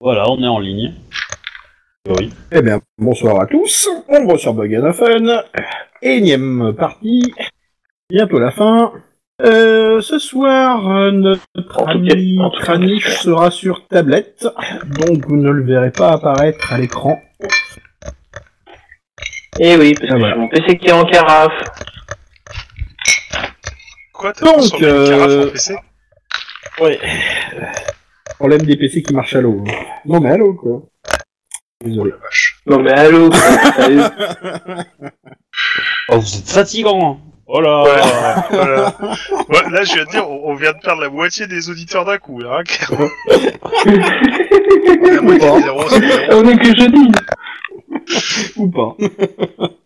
Voilà, on est en ligne. Oui. Eh bien, bonsoir à tous. On reçoit Buganaphone. Énième partie. Bientôt la fin. Euh, ce soir, euh, notre ami Kranich sera sur tablette, donc vous ne le verrez pas apparaître à l'écran. Eh oui, parce Ah, que voilà. j'ai mon PC qui est en carafe. Quoi, t'as Donc, transformé une carafe euh, en PC Problème des PC qui marchent à l'eau. Hein. Non mais à l'eau, quoi. Désolé. Non mais ben, allô, sérieux. Oh, vous êtes fatigant. hein. Oh là. Ouais. Voilà. Ouais, là, je viens de dire, on, on vient de perdre la moitié des auditeurs d'un coup, là. hein, clairement. la moitié des zéros, c'est zéro. on est que jeudi. Ou pas.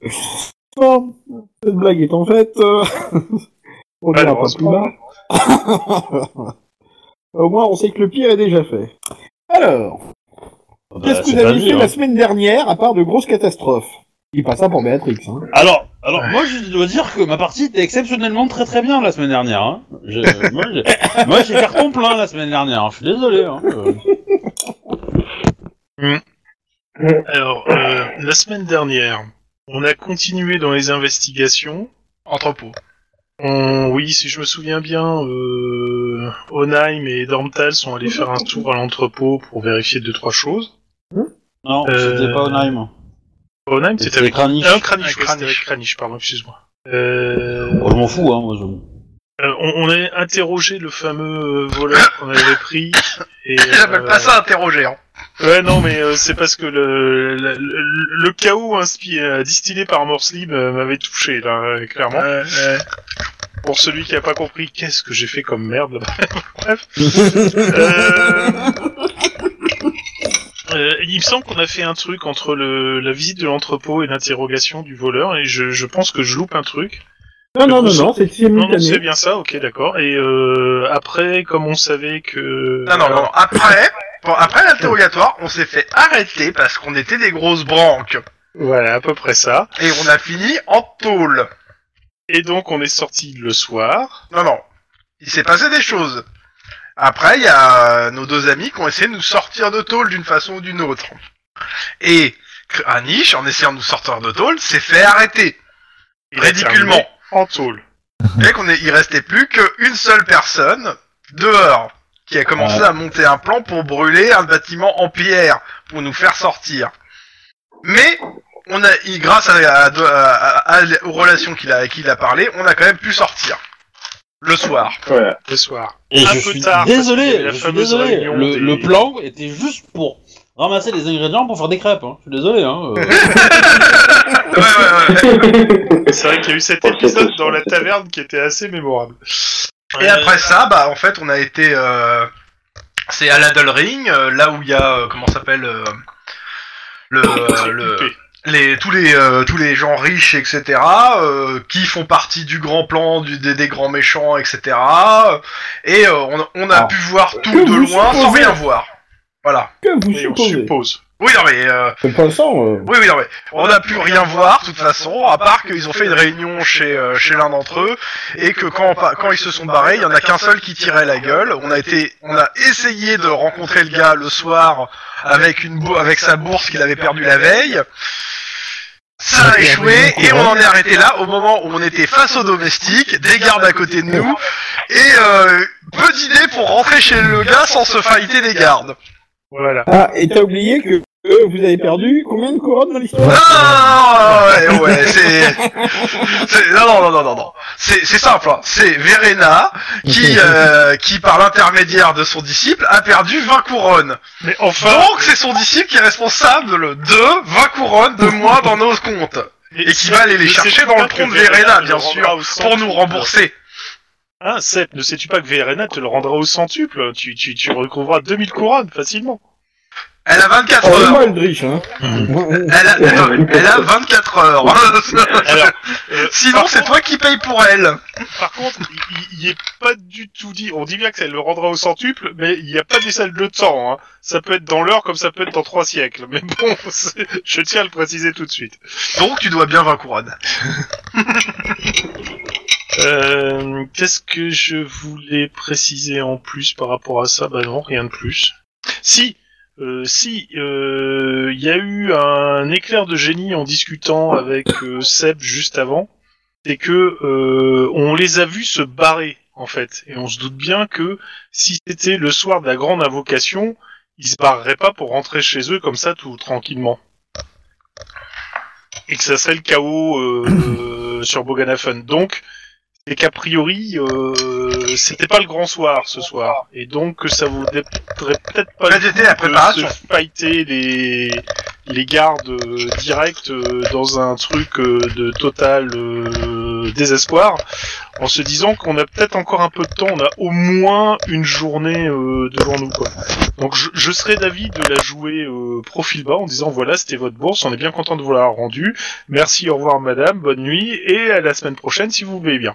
bon, cette blague est en fait... euh, on Ouais, dira on pas se plus prend. bas. Au moins, on sait que le pire est déjà fait. Alors, Bah, qu'est-ce que c'est vous pas avez mieux, fait hein. la semaine dernière, à part de grosses catastrophes Il passe ça pour Béatrix, hein. Alors, alors moi je dois dire que ma partie était exceptionnellement très très bien la semaine dernière. Hein. Je- moi, j'ai- moi j'ai carton plein la semaine dernière. hein. Je suis désolé. Hein. Euh, Alors, euh, la semaine dernière, on a continué dans les investigations. Entrepôt. On- oui, si je me souviens bien, euh, Onheim et Dormtal sont allés faire un tour à l'entrepôt pour vérifier deux trois choses. Non, Euh, c'était pas Onheim. Onheim, C'était c'était avec Kranich. Ah, Kranich, Ah, ouais, c'était Kranich. avec Kranich, pardon, excuse-moi. Euh, Oh, je m'en fous. Hein, moi, je... Euh, on, on a interrogé le fameux euh, voleur qu'on avait pris. Et, Ils appellent euh, pas ça interroger. Hein. Ouais, non, mais euh, c'est parce que le, le, le- le chaos inspi- euh, distillé par Morse Lib euh, m'avait touché, là, euh, clairement. Euh, euh, Pour celui qui a pas compris qu'est-ce que j'ai fait comme merde, là-bas. bref. Euh, euh, il me semble qu'on a fait un truc entre le, la visite de l'entrepôt et l'interrogation du voleur, et je, je pense que je loupe un truc. Non, non, coup, non, c'est- non, c'est Non, non, c'est simultané. bien ça, ok, d'accord. Et euh, après, comme on savait que... Ah, Non, non, non. non. Après, bon, après l'interrogatoire, on s'est fait arrêter parce qu'on était des grosses branques. Voilà, à peu près ça. Et on a fini en tôle. Et donc, on est sorti le soir. Non, non. Il s'est passé des choses. Après, il y a euh, nos deux amis qui ont essayé de nous sortir de tôle d'une façon ou d'une autre. Et Kranich, en essayant de nous sortir de tôle, s'est fait arrêter. Il a ridiculement. terminé En tôle. Et qu'on est, il restait plus qu'une seule personne dehors qui a commencé à monter un plan pour brûler un bâtiment en pierre pour nous faire sortir. Mais on a, il- grâce à, à- à- à- aux relations qu'il a, qu'il a parlé, on a quand même pu sortir le soir. Voilà. Le soir. Et Un je peu suis tard, parce qu'il y a eu désolé. la Je suis fameuse désolé. réunion Le, des- le plan était juste pour ramasser les ingrédients pour faire des crêpes. Hein. Je suis désolé. Hein. euh. Ouais, ouais, ouais. C'est vrai qu'il y a eu cet Oh, c'est épisode cool. dans la taverne qui était assez mémorable. Et après ça, bah en fait, on a été, euh, c'est à l'Adel Ring, euh, là où il y a, euh, comment ça s'appelle, euh, le, euh, Très le, coupé. les, tous les euh, tous les gens riches etc euh, qui font partie du grand plan du, des, des grands méchants etc et euh, on, on a Ah. pu voir tout Que de vous loin sans supposez. rien voir voilà Que vous Et on supposez suppose. oui non mais euh, Pour l'instant, euh, oui oui non mais on a pu rien voir de toute façon à part qu'ils ont fait une réunion chez euh, chez l'un d'entre eux et que quand quand ils se sont barrés il y en a qu'un seul qui tirait la gueule on a été on a essayé de rencontrer le gars le soir avec une bou- avec sa bourse qu'il avait perdue la veille Ça a échoué et on en est arrêté là au moment où on était face aux domestiques, des gardes à côté de nous, et euh, peu d'idées pour rentrer chez le gars sans se fighter des gardes. Voilà. Ah, et t'as oublié que euh, vous avez perdu combien de couronnes dans l'histoire Ah ouais, ouais, c'est... c'est- Non, non, non, non, non, non. C'est c'est simple, hein. c'est Verena qui, euh, qui, par l'intermédiaire de son disciple, a perdu 20 couronnes. Mais enfin, Donc c'est son disciple qui est responsable de 20 couronnes de moins dans nos comptes. et qui va aller les Ne chercher sais-tu dans pas le que compte Verena Verena, te bien le sûr, rendra au centuple Pour nous rembourser. Hein, Sep, ne sais-tu pas que Verena te le rendra au centuple tu, tu, tu recouvreras 2000 couronnes facilement. Elle a 24 Oh, heures. moi, Eldritch, hein Elle a, elle a 24 heures. Alors, euh, Sinon, par c'est contre- toi qui paye pour elle. Par contre, il- il il est pas du tout dit. On dit bien que ça le rendra au centuple, mais il n'y a pas des salles de temps. hein. Ça peut être dans l'heure comme ça peut être dans trois siècles. Mais bon, c'est- je tiens à le préciser tout de suite. Donc, tu dois bien 20 couronnes. Euh, Qu'est-ce que je voulais préciser en plus par rapport à ça Bah non, rien de plus. Si Euh, si, euh, il y a eu un éclair de génie en discutant avec euh, Seb juste avant, c'est que euh, on les a vus se barrer en fait, et on se doute bien que si c'était le soir de la grande invocation, ils se barreraient pas pour rentrer chez eux comme ça tout tranquillement, et que ça serait le chaos euh, euh, sur Boganafen. Donc, c'est qu'a priori, euh, c'était pas le grand soir ce soir, et donc que ça voudrait peut-être pas Peut-être c'était la de préparation. Euh, se fighter les les gardes euh, directs euh, dans un truc euh, de total euh, désespoir, en se disant qu'on a peut-être encore un peu de temps, on a au moins une journée euh, devant nous. Quoi. Donc je, je serais d'avis de la jouer euh, profil bas en disant voilà c'était votre bourse, on est bien content de vous l'avoir rendue, merci, au revoir madame, bonne nuit et à la semaine prochaine si vous voulez bien.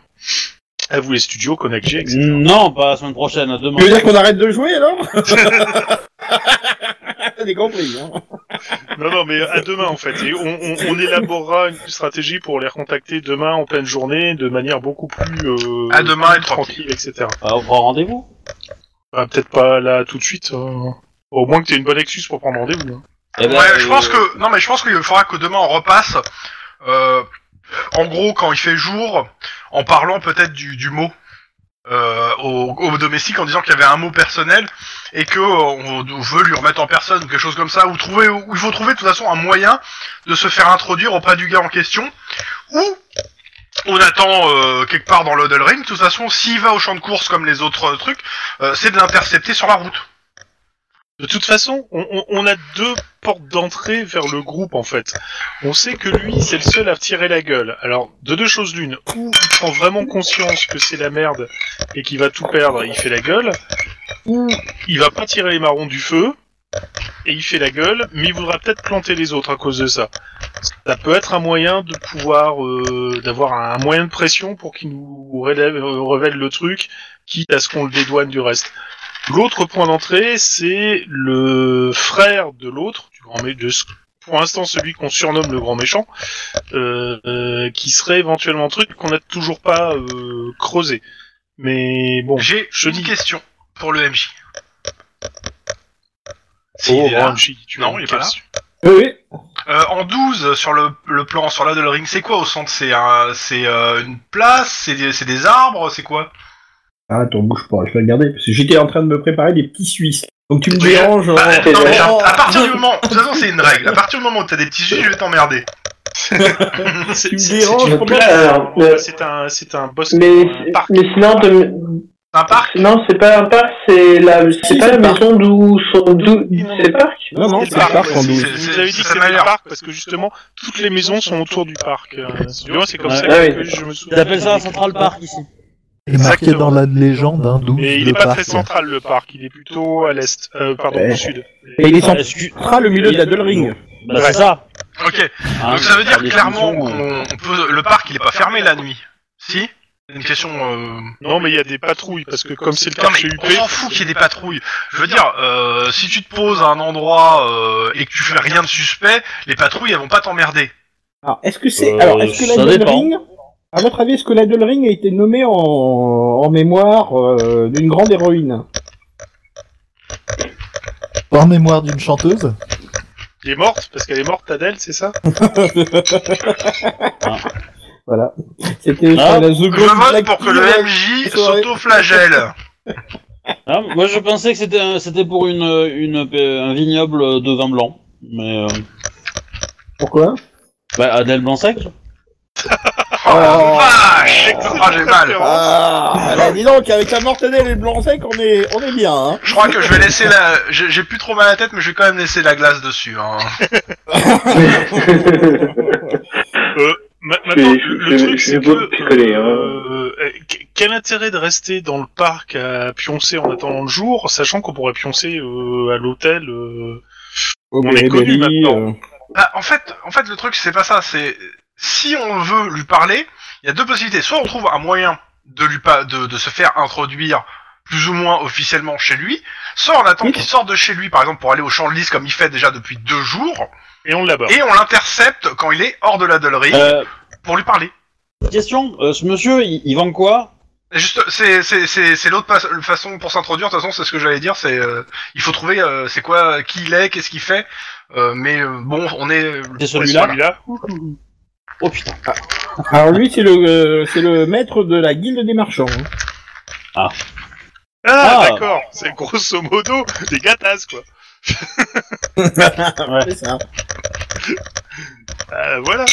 À vous les studios, Connect G, etc. Non, pas la semaine prochaine, à demain. Tu veux dire qu'on arrête de jouer alors J'ai compris. Hein. Non, non, mais à demain en fait. Et on, on, on élaborera une stratégie pour les recontacter demain en pleine journée de manière beaucoup plus euh, À demain et tranquille, tranquille. etc. Bah, on prend rendez-vous. Bah, Peut-être pas là tout de suite. euh, Au moins que t'aies une bonne excuse pour prendre rendez-vous. hein. Eh ben, ouais, je euh, pense que non, mais je pense qu'il faudra que demain on repasse. euh, en gros, quand il fait jour, en parlant peut-être du, du mot euh, au, au domestique, en disant qu'il y avait un mot personnel et que euh, on, on veut lui remettre en personne ou quelque chose comme ça, ou trouver, ou il faut trouver de toute façon un moyen de se faire introduire auprès du gars en question, ou on attend euh, quelque part dans l'Odel Ring. De toute façon, s'il va au champ de course comme les autres euh, trucs, euh, c'est de l'intercepter sur la route. De toute façon, on, on- on a deux portes d'entrée vers le groupe en fait. On sait que lui, c'est le seul à tirer la gueule. Alors, de deux choses l'une, ou il prend vraiment conscience que c'est la merde et qu'il va tout perdre et il fait la gueule, ou il va pas tirer les marrons du feu et il fait la gueule, mais il voudra peut-être planter les autres à cause de ça. Ça peut être un moyen de pouvoir, euh, d'avoir un moyen de pression pour qu'il nous relève- euh, révèle le truc, quitte à ce qu'on le dédouane du reste. L'autre point d'entrée, c'est le frère de l'autre, du grand mé- de ce- pour l'instant celui qu'on surnomme le grand méchant, euh, euh, qui serait éventuellement un truc qu'on n'a toujours pas euh, creusé. Mais bon, J'ai je une dis- question pour le MJ. S'il oh, est là. Ramji, tu Non, as une il est pas là. question. Oui, oui. Euh, en 12, sur le, le plan, sur la de ring, c'est quoi au centre C'est un, c'est euh, une place C'est des, c'est des arbres C'est quoi Ah, Attends, bouge pas, je vais regarder, parce que j'étais en train de me préparer des petits Suisses. Donc tu me Oui, déranges. euh, en- Bah, c'est non, mais des genre, à partir du moment, de toute façon, c'est une règle. À partir du moment où t'as des petits sujets, je vais t'emmerder. C'est- Tu me c'est- déranges, c'est une comment- place, Alors, euh, euh, C'est un, c'est un boss. Mais, un parc. mais sinon, de- C'est un parc non, c'est pas un parc, c'est la, Si, c'est pas c'est la un parc. maison d'où sont, d'où, Non. c'est le parc. Non, non, C'est c'est le parc en c'est- 12. c'est- Vous avez dit que c'est c'était malheur. le parc parce que justement toutes les maisons sont autour du parc. Euh, du moins, c'est comme ça Ah oui. que je me souviens. Ils appellent ça un Central Park ici. Et marqué Exactement. dans la légende, hein, 12 Et il le est pas parc. très central le parc, il est plutôt à l'est, euh, pardon Ouais. au sud. Et il est Ah, central excuse- Euh, le milieu de la Dull Ring. Bah, c'est ça. Ok, Hein, Ah, donc ça veut par dire clairement définition, euh, qu'on on peut. Le parc, il est pas fermé la nuit. Si C'est une question. euh, Non, mais il y a des patrouilles, parce que comme c'est le Non, cas mais chez UP... on s'en fout qu'il y ait des patrouilles. Je veux dire, euh, si tu te poses à un endroit euh, et que tu fais rien de suspect, les patrouilles, elles vont pas t'emmerder. Alors, est-ce que c'est. Euh, alors, est-ce que la ça Dull dépend. Ring. À votre avis, est-ce que la Dull Ring a été nommée en, en mémoire euh, d'une grande héroïne En mémoire d'une chanteuse Elle est morte, parce qu'elle est morte, Adèle, c'est ça Voilà. C'était Ah. sur la The Je Gold vote Black pour que Tea, le la- MJ soirée. s'auto-flagelle. hein, moi, je pensais que c'était un- c'était pour une, une, un vignoble de vin blanc. Mais, euh, Pourquoi bah, Adèle Blanc-Sec Oh, Oh. la vache Ah, j'ai mal. Ah, là, dis donc, avec la mortadelle et le blanc sec, on est, on est bien, hein. Je crois que je vais laisser la... J'ai j'ai plus trop mal à la tête, mais je vais quand même laisser la glace dessus. Hein. Ma- Maintenant, Je suis- le, je suis- je le truc, suis c'est que... beau de picoler, hein. euh, euh, qu- quel intérêt de rester dans le parc à pioncer en attendant le jour, sachant qu'on pourrait pioncer euh, à l'hôtel euh, Oh, On est connus maintenant. euh, Bah, en, fait, en fait, le truc, c'est pas ça. C'est Si on veut lui parler, il y a deux possibilités. Soit on trouve un moyen de, lui pas... de, de se faire introduire plus ou moins officiellement chez lui, soit on attend qu'il sorte de chez lui, par exemple, pour aller au champ de lys comme il fait déjà depuis deux jours, et on l'aborde. et on l'intercepte quand il est hors de la dolerie euh, pour lui parler. Question, euh, ce monsieur, il, il vend quoi Juste, c'est c'est c'est c'est l'autre pas- façon pour s'introduire. De toute façon, c'est ce que j'allais dire. C'est euh, il faut trouver euh, c'est quoi, qui il est, qu'est-ce qu'il fait. Euh, mais euh, bon, on est. C'est celui-là Celui-là. Oh putain. Alors lui, c'est le, euh, c'est le maître de la guilde des marchands. hein. Ah, Ah. d'accord. C'est grosso modo des gatas, quoi. C'est ça. Ah, voilà.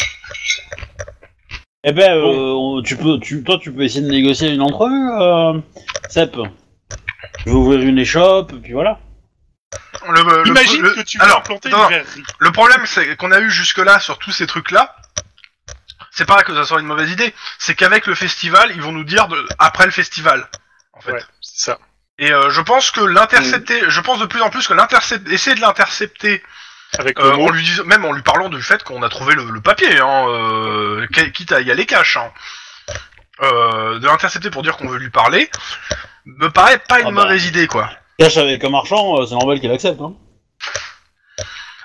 Eh ben, euh, on- tu peux, tu, toi, tu peux essayer de négocier une entrevue, euh, Sep. Je vais ouvrir une échoppe, et puis voilà. Le, le- Imagine le- que tu vas alors, planter non, une non. verrerie. Le problème c'est qu'on a eu jusque-là sur tous ces trucs-là, c'est pas que ça soit une mauvaise idée, c'est qu'avec le festival, ils vont nous dire de, après le festival, en fait. Ouais, c'est ça. Et euh, je pense que l'intercepter, Mm. je pense de plus en plus que l'intercepter, essayer de l'intercepter, Avec euh, le en mot. lui disant, même en lui parlant du fait qu'on a trouvé le, le papier, hein, euh, qu- quitte à y aller cash, hein, euh, de l'intercepter pour dire qu'on veut lui parler, me paraît pas une Ah bah. mauvaise idée, quoi. Cache avec un marchand, euh, c'est normal qu'il accepte, hein.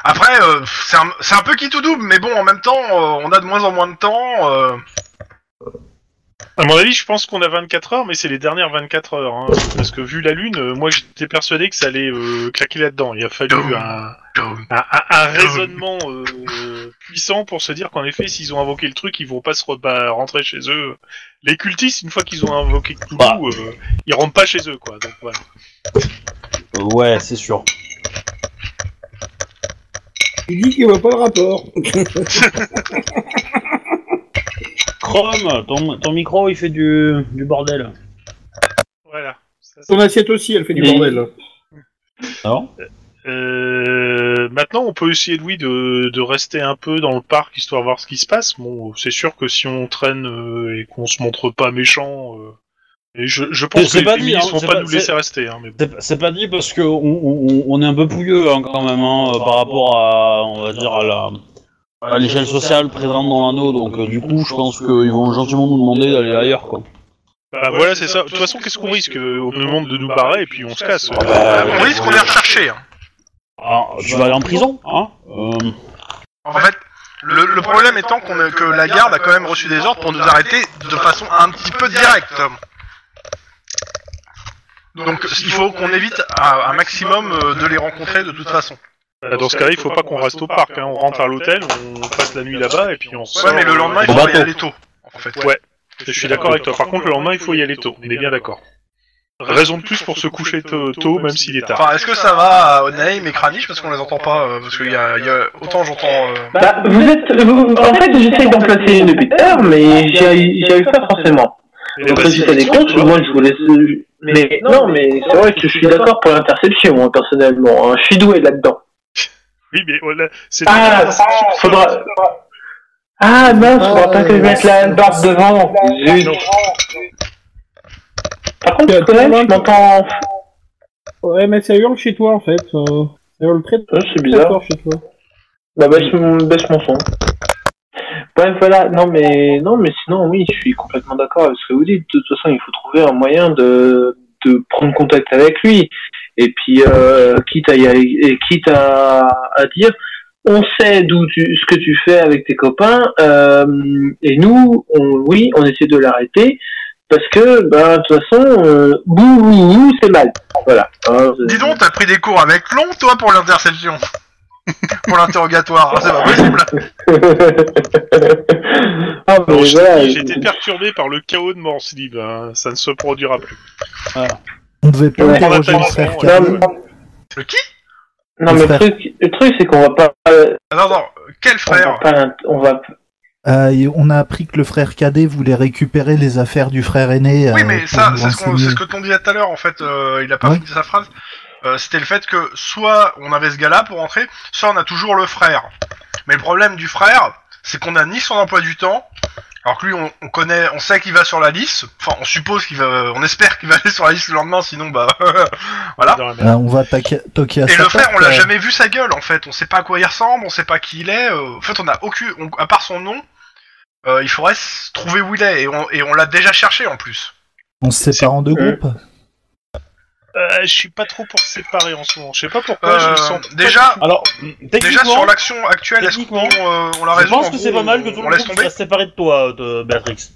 Après, euh, pff, c'est un, c'est un peu qui tout double, mais bon, en même temps, euh, on a de moins en moins de temps. euh, À mon avis, je pense qu'on a 24 heures, mais c'est les dernières 24 heures. hein. Parce que vu la lune, euh, moi j'étais persuadé que ça allait euh, claquer là-dedans. Il a fallu Doum. un, un- un- un raisonnement euh, euh, puissant pour se dire qu'en effet, s'ils ont invoqué le truc, ils vont pas se re- bah, rentrer chez eux. Les cultistes, une fois qu'ils ont invoqué Cthulhu, Bah. euh, ils rentrent pas chez eux, quoi. Donc voilà. Euh, Ouais, c'est sûr. Il dit qu'il voit pas le rapport. Chrome, ton, ton micro, il fait du, du bordel. Voilà. Ça, c'est- Son assiette aussi, elle fait du Oui. bordel. Non Euh, maintenant, on peut essayer, Louis, de, de rester un peu dans le parc histoire de voir ce qui se passe. Bon, c'est sûr que si on traîne euh, et qu'on se montre pas méchant, euh, et je, je Mais pense que c'est les pas dit, féministes hein, vont c'est pas, pas- nous c'est- laisser rester. Hein, mais bon. C'est pas- C'est pas dit parce que on, on- on est un peu pouilleux hein, quand même hein, euh, par rapport à, on va dire à la à l'échelle sociale présente dans l'anneau. Donc euh, du coup, je pense qu'ils vont gentiment nous demander d'aller ailleurs. Quoi. Bah, voilà, c'est ça. De toute façon, qu'est-ce qu'on risque On nous demande de nous barrer et puis on se casse. bah, Euh, ouais, on risque qu'on est recherché. hein. Ah, tu vas aller en prison, hein Euh, En fait, le, le problème étant qu'on est- que la garde a quand même reçu des ordres pour nous arrêter de façon un petit peu directe. Donc il faut qu'on évite à- un maximum euh, de les rencontrer de toute façon. Bah, dans ce cas-là, il faut pas qu'on reste au parc. Hein. On rentre à l'hôtel, on passe la nuit là-bas et puis on se. Ouais, mais le lendemain, il Au faut y bah, bateau. aller tôt. En fait. Ouais, je suis d'accord avec toi. Par contre, le lendemain, il faut y aller tôt. On est bien d'accord. Raison de plus pour se coucher tôt, tôt, même s'il est tard. Enfin, est-ce que ça va à Onaim et Kranich parce qu'on les entend pas euh, Parce qu'il y a, il y a- autant j'entends. euh, Bah, vous êtes. vous- en fait, j'essaye d'en placer une depuis tard, mais j'ai j'ai eu peur forcément. Mais Donc, vas-y, Bah, si ça décompte, moi je vous laisse. Mais non, mais c'est vrai que je suis d'accord pour l'interception, moi, personnellement. hein. Je suis doué là-dedans. Oui, mais voilà, c'est Ah, faudra. Ah mince, faudra pas que je mette la barbe devant. Zut. Par contre, Conan, je m'entends. Ouais, mais ça hurle chez toi en fait. euh, Ça hurle très, Oh, c'est très bizarre. fort chez toi. Bah baisse mon, baisse mon son. Bref, voilà. Non mais non mais sinon oui, je suis complètement d'accord avec ce que vous dites. De toute façon, il faut trouver un moyen de de prendre contact avec lui. Et puis euh, quitte à y aller- et quitte à, à dire, on sait d'où tu ce que tu fais avec tes copains. euh, et nous, on, oui, on essaie de l'arrêter parce que ben de toute façon, euh, bouh, bouh, bouh, c'est mal. Voilà. Hein, Dis donc, t'as pris des cours avec Plomb, toi, pour l'interception Pour l'interrogatoire, c'est pas possible. ah, mais Non, je voilà, t'ai dit, J'étais perturbé par le chaos de Morse Libre, hein, ça ne se produira plus. On devait pas Ouais. interroger On le va frère t'attendre, Non, Carl. ouais. mais- Le qui non, mais le truc, le truc c'est qu'on va pas, euh, Attends, attends, Ah, quel on va frère pas, l'int- on va, Euh, et on a appris que le frère cadet voulait récupérer les affaires du frère aîné. Oui, euh, mais pour ça, nous c'est ce, qu'on- renseigner. c'est ce que Tom disait tout à l'heure, en fait, euh, il a pas Ouais. fini sa phrase. Euh, C'était le fait que soit on avait ce gars-là pour rentrer, soit on a toujours le frère. Mais le problème du frère, c'est qu'on a ni son emploi du temps, alors que lui, on, on connaît, on sait qu'il va sur la liste, enfin, on suppose qu'il va, on espère qu'il va aller sur la liste le lendemain, sinon, bah, voilà. Dans la merde. Euh, on va taquer- toquer à Et sa le frère, porte, on euh, l'a jamais vu sa gueule, en fait, on sait pas à quoi il ressemble, on sait pas qui il est, euh, en fait, on a aucune, on- à part son nom, euh, il faudrait s- trouver où il est, et on, et on l'a déjà cherché, en plus. On se sépare en deux Euh, groupes. Euh, je suis pas trop pour se séparer en ce moment. Je sais pas pourquoi, je Euh, me sens. pas déjà, du tout- Alors, Déjà techniquement, sur l'action actuelle, est-ce qu'on techniquement, euh, on la je résout pense en que gros, c'est pas mal que on- tout on le laisse monde tomber soit séparé de toi, euh, de Béatrix.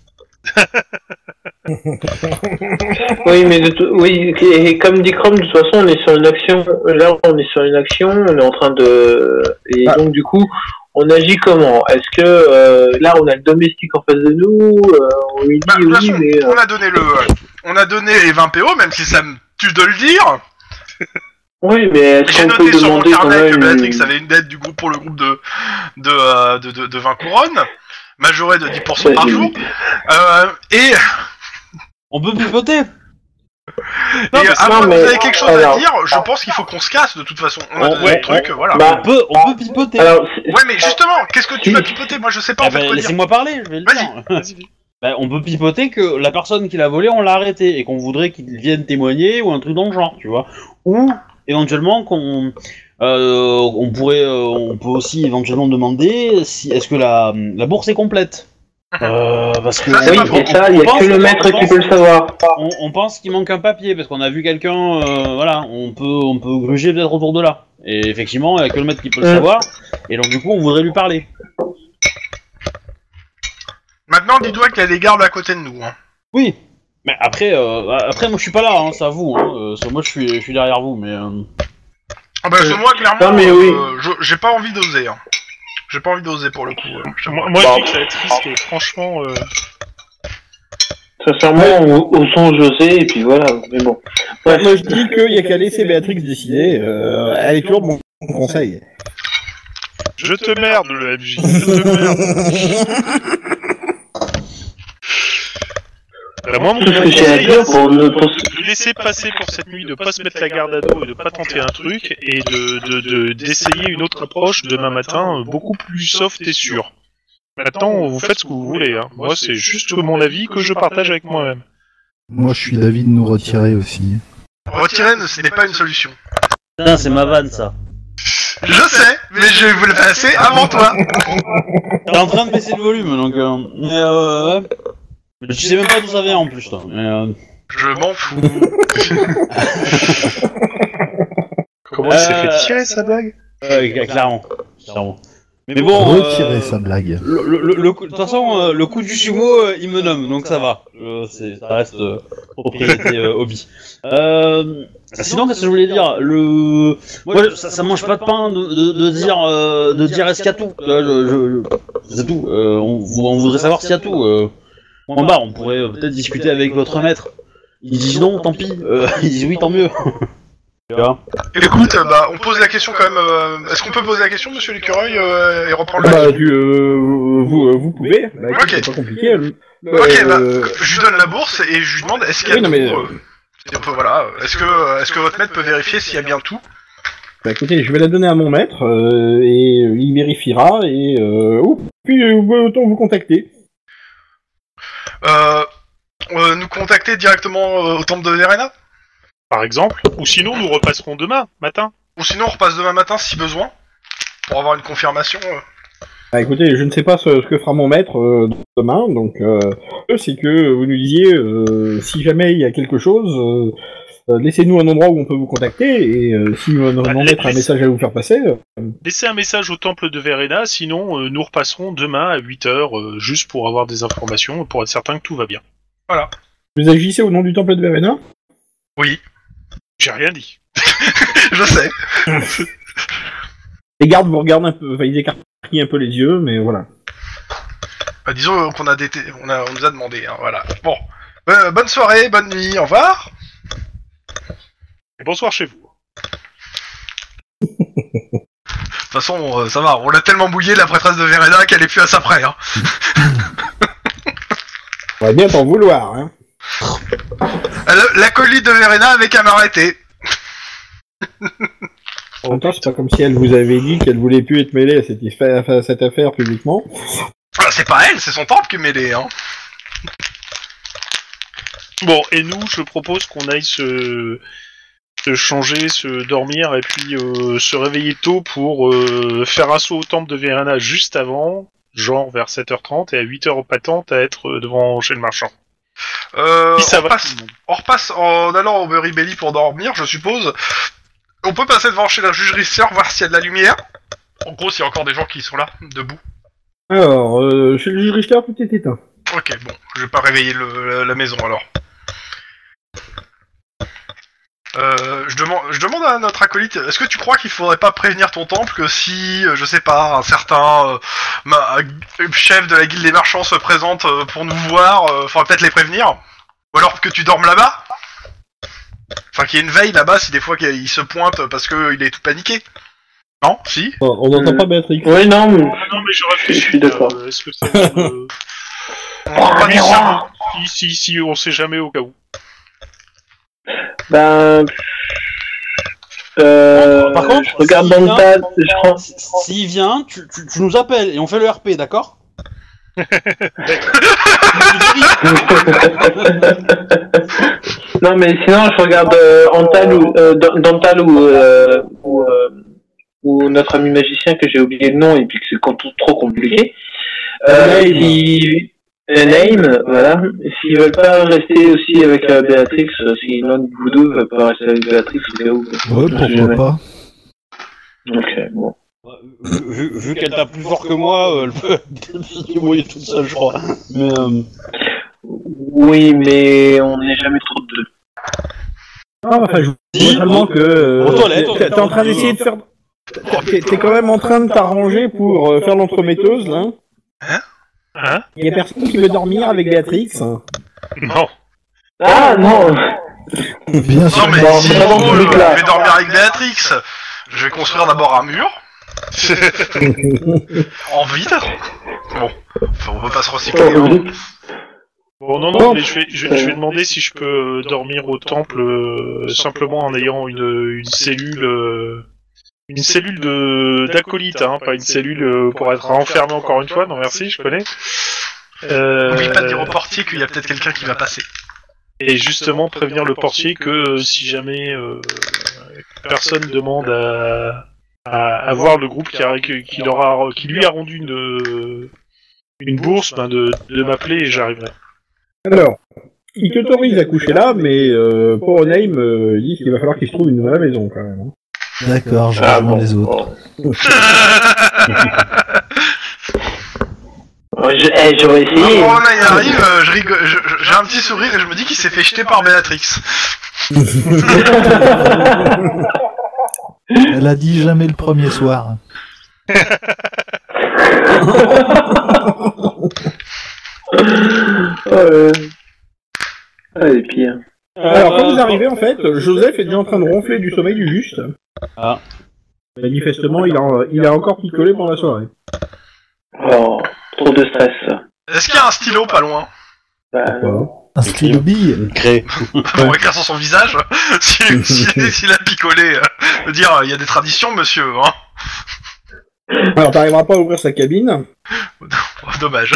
Oui, mais de tout- oui, et et comme dit Chrome, de toute façon, on est sur une action. Là, on est sur une action. On est en train de. Et Ah. donc, du coup, on agit comment Est-ce que euh, là, on a le domestique en face de nous euh, On lui dit Bah, de toute oui, façon, mais. euh, on a donné le, euh, on a donné les 20 PO, même si ça me tue de le dire. Oui, mais est-ce J'ai qu'on peut noté sur mon demander quand carnet que même euh, Béatrix une- avait une dette du groupe pour le groupe de de euh, de, de, de 20 couronnes, majorée de 10% par Ouais, jour. Euh, et On peut pivoter et, mais à non, moins que mais- vous avez quelque chose alors- à dire, je pense qu'il faut qu'on se casse de toute façon. On a Oh, donné ouais, le truc, voilà. Bah, On peut, on peut pivoter Alors, c'est- Ouais, mais justement, qu'est-ce que tu Si. vas pipoter Moi, je sais pas Ah en fait bah, quoi dire. Laissez-moi parler, je vais le Vas-y. dire. Bah, on peut pipoter que la personne qui l'a volé, on l'a arrêté et qu'on voudrait qu'il vienne témoigner ou un truc dans le genre, tu vois. Ou éventuellement qu'on euh, on pourrait, euh, on peut aussi éventuellement demander si est-ce que la, la bourse est complète. Ah. Euh, parce que Ça, c'est oui, pas on, faux. et ça, il n'y on a pense- que le on maître qui pense- peut le savoir. on- on pense qu'il manque un papier parce qu'on a vu quelqu'un, euh, voilà, on peut, on peut gruger peut-être autour de là. Et effectivement, il n'y a que le maître qui peut le Mm. savoir. Et donc du coup, on voudrait lui parler. Maintenant, dis-toi qu'il y a des gardes à côté de nous. Hein. Oui. Mais après, euh, après, moi je suis pas là, hein, c'est à vous. Hein. Euh, c'est- moi je suis, je suis derrière vous, mais. euh, Ah bah, Euh, moi, clairement, non, mais oui. euh, je- j'ai pas envie d'oser. hein. J'ai pas envie d'oser pour le coup. hein. Je- Moi, moi, Bah. je dis que ça va être risqué, franchement. euh, Sincèrement, au, au son José, et puis voilà. Mais bon. Ouais. Moi, je dis qu'il y a qu'à laisser Béatrix décider. euh, elle est toujours mon mon conseil. Je te merde, le MJ. Je te merde. Euh, moi, mon Tout ce que j'ai à conseil, dire c'est pour ne pour- de laisser passer pour cette nuit, de pas se mettre la garde à dos et de pas tenter un truc, et de de- de- d'essayer une autre approche demain matin, euh, beaucoup plus soft et sûre. Maintenant, vous faites ce que vous voulez. Hein. Moi, c'est juste mon avis que je partage avec moi-même. Moi, je suis d'avis de nous retirer aussi. Retirer, ne- ce n'est pas une solution. Putain, c'est ma vanne ça. Je sais, mais je vais vous le passer avant toi. T'es en train de baisser le volume, donc. Euh, mais, euh, ouais. Mais tu sais même pas d'où ça vient en plus, toi. Mais, euh, Je m'en fous. Comment il s'est fait tirer sa blague euh, clairement. clairement. Mais bon. euh, Retirer sa blague. le, le- le- le coup- de toute façon, euh, le coup du sumo, euh, il me nomme, donc ça va. Euh, c'est- ça reste euh, propriété euh, hobby. Euh, sinon, qu'est-ce que je voulais dire Le, moi, je- ça, ça mange pas de pain de, de- de dire, euh, de dire est-ce qu'il y a tout. Euh, je- je- je- c'est tout. Euh, on, on voudrait savoir s'il y a tout. euh. en bas, on pourrait euh, peut-être discuter avec votre maître. Ils disent non, tant pis. Euh, ils disent oui, tant mieux. Tu vois Écoute, euh, bah, on pose la question quand même. euh, Est-ce qu'on peut poser la question, monsieur l'écureuil, euh, et reprendre le. Bah, tu, euh, vous, euh, vous pouvez. Bah, écoute, Ok. C'est pas compliqué. le- Ok, euh, Je lui donne la bourse et je lui demande est-ce qu'il y a Oui, non, tout, mais- euh, et on peut- voilà, euh, est-ce que, euh, est-ce que votre maître peut vérifier s'il y a bien tout Bah écoutez, je vais la donner à mon maître euh, et euh, il vérifiera et euh, ou- puis euh, autant vous contacter. euh, euh, Nous contacter directement euh, au temple de Verena Par exemple. Ou sinon, nous repasserons demain matin. Ou sinon, on repasse demain matin si besoin pour avoir une confirmation. euh. Bah écoutez, je ne sais pas ce, ce que fera mon maître euh, demain, donc euh, c'est que vous nous disiez euh, si jamais il y a quelque chose, euh, euh, laissez-nous un endroit où on peut vous contacter et euh, si mon, mon Bah, maître a un laisse- message à vous faire passer, euh, Laissez un message au temple de Verena, sinon euh, nous repasserons demain à 8h, juste pour avoir des informations, pour être certain que tout va bien. vous agissez au nom du temple de Verena. J'ai rien dit. je sais. Les gardes vous regardent un peu, enfin ils écarquillent un peu les yeux, mais voilà. Bah, disons euh, qu'on a, des t- on a- on nous a demandé. hein, voilà. Bon. Euh, bonne soirée, bonne nuit, au revoir. Et bonsoir chez vous. De toute façon, euh, ça va, on l'a tellement bouillé la prêtresse de Verena qu'elle est plus à sa près. Hein. On va bien t'en vouloir, hein. Elle a- L'acolyte de Verena avec un arrêté. En même temps, c'est pas comme si elle vous avait dit qu'elle voulait plus être mêlée à cette, affaire- à cette affaire publiquement. Ah, c'est pas elle, c'est son temple qui est mêlé. Hein. Bon, et nous, je propose qu'on aille se... se changer, se dormir, et puis euh, se réveiller tôt pour euh, faire un saut au temple de Verena juste avant, genre vers 7h30, et à 8h au patente à être euh, devant chez le marchand. Euh, Si ça on, va. passe, on repasse en allant au Berry Belly pour dormir, je suppose. On peut passer devant chez la jugerie sœur, voir s'il y a de la lumière. En gros, s'il y a encore des gens qui sont là, debout. Alors, euh, chez le juge Richter, tout est éteint. Ok. Ok, bon, je vais pas réveiller le- la, la maison alors. Euh, je, demande, je demande à notre acolyte, est-ce que tu crois qu'il faudrait pas prévenir ton temple que si, euh, je sais pas, un certain euh, ma- un chef de la guilde des marchands se présente euh, pour nous voir, euh, faudrait peut-être les prévenir Ou alors que tu dormes là-bas Enfin, qu'il y ait une veille là-bas si des fois qu'il- il se pointe parce qu'il est tout paniqué Non Si On n'entend pas Béatrix. Ouais, non, mais... Ah non, mais je réfléchis. Je suis d'accord. euh, Est-ce que c'est. euh, On Ah, entend pas du cerveau. si, si, si, on sait jamais au cas où. Ben. Euh, Par contre, je regarde si hein. dans le un- tas, je prends. S'il vient, tu, tu- tu nous appelles et on fait le RP, d'accord non, mais sinon, je regarde euh, Antal ou, euh, Dan- Dantal ou, euh, ou, euh, ou notre ami magicien que j'ai oublié le nom et puis que c'est quand tout trop compliqué. Euh, Name. si- euh, Name, voilà. S'ils veulent pas rester aussi avec euh, Béatrix, euh, si notre voodoo veut pas rester avec Béatrix, c'est où Ouais, pourquoi pas Ok, bon. Vu, vu- vu qu'elle tape plus fort que moi, euh, elle peut se débrouiller toute seule, je crois. Mais, euh, Oui, mais on n'est jamais trop de deux. Ah, enfin, je vois si, tellement que. euh, Aux toilettes, on T'es t'es en train d'essayer de faire. T'es t'es quand même en train de t'arranger pour euh, faire l'entremetteuse, là. Hein Il y a personne qui veut dormir avec Béatrix. Non. Ah non Bien sûr. Non mais Bon, si vraiment, gros, public, je là. vais dormir avec Béatrix, je vais construire d'abord un mur. en vide. Bon, Enfin, on peut pas se recycler. Oh, hein. Bon, non, non, Non. mais je vais, je, je vais demander si je peux euh, dormir au temple euh, simplement en ayant une, une cellule. euh, une cellule de d'acolyte, hein, pas une cellule euh, pour être enfermé encore une fois. Non, merci, je connais. Euh, N'oublie hein. pas de dire au portier qu'il y a peut-être quelqu'un qui va passer. et justement prévenir le portier que euh, si jamais euh, personne demande à, à, à voir le groupe qui, a, qui, qui leur a- qui lui a rendu une, euh, une bourse, ben de, de m'appeler et j'arriverai. Alors, il t'autorise à coucher là, mais euh, pour Onaim, euh, il dit qu'il va falloir qu'il se trouve une vraie maison quand même. hein. D'accord, je Ah, rejoins bon. les autres. Ouais, je- eh, J'aurais essayé. Avant qu'on y arrive, euh, je rigole- je- je- j'ai un petit sourire et je me dis qu'il s'est fait jeter par Béatrix. Elle a dit jamais le premier soir. Euh... Ah, et pire. Alors, quand vous arrivez, Euh, bah, en fait, euh, Joseph est déjà en train de ronfler du sommeil du juste. Ah. Manifestement, il a, il a encore picolé pendant la soirée. Oh, trop de stress. ça. Est-ce qu'il y a un stylo pas loin Bah, Un stylo bille Créé. Pour écrire sur son visage S'il s'il- s'il a picolé. euh, de Dire, euh, il y a des traditions, monsieur. Hein. Alors, t'arriveras pas à ouvrir sa cabine, Oh, Dommage.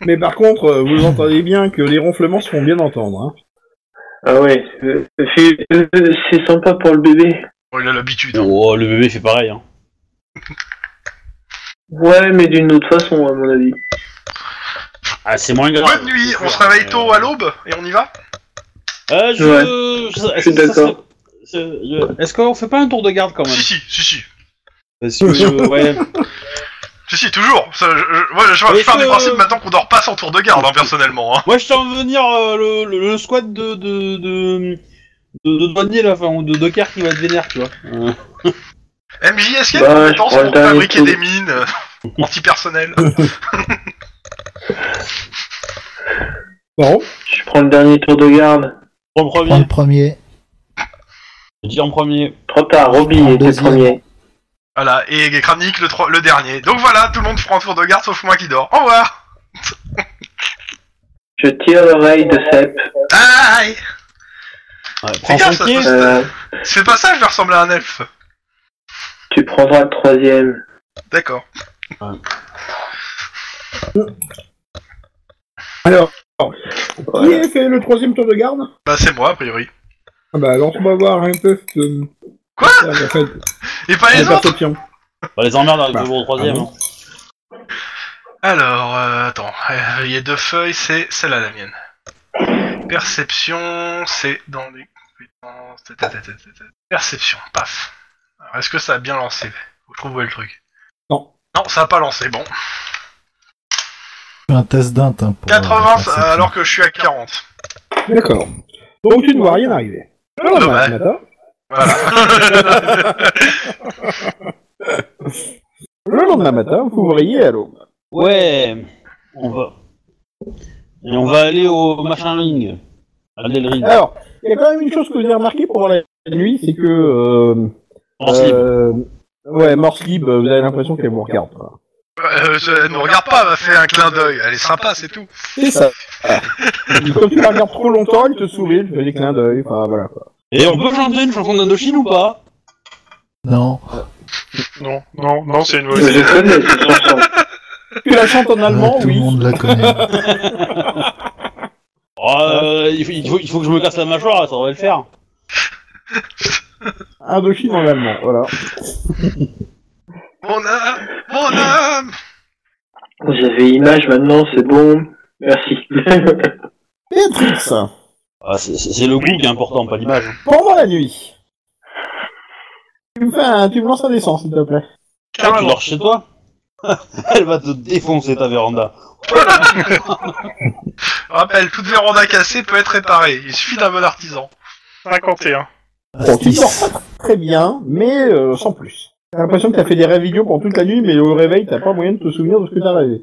mais par contre, euh, vous entendez bien que les ronflements se font bien entendre. Hein. ah ouais, euh, c'est euh, c'est sympa pour le bébé. Bon, il a l'habitude. hein. Oh, le bébé fait pareil. Hein. Ouais, mais d'une autre façon, à mon avis. Ah, c'est moins grave. Bonne nuit, on se réveille tôt à l'aube et on y va Euh, je... ça- Je suis ça- ça d'accord. serait- c'est- je- Est-ce qu'on fait pas un tour de garde quand même Si, si, si, si. Parce que, euh, ouais. Si, si, toujours. Ça, je, je, moi, je, je Est-ce pars du que- principe maintenant qu'on dort pas sans tour de garde, hein, personnellement. Hein. Moi, je t'en veux venir euh, le, le, le squad de. de. de. de, de douanier, là, enfin, ou de docker qui va te vénère, tu vois. Euh, MJ, est-ce qu'il y a des Bah, je compétences prends le pour dernier fabriquer coup. des mines euh, antipersonnelles Bon, Je prends le dernier tour de garde. prends le Prends premier. le premier. Je dis en premier. Trop tard, Roby prends le était deuxième. premier. Voilà, et Kramnik, le, tro- le dernier. Donc voilà, tout le monde prend un tour de garde sauf moi qui dors. Au revoir Je tire l'oreille de Sep. Aïe Ouais, prends gaffe, son ça pied. se- Euh, C'est pas ça, je vais ressembler à un elfe. tu prendras le troisième. D'accord. alors, qui Voilà. a fait le troisième tour de garde Bah, c'est moi, a priori. ah Bah, lance-moi voir un peu. euh, Quoi la- la- la- Et pas la les autres perception. Bah, les emmerdes arrivent Bah, au troisième. ah hein. Alors, euh, attends, Euh, il y a deux feuilles, c'est celle-là la mienne. Perception, c'est dans les compétences. ta, ta, ta, ta, ta, ta. Perception, paf. Alors, est-ce que ça a bien lancé Faut que Je trouve où est le truc. Non. Oh, Non, ça a pas lancé, bon. fais un test d'int. hein, pour, euh, 80, perception. alors que je suis à 40. D'accord. Donc tu ne vois rien arriver. Alors, Dommage. Marinata, Voilà. Le lendemain matin, vous voyez à l'aube. Ouais, on va. Et on va aller au machin ring. À Del Ring. Alors, il y a quand même une chose que vous avez remarqué pendant la nuit, c'est que... Euh, En slip. euh, ouais, Morse Lib, vous avez l'impression qu'elle vous regarde. quoi. Euh, je- elle ne me regarde pas, elle m'a fait un clin d'œil. Elle est sympa, c'est tout. C'est ça. Comme tu la regardes trop longtemps, elle te sourit, elle te fait des clins d'œil, enfin voilà. quoi. Et on peut chanter une chanson d'Indochine ou pas Non. Non, non, non, c'est une Mais mauvaise idée. Je connais cette chanson. Tu la chantes en allemand, Ouais, Ah, tout oui. le monde la connaît. Euh, il, faut, il, faut, il faut que je me casse la mâchoire, ça devrait le faire. Indochine en allemand, voilà. Mon âme, mon âme. J'avais image maintenant, c'est bon. Merci. Béatrix, Ah, c'est- c'est c'est le goût qui est important, pas l'image. pendant la nuit, tu me, fais un- tu me lances un dessin, s'il te plaît. Ah, tu dors chez toi Elle va te défoncer ta véranda. Rappelle, toute véranda cassée peut être réparée. Il suffit d'un bon artisan. 51. Bon, tu sors pas très bien, mais euh, sans plus. T'as l'impression que t'as fait des rêves idiots pendant toute la nuit, mais au réveil, t'as pas moyen de te souvenir de ce que t'as rêvé.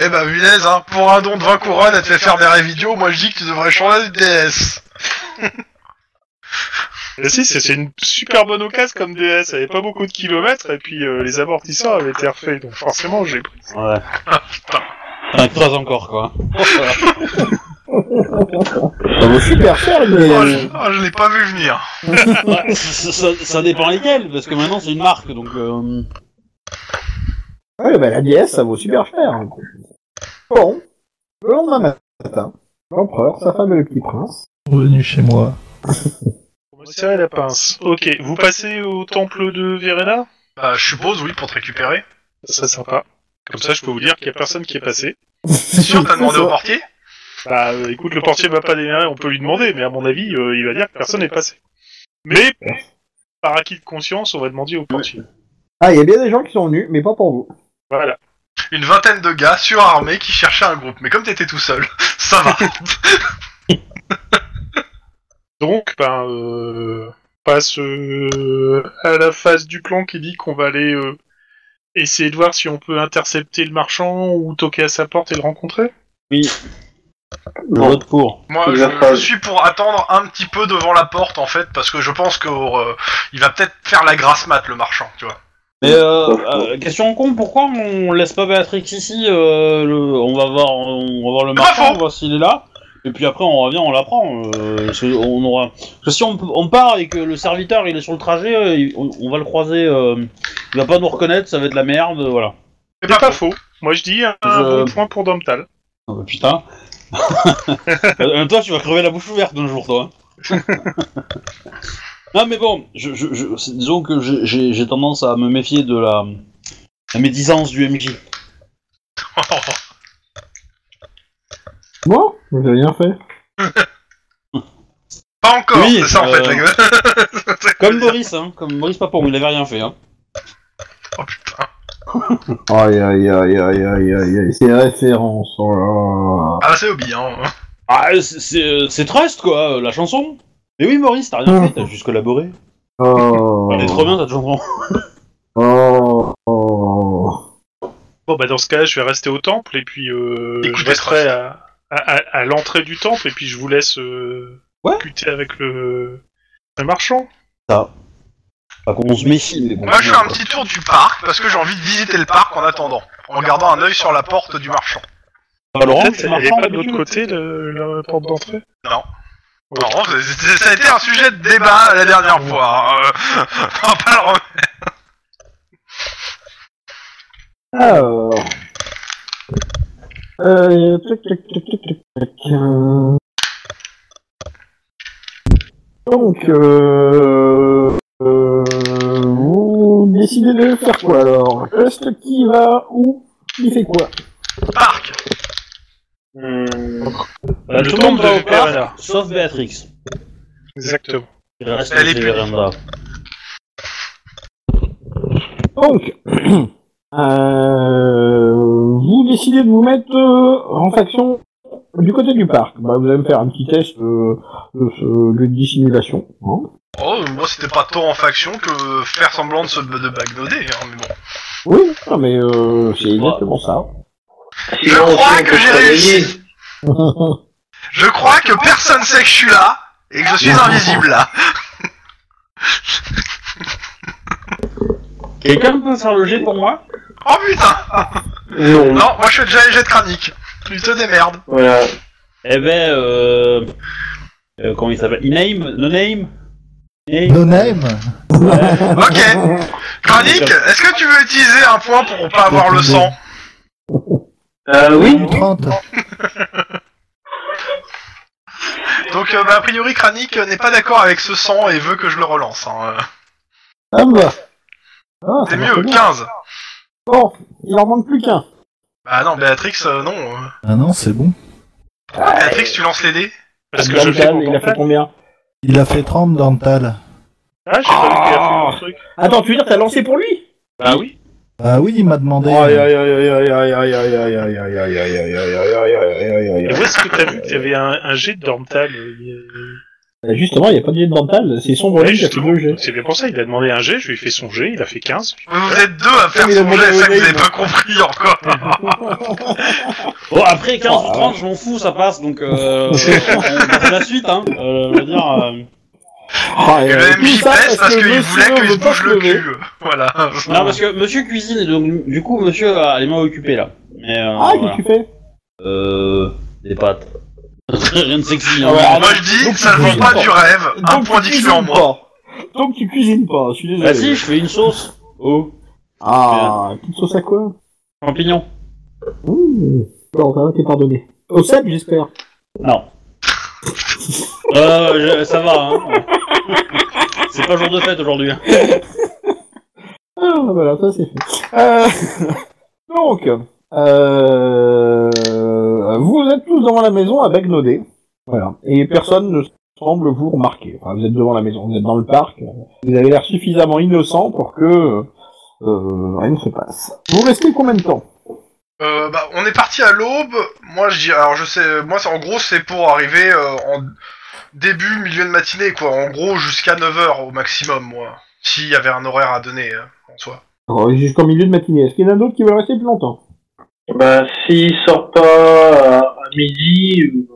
Eh ben, punaise, hein, pour un don de 20 couronnes, elle te fait faire des rêves idiots. Moi, je dis que tu devrais changer de DS. Mais si, c'est c'est une super bonne occasion comme DS. Elle avait pas beaucoup de kilomètres et puis euh, les amortisseurs avaient été refaits. Donc forcément, j'ai pris. Ouais. T'en croises encore, quoi. Ça vaut super cher, une Oh, DL. je, oh, je l'ai pas vu venir. Ouais, ça, ça- ça dépend lesquels, parce que maintenant c'est une marque, donc... euh, Ouais, bah la DS, ça vaut super cher. hein. Bon, le lendemain matin, l'empereur, sa femme et le petit prince. Revenu chez moi. Pour me serrer la pince. Ok, vous passez au temple de Verena Bah, je suppose, oui, pour te récupérer. Ça serait sympa. Comme ça, je peux vous dire qu'il y a personne qui est passé. C'est sûr, t'as demandé au portier Bah euh, écoute, le portier va pas démarrer, on peut lui demander, mais à mon avis, euh, il va dire que personne n'est passé. Mais par acquis de conscience, on va demander au portier. Ah, il y a bien des gens qui sont venus, mais pas pour vous. Voilà. Une vingtaine de gars surarmés qui cherchaient un groupe. Mais comme t'étais tout seul, ça va. Donc, ben, euh, on passe euh, à la phase du plan qui dit qu'on va aller euh, essayer de voir si on peut intercepter le marchand ou toquer à sa porte et le rencontrer. le vote pour. Moi, Il je, va falloir- je suis pour attendre un petit peu devant la porte, en fait, parce que je pense qu'il va peut-être faire la grasse mat, le marchand, tu vois. Mais euh, euh, question con, pourquoi on laisse pas Béatrix ici euh, le- On va voir, on va voir le marchand, on va voir s'il est là, et puis après on revient, on la prend. euh, parce que on aura. parce que si on, on part et que le serviteur il est sur le trajet, euh, il- on, on va le croiser. euh, il va pas nous reconnaître, ça va être la merde, euh, voilà. C'est C'est pas pas faux. Moi, Ah je dis un Je- bon point pour Domtal. Oh, bah, putain. Euh, toi, tu vas crever la bouche ouverte un jour, toi. hein. non, mais bon, je, je- je- c'est- disons que j'ai- j'ai j'ai tendance à me méfier de la, la médisance du MJ. faux. Bon, vous avez bien fait. Pas encore, Oui, c'est ça en euh, fait, la gueule. C'est Comme dire. Boris, hein, comme Boris Papon, il avait rien fait. Hein. Oh putain. Aïe, aïe, aïe, aïe, aïe, aïe, aïe, c'est référence, oh là Ah, c'est Obi, hein. Ah, c'est- c'est euh, c'est Trust, quoi, euh, la chanson. Mais oui, Maurice, t'as rien fait, t'as juste collaboré. là. Oh, T'es trop bien, cette chanson. oh, oh. Bon, bah dans ce cas, je vais rester au temple et puis euh, Écoutez, je resterai à, à- à- à l'entrée du temple et puis je vous laisse euh, Ouais. discuter avec le, le marchand. Pas qu'on se méfie, mais bon. Moi, je fais un petit tour du parc parce que j'ai envie de visiter le parc en attendant, en gardant un œil sur la porte du marchand. Bah, Laurent, Peut-être tu elle est marchand, pas de l'autre d'habitude côté, le- la porte d'entrée. Non, c'est- c'est- ça a été un sujet de débat la dernière fois. hein. Euh, on va pas le remettre. Alors. Euh, tac, tac, tac, tac, tac, tac. euh. Donc, euh, euh, vous décidez de faire quoi alors Est-ce qui va où Qui fait quoi parc. Hmm. Bah, Le Tout le monde temple va de au parc, Verena. sauf Béatrix. Exactement. Il reste Elle au est punie. Véranda. Donc, euh, vous décidé de vous mettre euh, en faction du côté du parc. Bah, vous allez me faire un petit test euh, de, ce- de dissimulation. hein. Oh, moi c'était pas tant en faction que faire semblant de se de bagnoder, hein, mais bon. Oui, non, mais euh, c'est exactement ça. Je Sinon, crois aussi, on que peut j'ai travailler. réussi. Je crois que personne sait que je suis là et que je suis invisible là. Quelqu'un peut faire le jet pour moi Oh putain Non, Non, moi je fais déjà les jets de cranique. Tu te démerdes. voilà. Eh ben, euh... euh, comment il s'appelle Iname No Name Name No name Ok. Cranique, est-ce que tu veux utiliser un point pour pas avoir le sang Euh, oui, Du 30. Donc euh, bah, a priori Kranik euh, n'est pas d'accord avec ce sang et veut que je le relance. hein. Euh, Ah bah. Ah, C'est ça mieux, marche bien. 15 Bon, il en manque plus qu'un. Bah non, Béatrix, euh, non. euh. Ah non, c'est bon. Béatrix, tu lances les dés Parce que je le fais Duncan, pour il a fait Cantal. combien Il a fait 30 dans le tal. Ah, j'ai pas vu qu'il a fait mon truc. Attends, tu veux dire t'as lancé pour lui Bah oui Ah oui, il m'a demandé. euh, Aïe, aïe, aïe, aïe, aïe, aïe, aïe, aïe, aïe, aïe, aïe, aïe, aïe, aïe, aïe, aïe, aïe, aïe, Et aïe. où est-ce que t'as vu qu'il Euh, y avait un, un jet de Dormtal euh, Bah, Justement, il n'y a pas de jet de dental, c'est son ouais, volume qui a fait justement. deux jets. C'est bien pour ça, il a demandé un jet, je lui ai fait son jet, il a fait 15. Vous êtes deux à faire Il a son demandé hein. jet, ça au que vous dé, avez moi. pas compris encore. Bon, après 15 Ah, ou 30, je m'en fous, ça passe, donc euh, on passe à la suite, hein. Euh, je veux dire... euh, Ah, Et euh, le tout MJ ça pèse parce que qu'il voulait monsieur que je veut pas Ah, bouge se le lever. cul. Voilà. Non, parce que monsieur cuisine, et donc du coup, monsieur a les mains occupées, là. Mais, euh, Ah, qu'est-ce voilà. que tu fais Euh... Des pâtes. Rien de sexy, hein. Ah ouais, ah, Moi je dis, donc ça tu ne vend cuisines pas pas. du rêve. Un Donc, point tu d'XP en cuisines moins. pas. Donc tu cuisines pas, je suis désolé. Bah si, je fais une sauce. Oh. Ah, petite sauce à quoi Champignon. Ouh. Bon, ça va, t'es pardonné. Au sable, j'espère. Non. euh, je- ça va, hein. C'est pas jour de fête aujourd'hui. hein. Ah, voilà, ça c'est fait. Euh, Donc, euh... vous êtes tous devant la maison à Bagnodé. Voilà. Et personne ne semble vous remarquer. Enfin, vous êtes devant la maison, vous êtes dans le parc. Vous avez l'air suffisamment innocent pour que euh, rien ne se passe. Vous restez combien de temps Euh, bah, on est parti à l'aube. Moi je dis, alors je sais, moi c'est en gros c'est pour arriver euh, en début, milieu de matinée quoi. En gros jusqu'à 9h au maximum moi. S'il y avait un horaire à donner euh, en soi. Alors, Jusqu'en Euh, milieu de matinée. Est-ce qu'il y en a d'autres qui veulent rester plus longtemps Bah, s'il sort pas à, à midi, euh,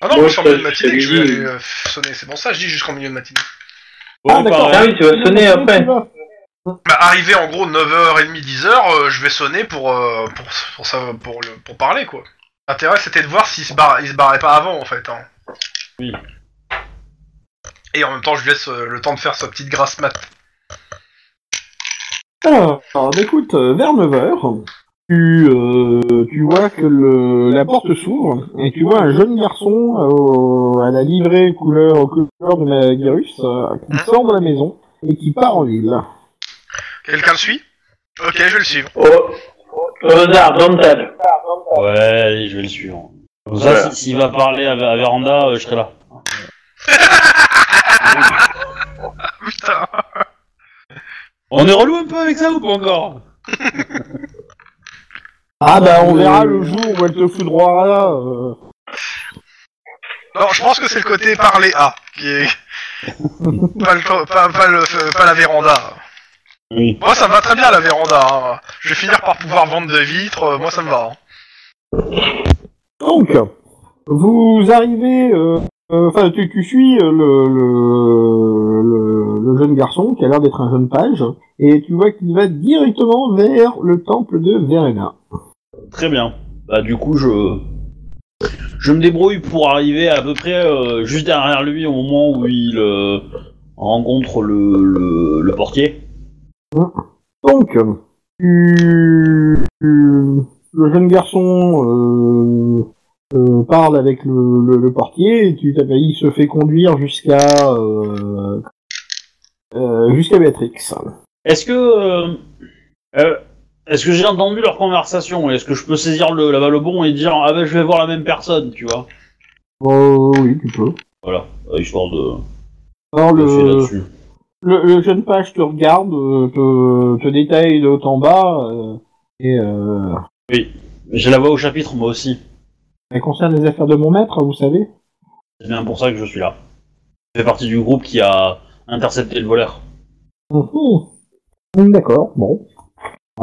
Ah non, Moi, moi je suis en ça, milieu de matinée que je vais je aller t'avais euh, sonner. C'est pour ça que je dis jusqu'en milieu de matinée. Ah, Oh, d'accord. pareil. ah oui, tu vas sonner après. Bah, arrivé en gros 9h30, 10h, euh, je vais sonner pour, euh, pour, pour, ça, pour, le- pour parler quoi. L'intérêt c'était de voir s'il se, barre- il se barrait pas avant en fait. Hein. Oui. Et en même temps, je lui laisse euh, le temps de faire sa petite grasse mat. Alors, alors, bah, écoute, euh, vers 9h, tu, euh, tu vois que le, la porte s'ouvre et tu vois un jeune garçon euh, à la livrée couleur, aux couleurs de la guérus euh, qui sort de la maison et qui part en ville. Quelqu'un le suit Ok, je vais le suivre. Au, au hasard, Dantal. Ouais, allez, je vais le suivre. Comme ça, si- s'il va parler à, à Véranda, euh, je serai là. Putain On est relou un peu avec ça ou pas encore Ah bah on verra le jour où elle te foudroiera. Euh... Non, je pense que c'est le côté parler à qui est. pas, le, pas, pas le- pas la véranda. Oui. Moi, ça me va très bien la véranda. hein. Je vais finir par pouvoir vendre des vitres, euh, moi ça me va. hein. Donc, vous arrivez, euh, euh, enfin, tu, tu suis euh, le, le, le- le jeune garçon qui a l'air d'être un jeune page, et tu vois qu'il va directement vers le temple de Verena. Très bien. Bah, du coup, je. Je me débrouille pour arriver à peu près euh, juste derrière lui au moment où il euh, rencontre le, le, le portier. Donc, euh, tu, tu- le jeune garçon euh, euh, parle avec le, le- le portier, et tu, t'appelles- il se fait conduire jusqu'à euh, euh, jusqu'à Béatrix. Est-ce que. euh, euh, est-ce que j'ai entendu leur conversation et Est-ce que je peux saisir le, la balle au bon et dire Ah ben, je vais voir la même personne, tu vois Oh oui, tu peux. Voilà, euh, histoire de. Alors, de faire le, là-dessus. Le, le jeune page te regarde, euh, te, te détaille de haut en bas, euh, et euh, Oui. J'ai la voix au chapitre, moi aussi. Ça concerne les affaires de mon maître, vous savez C'est bien pour ça que je suis là. Je fais partie du groupe qui a intercepté le voleur. Mhm. Mm, D'accord, bon.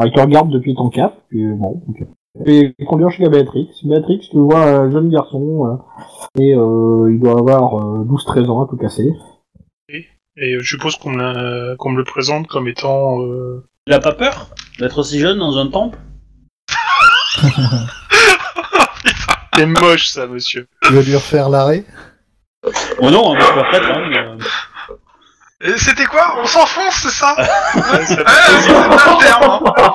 Elle te regarde depuis ton cap, puis euh, bon, ok. Et conduire chez Béatrix. Béatrix, tu vois un jeune garçon, euh, et euh, il doit avoir euh, 12-13 ans à tout casser. Et euh, je suppose qu'on me, l'a- qu'on me le présente comme étant. euh, Il a pas peur d'être si jeune dans un temple C'est moche ça, monsieur. Tu veux lui refaire l'arrêt Oh non, mais je peux peut-être, hein, mais- Et C'était quoi On s'enfonce, c'est ça Ouais, ça- Ah, c'est un terme, hein.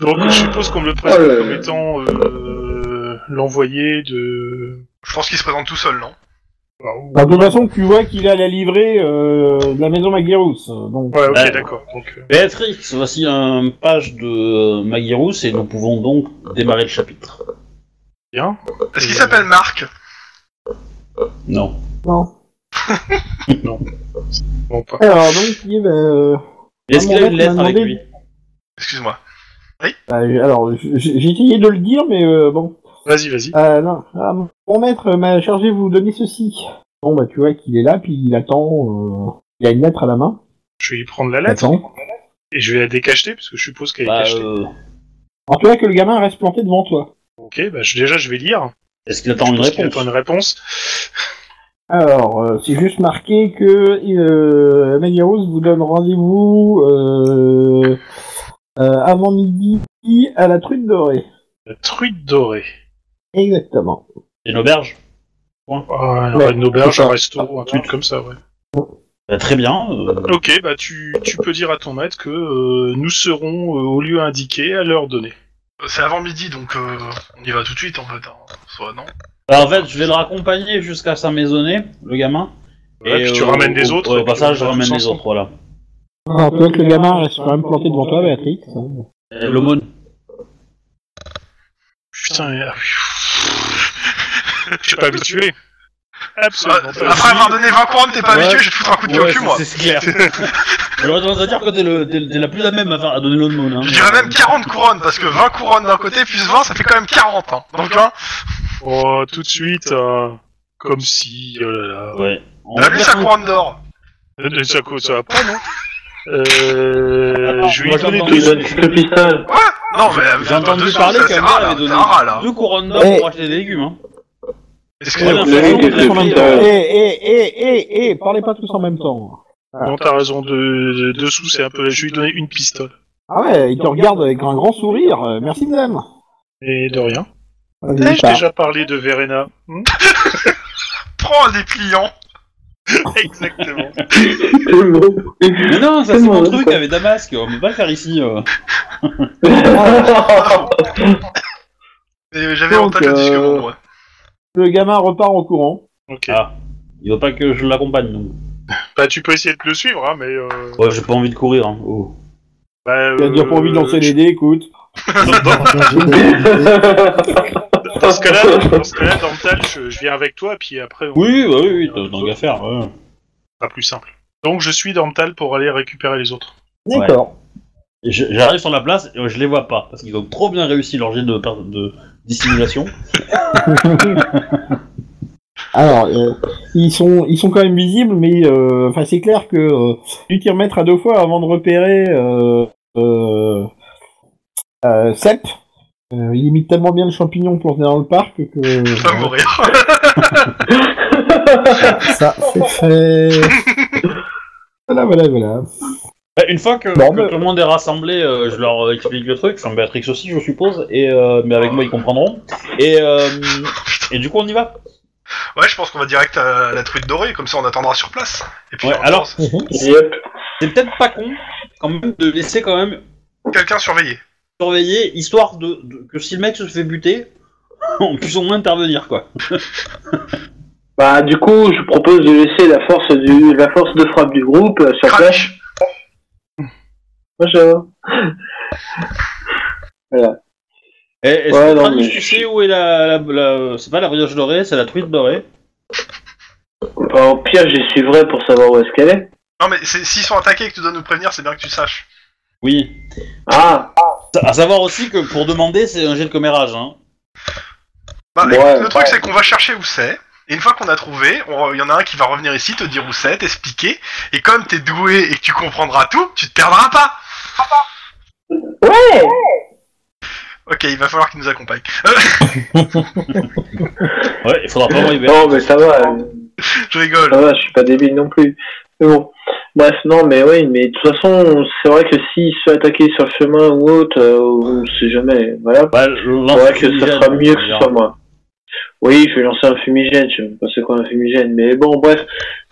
Donc je suppose qu'on me le présente Oh là là. comme étant euh, l'envoyé de. Je pense qu'il se présente tout seul, non Bah, ou- Bah, de toute façon, tu vois qu'il a la livrée euh, de la maison Maguirus. euh, Donc, Ouais, ok, Ouais. d'accord. Donc, euh, Béatrix, voici un page de euh, Magirus et nous pouvons donc démarrer le chapitre. bien. Est-ce qu'il Euh, s'appelle Marc Non. non. Bon, pas. Alors, donc, il est, bah, euh, Est-ce qu'il a une mon maître lettre m'a avec demandé- lui Excuse-moi. bah, j'ai- alors, j'ai j'ai essayé de le dire, mais euh, bon. Vas-y, vas-y. Ah, non. Ah, mon- mon maître m'a chargé de vous donner ceci. Bon, bah, tu vois qu'il est là, puis il attend. euh, il a une lettre à la main. Je vais y prendre la Il lettre attend. et je vais la décacheter parce que je suppose qu'elle est Bah, cachetée. euh, Alors, tu vois que le gamin reste planté devant toi. Ok, bah je- déjà je vais lire. Est-ce qu'il attend une Je pense qu'il réponse attend une réponse. Alors, euh, c'est juste marqué que euh, Maguirus vous donne rendez-vous euh, euh, avant midi à la truite dorée. La Euh, truite dorée. Exactement. C'est une auberge Ah, Ouais, une auberge, c'est un ça. resto, un truc comme ça, ouais. Bah, Très bien. euh, Ok, bah tu, tu peux dire à ton maître que euh, nous serons euh, au lieu indiqué à l'heure donnée. Euh, C'est avant midi, donc euh, on y va tout de suite, en fait. hein. Soit non. Alors, Bah, en fait, je vais le raccompagner jusqu'à sa maisonnée, le gamin. Ouais, puis tu euh, ramènes au- les au- autres, et Au puis passage, on je va ramène tous les ensemble. autres, voilà. Alors, tu vois que le gamin reste quand même planté devant toi, Béatrix. Et L'aumône. Putain, mais- ah, oui. je suis pas habitué. Ah, Absolument Euh, pas. après avoir donné 20 couronnes, t'es pas Ouais. habitué, je vais te foutre un coup de pied au Ouais, cul, moi. c'est c'est clair. J'aurais tendance à dire que t'es le- t'es- t'es la plus à même à, faire, à donner l'aumône. Hein. Je dirais même 40 couronnes, parce que 20 couronnes d'un côté, plus 20, ça fait quand même 40, hein. Donc, hein, Oh, tout de suite, hein. comme si... Oh là là. Ouais. On on a va vu dire sa tout. couronne d'or. Euh, Ça, co- ça va pas, non euh, Ah, Je lui moi, ai donné j'entends deux... les sous. autres. donne juste le pistolet. Ouais Non, mais J'ai entendu deux parler sous, qu'un c'est gars rare, avait là, donné c'est rare, là. deux couronnes d'or Eh. pour acheter des légumes. Hein. Excusez-moi. Ouais, Le mec avec le pistolet. Eh, eh, eh, eh, eh, parlez pas tous en même temps. Non, t'as raison, deux, deux sous, c'est un peu... Je lui ai donné une pistole. Ah ouais, il te regarde avec un grand sourire. Euh, Merci, madame. Et de rien. Vas-y, Ai-je pars. déjà parlé de Verena Hmm Prends des clients. Exactement. Tout le monde. Mais non, ça c'est Tellement, mon hein, truc quoi. avec Damasque, on peut pas le faire ici. euh. Et J'avais en Donc, tête le disque euh, bon, moi. Le gamin repart en courant. Ok. Ah, il veut pas que je l'accompagne donc. Bah, tu peux essayer de le suivre, hein, mais... Euh... Ouais, j'ai pas envie de courir. Hein. Oh. Bah, Il a dire euh, pas envie de lancer les dés, écoute. Dans ce cas-là, dans ce cas-là, dans le tal, je, je viens avec toi, puis après, on Oui, bah oui, oui, t'as t'as qu'à faire. ouais. sera plus simple. Donc, je suis dans le tal pour aller récupérer les autres. D'accord. Et je- J'arrive sur la place, et je les vois pas parce qu'ils ont trop bien réussi leur jet de, per- de dissimulation. Alors, euh, ils sont ils sont quand même visibles, mais euh, enfin c'est clair que euh, tu t'y remettre à deux fois avant de repérer euh, euh, euh, Sepp. Euh, il imite tellement bien le champignon planté dans le parc que... Je vais mourir. Ça, c'est fait. Voilà, voilà, voilà. Bah, Une fois que, Bon, que bah- tout le monde est rassemblé, euh, je leur euh, explique le truc, enfin Béatrix aussi je suppose, et euh, mais avec moi ils comprendront. Et, euh, et du coup on y va. Ouais, je pense qu'on va direct à la truite dorée, comme ça on attendra sur place. Et puis, Ouais, on alors- attend Yep. C'est peut-être pas con quand même de laisser quand même quelqu'un surveiller. surveiller, histoire de, de- que si le mec se fait buter, on puisse au moins intervenir quoi. Bah du coup, je propose de laisser la force du la force de frappe du groupe euh, sur place. Crash Bonjour. Et, est-ce Ouais, que non, Crane, mais tu je- sais où est la, la, la- c'est pas la brioche dorée, c'est la truite dorée. Bah, au pire, j'y suivrai pour savoir où est-ce qu'elle est. Non, mais c'est- s'ils sont attaqués et que tu dois nous prévenir, c'est bien que tu le saches. Oui. Ah. À savoir aussi que pour demander, c'est un jet de commérage. Hein. Bah, Ouais, écoute, le truc, ouais. c'est qu'on va chercher où c'est. Et une fois qu'on a trouvé, on re- il y en a un qui va revenir ici, te dire où c'est, t'expliquer. Et comme t'es doué et que tu comprendras tout, tu te perdras pas. Ouais Ok, il va falloir qu'il nous accompagne. Ouais, il faudra pas envoyer Non, mais ça va, euh, Je rigole. ça va, je suis pas débile non plus. Mais bon, bref, non, mais oui, mais de toute façon, c'est vrai que s'il se fait attaquer sur le chemin ou autre, euh, on sait jamais, voilà. Bah, lance C'est vrai que ça fumigène, sera mieux on que ce dira. soit moi. Oui, je vais lancer un fumigène, je sais même pas c'est quoi un fumigène, mais bon, bref,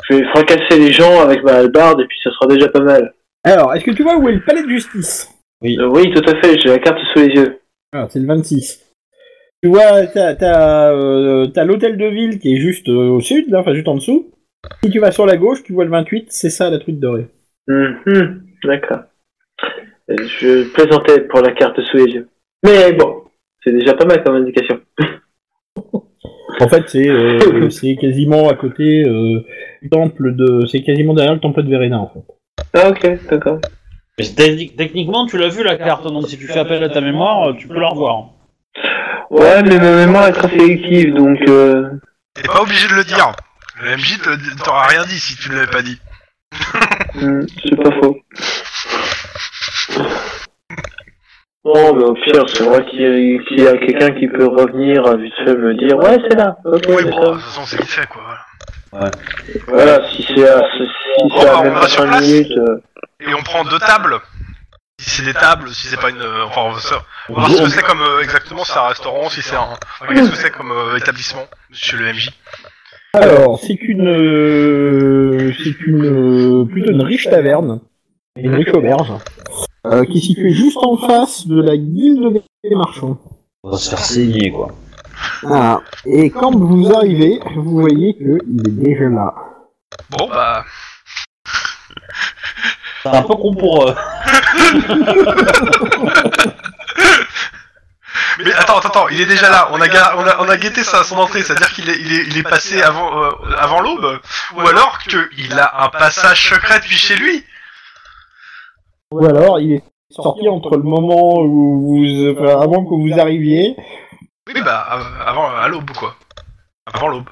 je vais fracasser les gens avec ma hallebarde et puis ça sera déjà pas mal. Alors, est-ce que tu vois où est le palais de justice Euh, oui, tout à fait, j'ai la carte sous les yeux. Ah, c'est le 26. Tu vois, t'as, t'as, euh, t'as l'hôtel de ville qui est juste euh, au sud, là, enfin juste en dessous. Si tu vas sur la gauche, tu vois le 28, c'est ça la truite dorée. Mhm, D'accord. Euh, Je plaisantais pour la carte sous les yeux. Mais bon, c'est déjà pas mal comme indication. En fait, c'est, euh, c'est quasiment à côté euh, du temple de. C'est quasiment derrière le temple de Verena, en fait. Ah ok, d'accord. Mais techni- techniquement, tu l'as vu la carte, donc si tu fais appel à ta mémoire, euh, tu peux la revoir. Ouais, mais ma mémoire est très sélective, donc... Euh... T'es pas obligé de le dire. Le MJ te- t'auras rien dit si tu ne l'avais pas dit. Hmm, c'est pas faux. Non, mais au pire, c'est vrai qu'il y, a- qu'il y a quelqu'un qui peut revenir euh, vite fait me dire Ouais, c'est là, ok, Oui, c'est bon, de ça. toute façon, c'est vite fait, quoi. voilà. Voilà, si c'est à, si c'est Bon, à bah, même on va pas sur 5 place. minutes. euh, Et on prend deux tables. Si c'est des tables, si c'est pas une. euh, Enfin, on va, ça- on va voir ce que c'est comme euh, exactement, si c'est un restaurant, si c'est un. enfin, Qu'est-ce que c'est comme euh, établissement, monsieur le MJ. Alors, c'est une. euh, c'est une. euh, plutôt une riche taverne. Une riche auberge. euh, qui est située juste en face de la guilde des marchands. On va se faire saigner, quoi. Voilà. Ah, Et quand vous arrivez, vous voyez qu'il est déjà là. Bon, bah. C'est un peu con pour... euh, Mais attends, attends, attends, il est déjà là. On a, ga- on a, on a guetté ça à son entrée, c'est-à-dire qu'il est, il est, il est passé avant, euh, avant l'aube. Ou alors qu'il a un passage secret depuis chez lui. Ou alors, il est sorti entre le moment où vous, euh, enfin, avant que vous arriviez. Oui, bah, av- avant, à l'aube, quoi. Avant l'aube.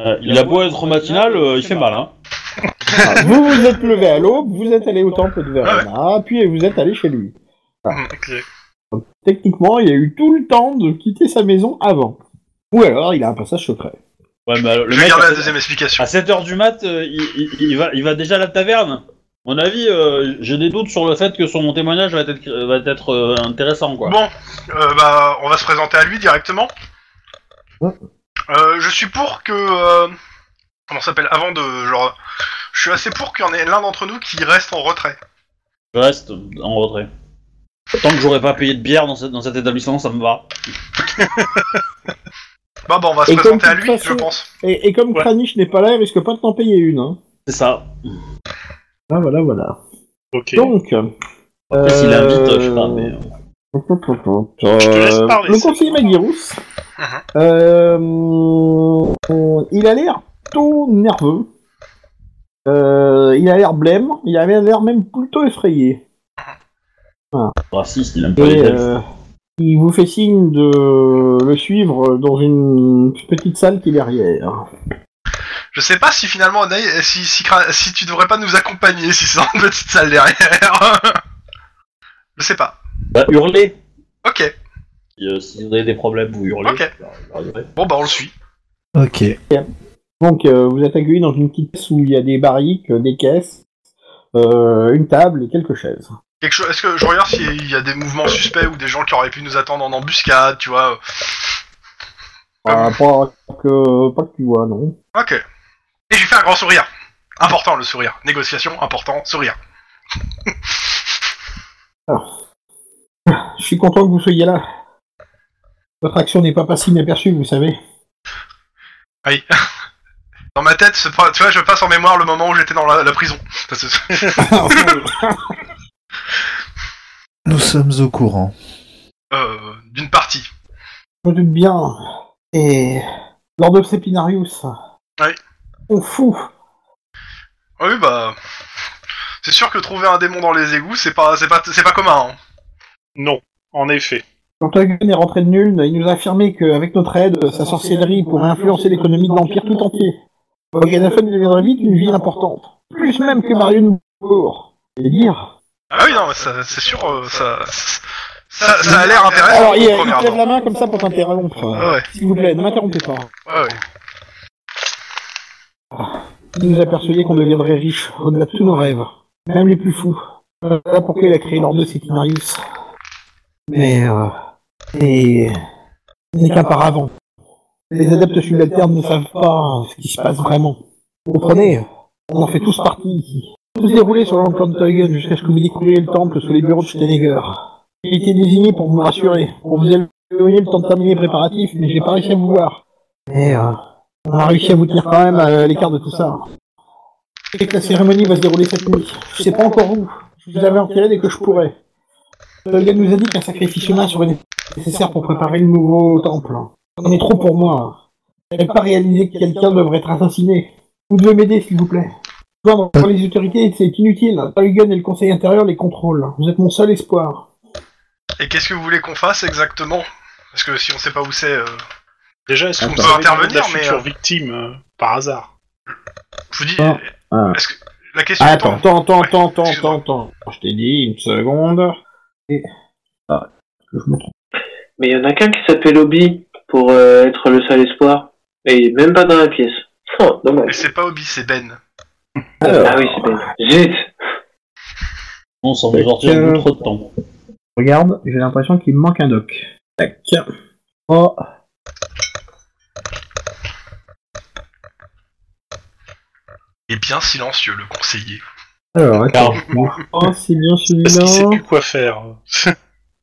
euh, il a beau être matinal, euh, il fait mal, hein. Enfin, vous vous êtes levé à l'aube, vous êtes allé au temple de Verona, puis vous êtes allé chez lui. Mm, Ok. Techniquement, il a eu tout le temps de quitter sa maison avant. Ou alors, il a un passage secret. Ouais, mais alors, le Je vais mec, garder à la deuxième explication. 7h du mat, euh, il, il- il va, il va déjà à la taverne. À mon avis, euh, j'ai des doutes sur le fait que son témoignage va être, va être euh, intéressant, quoi. Bon, euh, bah, on va se présenter à lui directement. Ouais. Euh, je suis pour que. euh, comment ça s'appelle Avant de. Genre. Je suis assez pour qu'il y en ait l'un d'entre nous qui reste en retrait. Je reste en retrait. Tant que j'aurai pas payé de bière dans, cette- dans cet établissement, ça me va. Bah, bah, on va se Et comme présenter à toute lui, je façon- pense. Et, et comme Ouais. Kranich n'est pas là, il risque pas de t'en payer une. Hein. C'est ça. Ah, voilà, voilà. Ok. Donc. Après, s'il euh, invite, je sais pas, mais... Je te laisse parler, Le c'est conseiller bon. Uh-huh. Magirus, Mhm. euh, il a l'air plutôt nerveux. Euh, il a l'air blême. Il a l'air même plutôt effrayé. Raciste, il aime pas les Et, elfes. euh, il vous fait signe de le suivre dans une petite salle qui est derrière. Je sais pas si finalement, Anaï- si, si, Cra- si tu devrais pas nous accompagner, si c'est dans une petite salle derrière. je sais pas. Bah, hurler Ok, Si, euh, si vous avez des problèmes, vous hurlez. Ok. Bah, vous arriverez. bon, bah, on le suit. Ok. Donc euh, vous êtes accueilli dans une petite pièce où il y a des barriques, euh, des caisses, euh, une table et quelques chaises. Quelque chose. Est-ce que je regarde s'il y a des mouvements suspects ou des gens qui auraient pu nous attendre en embuscade, tu vois Ah, pas que pas que tu vois non. Ok. Et je lui fais un grand sourire. Important le sourire. Négociation, important, sourire. Je suis content que vous soyez là. Votre action n'est pas passée inaperçue, vous savez. Dans ma tête, ce- tu vois, je passe en mémoire le moment où j'étais dans la, la prison. Ça, c'est- Nous sommes au courant. euh, D'une partie. Je me doute bien. Et lors de Sepinarius. Ouais. On fout. Ah Oui, bah. C'est sûr que trouver un démon dans les égouts, c'est pas, c'est pas, c'est pas commun. hein. Non, en effet. Quand Hagen est rentré de nul, il nous a affirmé qu'avec notre aide, sa sorcellerie pourrait influencer l'économie de l'Empire tout entier. Boganafen deviendrait vite une ville importante. Plus même que Marion Bourg. Et dire. Ah oui, non, mais ça- c'est sûr, euh, ça, ça, ça a l'air intéressant. Alors, il, au premier il te lève la abord. main comme ça pour t'interrompre. Ah ouais, S'il vous plaît, ne m'interrompez pas. ouais, ouais. Il nous a persuadé qu'on deviendrait riche, au-delà de tous nos rêves, même les plus fous. Euh, Voilà pourquoi il a créé l'ordre de Sétinarius. Mais, euh, et, il n'est qu'un paravent. Les adeptes subalternes ne savent pas ce qui se passe vraiment. Vous comprenez On en fait tous partie ici. Tout se déroulait sur l'emploi de Teugen jusqu'à ce que vous découvriez le temple sous les bureaux de Steneger. J'ai été désigné pour vous rassurer. On vous a donné le temps de terminer les préparatifs, mais j'ai pas réussi à vous voir. Mais, euh, on a réussi à vous tenir quand même à l'écart de tout ça. Et que la cérémonie va se dérouler cette nuit. Je sais pas encore où. Je vous avais enterré dès que je pourrais. Le gars nous a dit qu'un sacrifice humain serait nécessaire pour préparer le nouveau temple. On est trop pour moi. J'avais pas réalisé que quelqu'un devrait être assassiné. Vous devez m'aider, s'il vous plaît. Joindre pour les autorités, c'est inutile. Tolgan et le conseil intérieur les contrôlent. Vous êtes mon seul espoir. Et qu'est-ce que vous voulez qu'on fasse exactement Parce que si on sait pas où c'est, euh, Déjà, est-ce qu'on Attends. peut Intervenir, intervenir, la mais, future euh, victime euh, par hasard je vous dis. euh, Ah, ah. Est-ce que la question Attends, est attends, attends, attends, attends, Excuse-moi. attends, Je t'ai dit une seconde. Et... Ah, je me trompe. Mais il y en a qu'un qui s'appelle Obi pour euh, être le seul espoir. Et il est même pas dans la pièce. Oh, Mais dommage. c'est pas Obi, c'est Ben. Ah oui, c'est bien. Zut Non, ça va nous sortir Euh, beaucoup trop de temps. Regarde, j'ai l'impression qu'il me manque un doc. Tac. Oh. Il est bien silencieux, le conseiller. Alors, attends. Oh, c'est bien Parce qu'il sait celui-là. plus quoi faire. euh,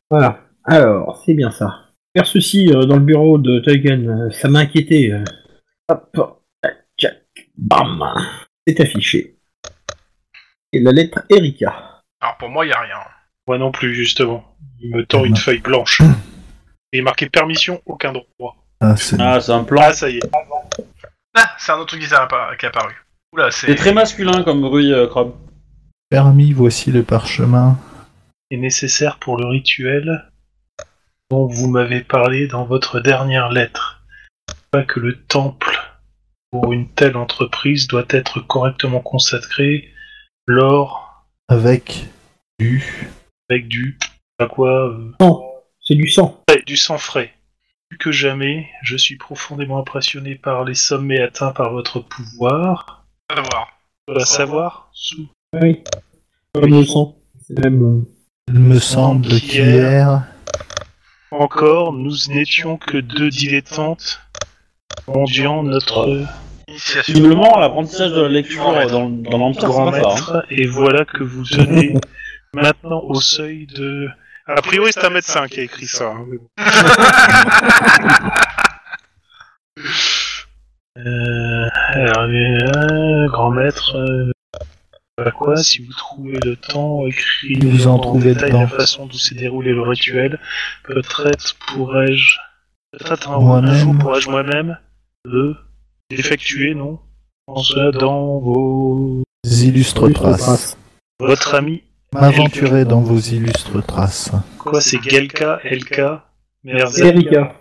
Voilà. Alors, c'est bien ça. Faire ceci euh, dans le bureau de Teigen, euh, ça m'a inquiété. euh. Hop. Tac, tac. Bam. C'est affiché. Et la lettre Erika. Alors pour moi, il y a rien. Moi non plus, justement. Il me tend une feuille blanche. Et il est marqué permission, aucun droit. Ah, c'est... Ah, c'est un plan. Ah, ça y est. Ah, c'est un autre truc qui s'est appa- qui est apparu. Oula, c'est. C'est très masculin comme bruit, euh, Crab. Permis, voici le parchemin. Est nécessaire pour le rituel dont vous m'avez parlé dans votre dernière lettre. Pas que le temple pour une telle entreprise doit être correctement consacré. L'or Avec du... avec du, à quoi, euh, C'est du sang. Ouais, du sang frais. Plus que jamais, je suis profondément impressionné par les sommets atteints par votre pouvoir. Pas de voir. À savoir, sous Oui. Comme le sang. C'est même. euh, Il me semble Hier. qu'hier... encore, nous n'étions que deux dilettantes mendiant notre Initiation. Visiblement, l'apprentissage de la lecture euh, dans, dans l'Empire, grand c'est pas ça. hein. maître, et voilà que vous tenez maintenant au seuil de... A priori, c'est un médecin qui a écrit ça. hein, mais bon. Euh, alors, euh, grand maître, euh, à quoi Si vous trouvez le temps, écrivez Vous en en trouvez détail dedans. la façon dont s'est déroulé le rituel. Peut-être pourrais-je... Peut-être un, un Moi-même. jour pourrais-je moi-même le effectuer, non En cela dans vos... Illustres traces. Votre ami M'aventurer dans vos illustres traces. Quoi, c'est Gelka, Elka, Merzen, Erika.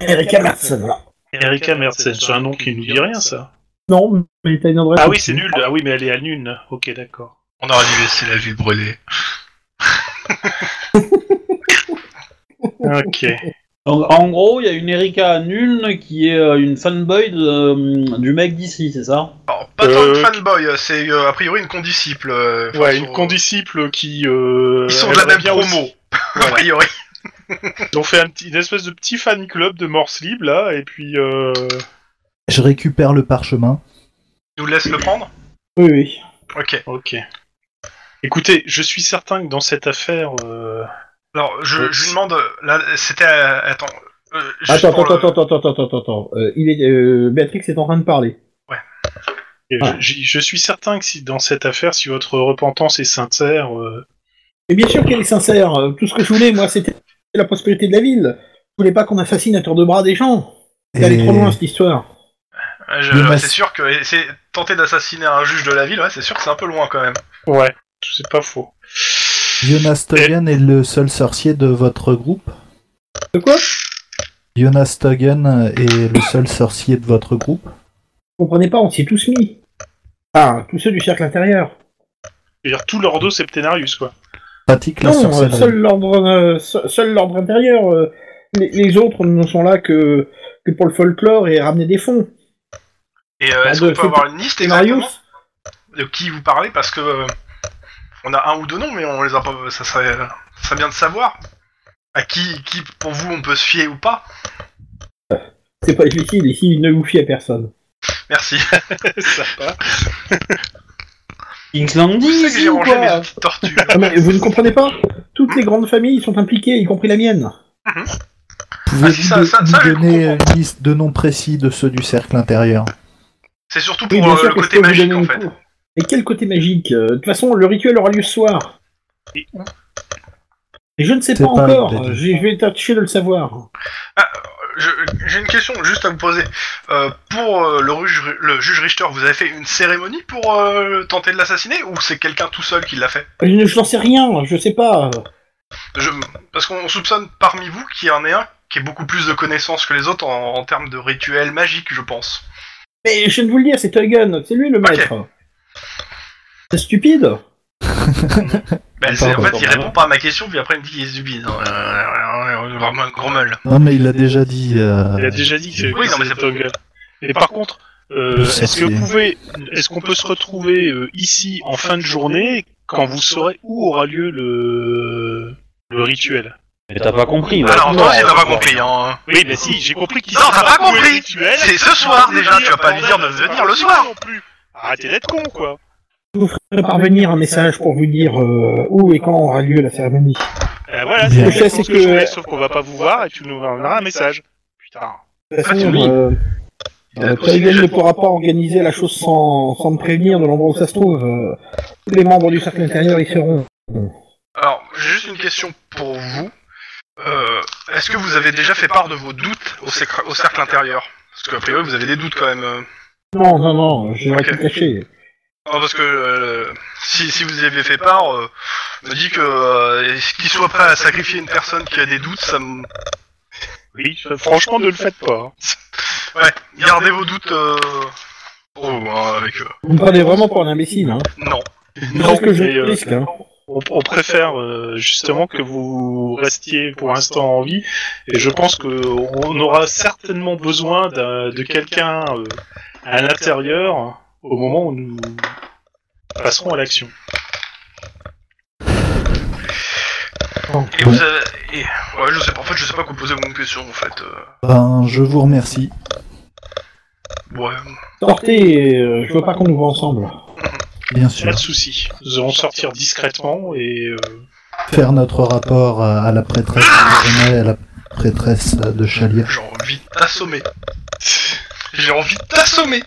Erika Mersen, voilà. Erika Merzen. C'est un nom qui nous dit rien, ça. Non, mais t'as une adresse. Ah oui, c'est nul. Ah oui, mais elle est à nul. Ok, d'accord. On aurait dû laisser la ville brûler. Ok. Donc, en gros, il y a une Erika Nuln qui est euh, une fanboy de, euh, du mec d'ici, c'est ça Alors, pas tant de Euh, fanboy, c'est euh, a priori une condisciple. euh, enfin, Ouais, une son- condisciple qui. euh, Ils sont de elle la même revient promo. aussi. A priori. Ils ont fait un petit- une espèce de petit fan club de Morse Libre, là, et puis. euh, Je récupère le parchemin. Ils nous laissent le prendre Oui, oui. Ok. Ok. Écoutez, je suis certain que dans cette affaire. euh, Alors, je, Oui. je lui demande. Là, c'était. euh, attends. euh, juste Ah, Attends, pour attends, le- attends, attends, attends, attends, attends, attends. Euh, il est, euh, Béatrix est en train de parler. je- Ah. Je, je suis certain que si dans cette affaire, si votre repentance est sincère, euh, Et bien sûr qu'elle est sincère. Euh, Tout ce que je voulais, moi, c'était la prospérité de la ville. Je voulais pas qu'on assassine à tour de bras des gens. C'est allé Et- trop loin, cette histoire. Ouais, je- Le ouais, mas- C'est sûr que c'est tenter d'assassiner un juge de la ville, ouais, c'est sûr que c'est un peu loin quand même. Ouais, c'est pas faux. Jonas Togen est le seul sorcier de votre groupe De quoi Jonas Togen est le seul sorcier de votre groupe Vous comprenez pas, on s'y est tous mis. Ah, tous ceux du cercle intérieur. Je veux dire, tout leur dos, c'est Ptenarius, quoi. Pratique la Non, euh, sorcellerie. seul l'ordre, euh, se- seul l'ordre intérieur. euh, les, les autres ne sont là que, que pour le folklore et ramener des fonds. Et euh, est-ce Ah, de- qu'on peut c'est avoir une liste exactement Marius, de qui vous parlez Parce que euh, on a un ou deux noms, mais on les a pas. Ça serait, euh, ça serait bien de savoir à qui, qui pour vous on peut se fier ou pas. c'est pas difficile. Ici, il ne vous fie à personne. Merci. Sympa. Vous savez que j'ai Kingslandis ou rangé mes quoi outils tortues. Ah, mais vous ne comprenez pas Toutes les grandes familles sont impliquées, y compris la mienne. Ah, si, Pouvez-vous ça- de- ça- nous ça, je donner une liste de noms précis de ceux du cercle intérieur C'est surtout Oui, pour bien euh, sûr le que je côté peux vous magique donner en une fait. cour. Mais quel côté magique Euh, De toute façon, le rituel aura lieu ce soir. Et où Et je ne sais C'est pas, pas encore. Je l'idée. je vais tâcher de le savoir. Je- J'ai une question juste à vous poser. Euh, pour euh, le, juge, le juge Richter, vous avez fait une cérémonie pour euh, tenter de l'assassiner ou c'est quelqu'un tout seul qui l'a fait Je ne- je n'en sais rien. Je sais pas. Je- Parce qu'on soupçonne parmi vous qu'il y en ait un qui ait beaucoup plus de connaissances que les autres en, en termes de rituel magique, je pense. Mais je ne vous le dire, c'est Eugen. C'est lui le maître. C'est stupide. Ben, Pardon, c'est- en fait, il pardon. répond pas à ma question, puis après il me dit qu'il est stupide. hein. Euh, euh, Vraiment un gros meule. Non, mais il l'a déjà dit. euh, Il a déjà dit que Oui, non, mais c'est c'était un gars. Mais par contre, euh, Ça, est-ce que c'est- vous pouvez, est-ce qu'on peut se retrouver euh, ici en fin de journée quand vous saurez où aura lieu le le rituel Mais t'as pas compris. là. Alors, toi aussi, Non, t'as pas compris. Hein. Oui, mais si, j'ai compris qu'il Non, sait t'as pas où est le compris rituel. C'est ce Il soir, faut le déjà, tu vas pas lui dire de bordel, c'est venir le possible soir. non plus. Arrêtez d'être con, quoi. Je vais parvenir un message pour vous dire euh, où et quand aura lieu la cérémonie. Euh, voilà, Ce c'est je que sais, exactement ce c'est que je que- voulais, sauf qu'on va pas vous voir et tu nous enverras un message. Putain. De toute façon, Ah, oui. euh, Il a euh, aussi Teugen déjà- ne pourra pas organiser la chose sans, sans me prévenir de l'endroit où ça se trouve. Euh, Tous les membres du cercle intérieur y seront. Alors, j'ai juste une question pour vous. Euh, Est-ce que vous avez déjà fait part de vos doutes au, secre- au cercle intérieur Parce que, a priori, vous avez des doutes quand même. euh. Non, non, non, j'aurais Ok. tout caché. Non, parce que euh, si, si vous y avez fait part, euh, me dit que euh, est-ce qu'il soit prêt à sacrifier une personne qui a des doutes, ça me. Oui, euh, franchement, ne le faites pas. hein. Ouais, gardez vos doutes euh, pour vous, hein, avec eux. Vous me prenez vraiment pour un imbécile, hein. Non. C'est ce que je mais, euh, risque, hein. on, on préfère euh, justement que vous restiez pour l'instant en vie, et je pense que on aura certainement besoin d'un- de quelqu'un euh, à l'intérieur au moment où nous passerons à l'action. Et vous avez... et- Ouais, je sais pas. En fait, je sais pas quoi poser comme question, en fait. euh, Ben, je vous remercie. Ouais. Sortez, euh, je veux pas qu'on nous voit ensemble. Bien Pas sûr. de souci. Nous allons sortir discrètement et euh, Faire notre rapport euh, à à la prêtresse Ah de Grenelle et à la prêtresse euh, de Chalier. J'ai envie de t'assommer. J'ai envie de t'assommer.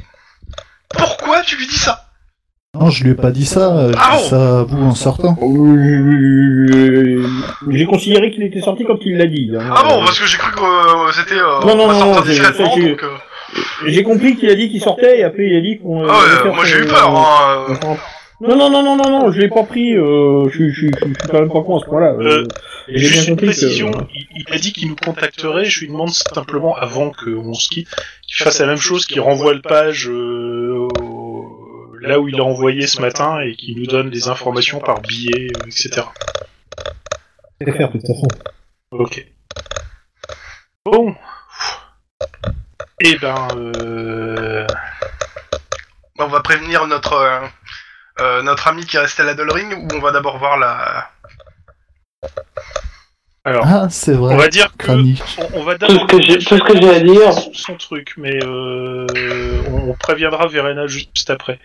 Pourquoi tu lui dis ça Non, je lui ai pas dit ça. euh, Ah bon J'ai dit ça à vous en sortant. Euh, J'ai considéré qu'il était sorti quand il l'a dit. hein. Ah bon, parce que j'ai cru que euh, c'était. euh, Non, non, on va non, sortir non, j'ai- discrètement, j'ai- donc. euh, J'ai compris qu'il a dit qu'il sortait et après il a dit qu'on. euh, Ah ouais, allait faire moi j'ai son- eu peur. Hein. euh. Non, non, non, non, non, non, je l'ai pas pris, euh, je, suis- je, suis- je suis quand même pas con à ce point-là. euh, Euh, j'ai juste bien une compris que- précision, il, il a dit qu'il nous contacterait, je lui demande simplement, avant qu'on se quitte, qu'il fasse la même chose, qu'il renvoie le page euh, au- là où il a envoyé ce matin et qu'il nous donne des informations par billet, euh, etc. je vais faire de toute façon. Ok. Bon. Eh ben, euh... Bah, on va prévenir notre. euh, euh, notre ami qui restait à la Dollring, ou on va d'abord voir la. alors, Ah, c'est on vrai. va dire que on, Kranich. on va Tout ce que j'ai- tout ce que j'ai à dire. son- son truc, mais euh, on, on préviendra Verena juste après.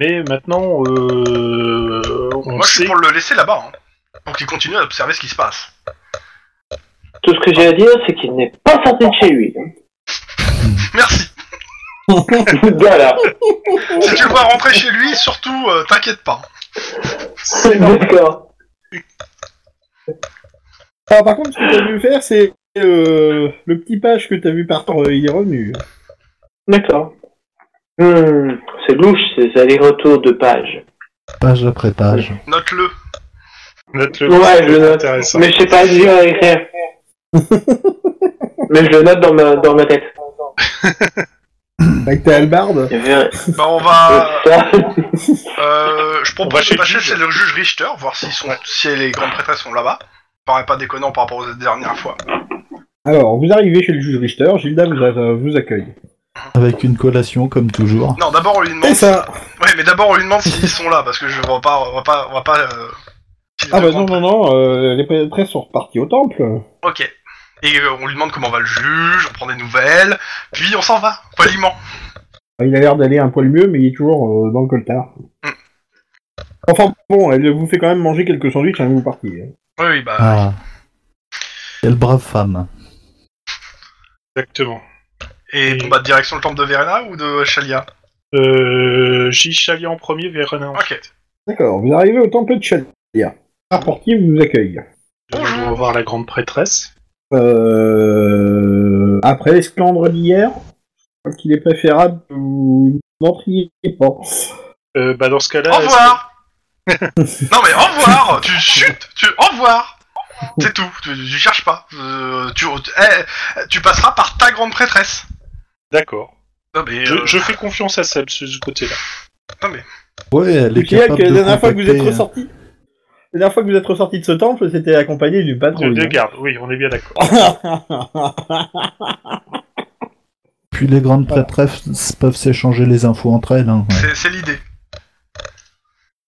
Mais maintenant, euh, on Moi je suis sait pour le laisser là-bas, hein, pour qu'il continue à observer ce qui se passe. Tout ce que j'ai à dire, c'est qu'il n'est pas sorti de chez lui. Merci voilà. Si tu le vois rentrer chez lui, surtout, euh, t'inquiète pas. D'accord. Ah, par contre, ce que t'as vu faire, c'est euh, le petit page que t'as vu partir, euh, il est revenu. D'accord. Hmm, c'est louche ces allers-retours de pages. Page après page. Note-le. Note-le. Ouais, je c'est note. intéressant. Mais je sais pas lire et écrire. Mais je le note dans ma, dans ma tête. Avec ta Bah, hallebarde Il y avait Bah, on un- va. ça. Euh, je On va propose chez de le passer juge. chez le juge Richter, voir s'ils sont, si les grandes prêtresses sont là-bas. Paraît pas déconnant par rapport aux dernières fois. Alors, vous arrivez chez le juge Richter, Gilda vous, a- euh, vous accueille. Avec une collation, comme toujours. Non, d'abord on lui demande. Et ça Ouais, mais d'abord on lui demande s'ils sont là, parce que je vois pas, on va pas, on va pas. euh, s'ils Ah bah sont non, grandes non, non, euh, les prêtresses sont reparties au temple. prêtresses. Ok. Et euh, on lui demande comment va le juge, on prend des nouvelles, puis on s'en va, poliment. Ah, Il a l'air d'aller un poil mieux, mais il est toujours euh, dans le coltard. Enfin bon, elle vous fait quand même manger quelques sandwichs avant que vous hein. partiez. Oui, oui, bah. Ah. Quelle brave femme. Exactement. Et bon, bah, direction le temple de Verena ou de Chalia Euh, J'y chalie en premier, Ah. Vérena. Ok. D'accord, vous arrivez au temple de Chalia. Un portier vous accueille. Bonjour. On va voir la grande prêtresse. Euh... Après les scandres d'hier, je crois qu'il est préférable que vous n'entriez pas. Euh, bah, dans ce cas-là. Au est-ce revoir Non mais au revoir Tu chutes tu... Au revoir C'est tout, tu, tu cherches pas. Euh, tu, tu- eh, tu passeras par ta grande prêtresse. que- D'accord. Non mais, Je, euh, je fais confiance à ça de ce ce côté-là. Ouais, elle est Je dirais capable que la de dernière fois que vous êtes contacter, hein. ressorti, la dernière fois que vous êtes ressorti de ce temple, c'était accompagné du De, patron. de garde, oui, on est bien d'accord. euh, Puis les grandes prêtresses peuvent s'échanger les infos entre elles. hein, ouais. c'est c'est l'idée.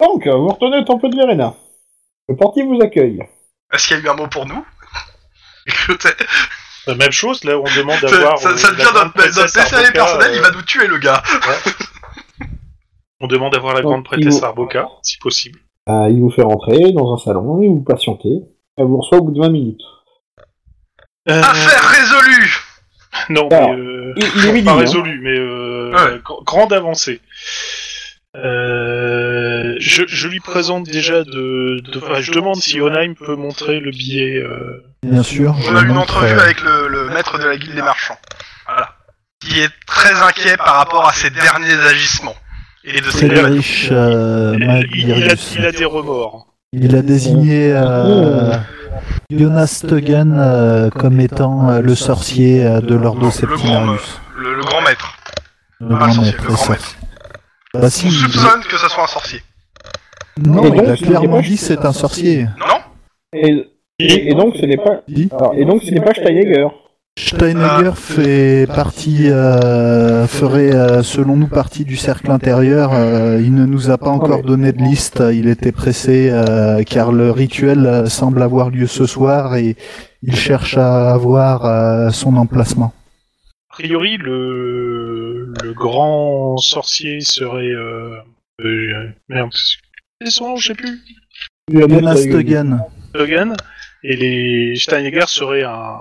Donc, vous retournez au temple de Verena. Le portier vous accueille. Est-ce qu'il y a eu un mot pour nous Écoutez, La Euh, même chose, là, on demande ça, d'avoir. ça- euh, ça la devient grande notre, notre prêtresse PCL Arboca, personnel, euh, il va nous tuer le gars. On demande d'avoir la Donc, grande il prêtresse vous- Arboca, si possible. Euh, il vous fait rentrer dans un salon et vous patientez. Elle vous reçoit au bout de 20 minutes. Euh, Affaire résolue Non, Alors, mais. euh, Il, il est midi. Pas hein. résolu, mais euh, gr- grande avancée. Euh, je, je lui présente déjà de, de- enfin, je demande si Onheim peut montrer le billet. euh, Bien sûr. je On a eu une montre, entrevue euh, avec le, le maître de la guilde des marchands. Voilà. Qui est très inquiet par rapport à ses derniers agissements. Et de ses Friedrich euh, il, il a, Magirus. il a des remords. Il a désigné Oh, euh, Jonas Stegen euh, comme étant euh, le sorcier euh, de l'ordre Septimarius. le, le grand maître. Le grand grand sorcier, maître, le le grand sorcier. Bah si, On il- soupçonne que ça soit un sorcier. non, Et il a donc, clairement Ah il- dit c'est un sorcier. Non Et, et- et donc, ce n'est pas. Il dit, alors, et donc, ce n'est pas Steinegger. Steinegger fait partie, euh, ferait euh, selon nous partie du cercle intérieur. euh, il ne nous a pas encore donné de liste. Il était pressé euh, car le rituel euh, semble avoir lieu ce soir et il cherche à avoir euh, son emplacement. A priori, le, le grand sorcier serait. Euh, euh, merde, c'est son nom, je sais plus. Euh, Jonas Stegen. Logan, et les Steinegger seraient un,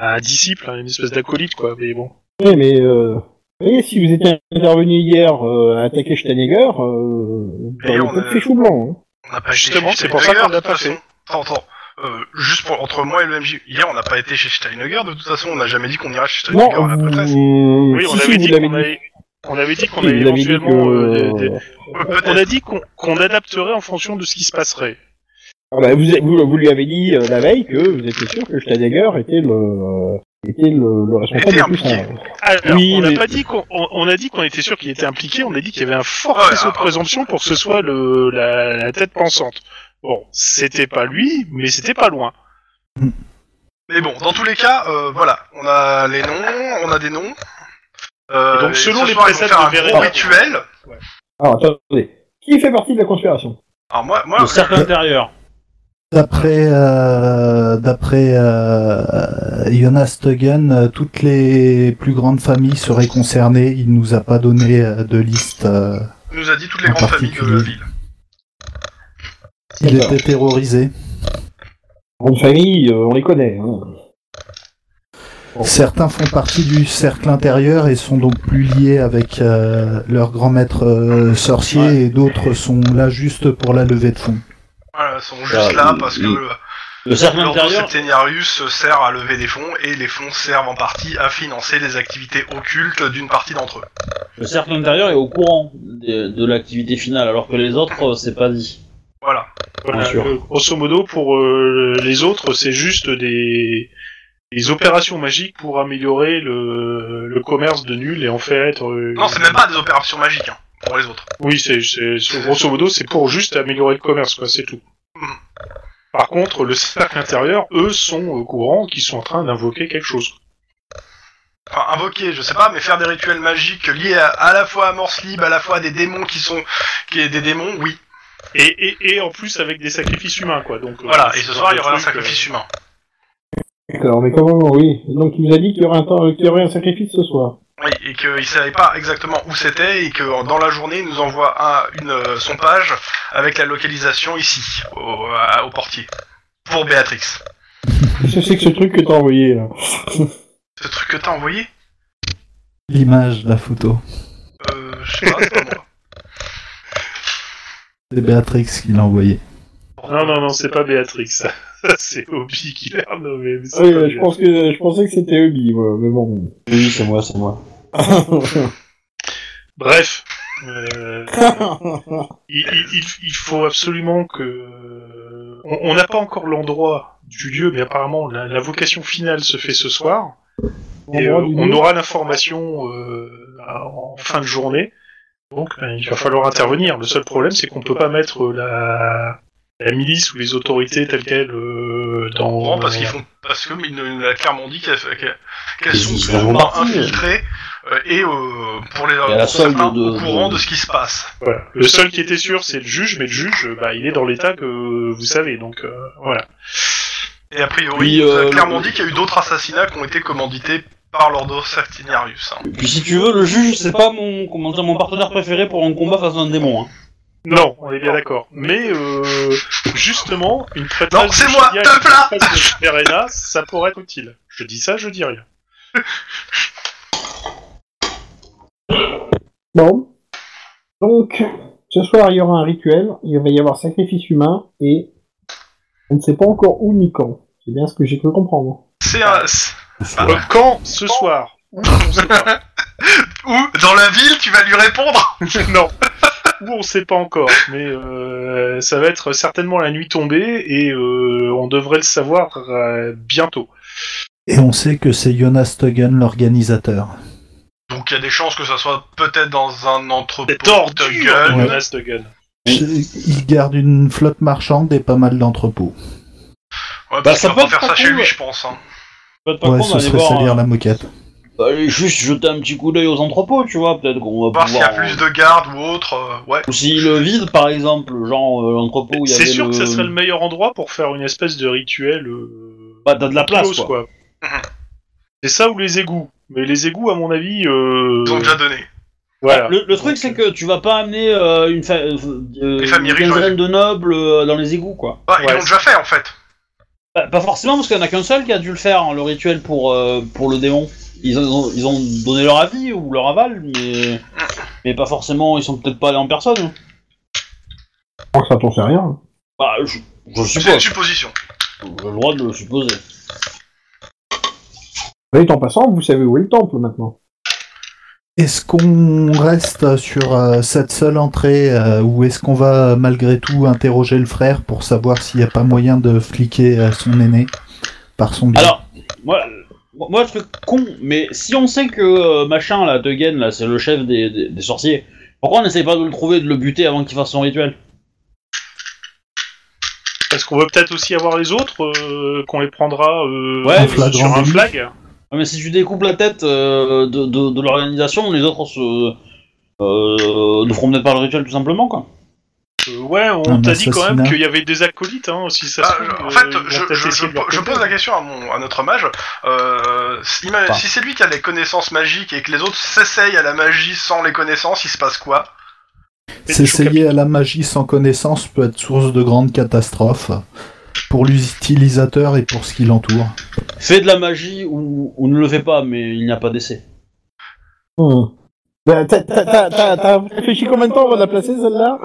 un disciple, hein, une espèce d'acolyte, quoi. Mais bon, Oui, mais. Euh... Vous voyez, si vous étiez intervenu hier euh, à attaquer Steinegger, euh, vous Et on auriez a- peut-être fait chou blanc. hein. On n'a pas Justement, été chez c'est pour ça Steinegger, qu'on l'a de toute pas fait. façon. Attends, attends. Euh, juste pour, entre moi et le MJ, hier on n'a pas été chez Steinegger, de toute façon on n'a jamais dit qu'on irait chez Non, Steinegger à la prêtresse. vous... oui, si, on si, avait vous dit l'avez qu'on avait, on avait dit qu'on Oui, avait vous avez dit éventuellement que- euh, des- des- Euh, On Peut-être. a dit qu'on qu'on adapterait en fonction de ce qui se passerait. Ah bah, vous, vous, vous lui avez dit euh, la veille que vous étiez sûr que Steinegger était le, euh, était le, le responsable Était de tout ça. impliqué. Alors, Oui, on n'a mais- pas dit qu'on on, on a dit qu'on était sûr qu'il était impliqué, on a dit qu'il y avait un fort Ouais, faisceau de alors- présomption pour que ce soit le, la, la tête pensante. Bon, c'était pas lui, mais c'était pas loin. Mais bon, dans tous les cas, euh, voilà, on a les noms, on a des noms. Euh, Et donc, et selon ce les soir, ils vont préceptes faire de un gros Verena- rituel. Alors attendez, qui fait partie de la conspiration Alors moi, moi Le cercle intérieur. D'après euh, d'après euh, Jonas Stegen, euh, toutes les plus grandes familles seraient concernées. Il nous a pas donné euh, de liste. euh, il nous a dit toutes les En grandes familles de la particulier. ville. il D'accord. était terrorisé. Bonne famille, euh, on les connaît. hein. Certains font partie du cercle intérieur et sont donc plus liés avec euh, leur grand maître euh, sorcier et d'autres sont là juste pour la levée de fonds. Voilà, ils sont juste Ah, là oui, parce oui. que Le cercle L'ordre intérieur. Septenarius sert à lever des fonds et les fonds servent en partie à financer les activités occultes d'une partie d'entre eux. Le cercle intérieur est au courant de, de l'activité finale, alors que les autres, euh, c'est pas dit. Voilà. Voilà, sûr. euh, grosso modo, pour euh, les autres, c'est juste des... des opérations magiques pour améliorer le, le commerce de nul et en faire être. euh, Non, c'est même pas des opérations magiques, hein, pour les autres. Oui, c'est c'est- c'est- grosso modo, c'est pour juste améliorer le commerce, quoi, c'est tout. Par contre, le cercle intérieur, eux, sont au courant qu'ils sont en train d'invoquer quelque chose. Enfin, invoquer, je sais pas, mais faire des rituels magiques liés à, à la fois à Morse Libre, à la fois à des démons qui sont... qui est des démons, oui. Et, et, et en plus avec des sacrifices humains, quoi. Donc euh, Voilà, c'est et ce genre soir, de il y aura un truc, euh, sacrifice humain. Alors, mais comment, oui. Donc, tu nous as dit qu'il y aurait un, temps- qu'il y aurait un sacrifice ce soir. Oui, et qu'il savait pas exactement où c'était, et que dans la journée, il nous envoie un- une, euh, son page avec la localisation ici, au, à- au portier, pour Béatrix. Qu'est-ce que c'est que ce truc que t'as envoyé, là Ce truc que t'as envoyé L'image, la photo. Euh, je sais pas, c'est pas moi. C'est Béatrix qui l'a envoyé. Non, non, non, c'est pas Béatrix. ça. c'est Obi qui l'a renommé. mais c'est Oui, pas euh, je Béatrix. pense que je pensais que c'était Ubi, moi, mais bon. Oui, c'est moi, c'est moi. Bref. euh, il, il- il- il faut absolument que. On on n'a pas encore l'endroit du lieu, mais apparemment la, la vocation finale se fait ce soir. Et, Endroit euh, du on lieu. aura l'information euh, en fin de journée. Donc ben, il va falloir intervenir. Le seul problème, c'est qu'on peut pas mettre euh, la, la milice ou les autorités telles quelles euh, dans. Non, parce qu'ils font, parce que ils nous a clairement dit qu'elles qu'elles- qu'elles Ils sont sont plus ou moins partis. infiltrées euh, et euh, pour les à la pour solde certains, de- au courant de- de ce qui se passe. Voilà. Le seul qui était sûr, c'est le juge, mais le juge, euh, bah, il est dans l'état que euh, vous savez, donc euh, voilà. Et a priori, Oui, il nous a euh, clairement le- dit qu'il y a eu d'autres assassinats qui ont été commandités par Lordo Satinarius. hein. Et puis si tu veux, le juge, c'est pas mon, comment dire, mon partenaire préféré pour un combat face à un démon. Hein. Non, on est bien d'accord. Mais euh, justement, une traîtresse Non, c'est de moi, Shadia et te plat une traîtresse de Verena, ça pourrait être utile. Je dis ça, je dis rien. Bon. Donc, ce soir, il y aura un rituel, il va y avoir sacrifice humain, et on ne sait pas encore où ni quand. C'est bien ce que j'ai cru comprendre. C'est un- c'est- Euh, quand ce soir Où on sait pas. Ou dans la ville, tu vas lui répondre Non. Où on sait pas encore, mais euh, ça va être certainement la nuit tombée et euh, on devrait le savoir euh, bientôt. Et on sait que c'est Jonas Togen l'organisateur. Donc il y a des chances que ça soit peut-être dans un entrepôt C'est tordu, hein. de gueule. Ouais. Jonas Duggan. Il garde une flotte marchande et pas mal d'entrepôts. Ouais, Bah, parce ça qu'on peut va être faire ça pas chez cool. lui, je pense. hein. Peut-être pas Ouais, con ce d'aller serait voir, salir hein. la moquette. Allez, juste jeter un petit coup d'œil aux entrepôts, tu vois, peut-être qu'on va Voir s'il y a pouvoir, euh, plus de gardes ou autre. euh, ouais. Ou s'il le vide, par exemple, genre euh, l'entrepôt où il y avait C'est sûr le... que ça serait le meilleur endroit pour faire une espèce de rituel. euh, Bah, t'as de la place, close, quoi. quoi. C'est ça ou les égouts. Mais les égouts, à mon avis, euh, Ils ont déjà donné. voilà. Le, le truc, c'est que tu vas pas amener euh, une, fa- euh, Les familles une riches, quinzaine de nobles euh, dans les égouts, quoi. Bah, Ils Ouais, l'ont c'est- déjà fait en fait. Bah, pas forcément, parce qu'il y en a qu'un seul qui a dû le faire, hein, le rituel pour, euh, pour le démon. Ils ont, ils ont donné leur avis ou leur aval, mais, mais pas forcément, ils sont peut-être pas allés en personne. hein. Je crois que ça t'en sait rien. hein. Bah, je, je C'est une suppose. supposition. J'ai le droit de le supposer. Mais en passant, vous savez où est le temple, maintenant. Est-ce qu'on reste sur euh, cette seule entrée euh, ou est-ce qu'on va malgré tout interroger le frère pour savoir s'il n'y a pas moyen de fliquer euh, son aîné par son biais Alors, moi, moi, le truc con, mais si on sait que euh, machin, là, Degen, là, c'est le chef des, des- des sorciers, pourquoi on n'essaye pas de le trouver, de le buter avant qu'il fasse son rituel Parce qu'on veut peut-être aussi avoir les autres, euh, qu'on les prendra euh, Ouais, En flagrant sur un délit. flag. Ouais, Ah, Mais si tu découpes la tête euh, de, de- de l'organisation, les autres se, euh, ne feront peut-être pas le rituel, tout simplement, quoi. Euh, ouais, on Un t'a dit quand même assassinat. qu'il y avait des acolytes, hein, si ça Ah, se je- trouve, en euh, fait, ils vont je, peut-être je- essayer de je- leur je côté. pose la question à, mon, à notre mage. Euh, si ma- Enfin. si c'est lui qui a les connaissances magiques et que les autres s'essayent à la magie sans les connaissances, il se passe quoi S'essayer à la magie sans connaissance peut être source de grandes catastrophes pour l'utilisateur et pour ce qui l'entoure. Fais de la magie ou, ou ne le fais pas, mais il n'y a pas d'essai. Hmm. Bah, t'as- t'as t'as- t'as- t'as réfléchi combien de temps avant de la placer, celle-là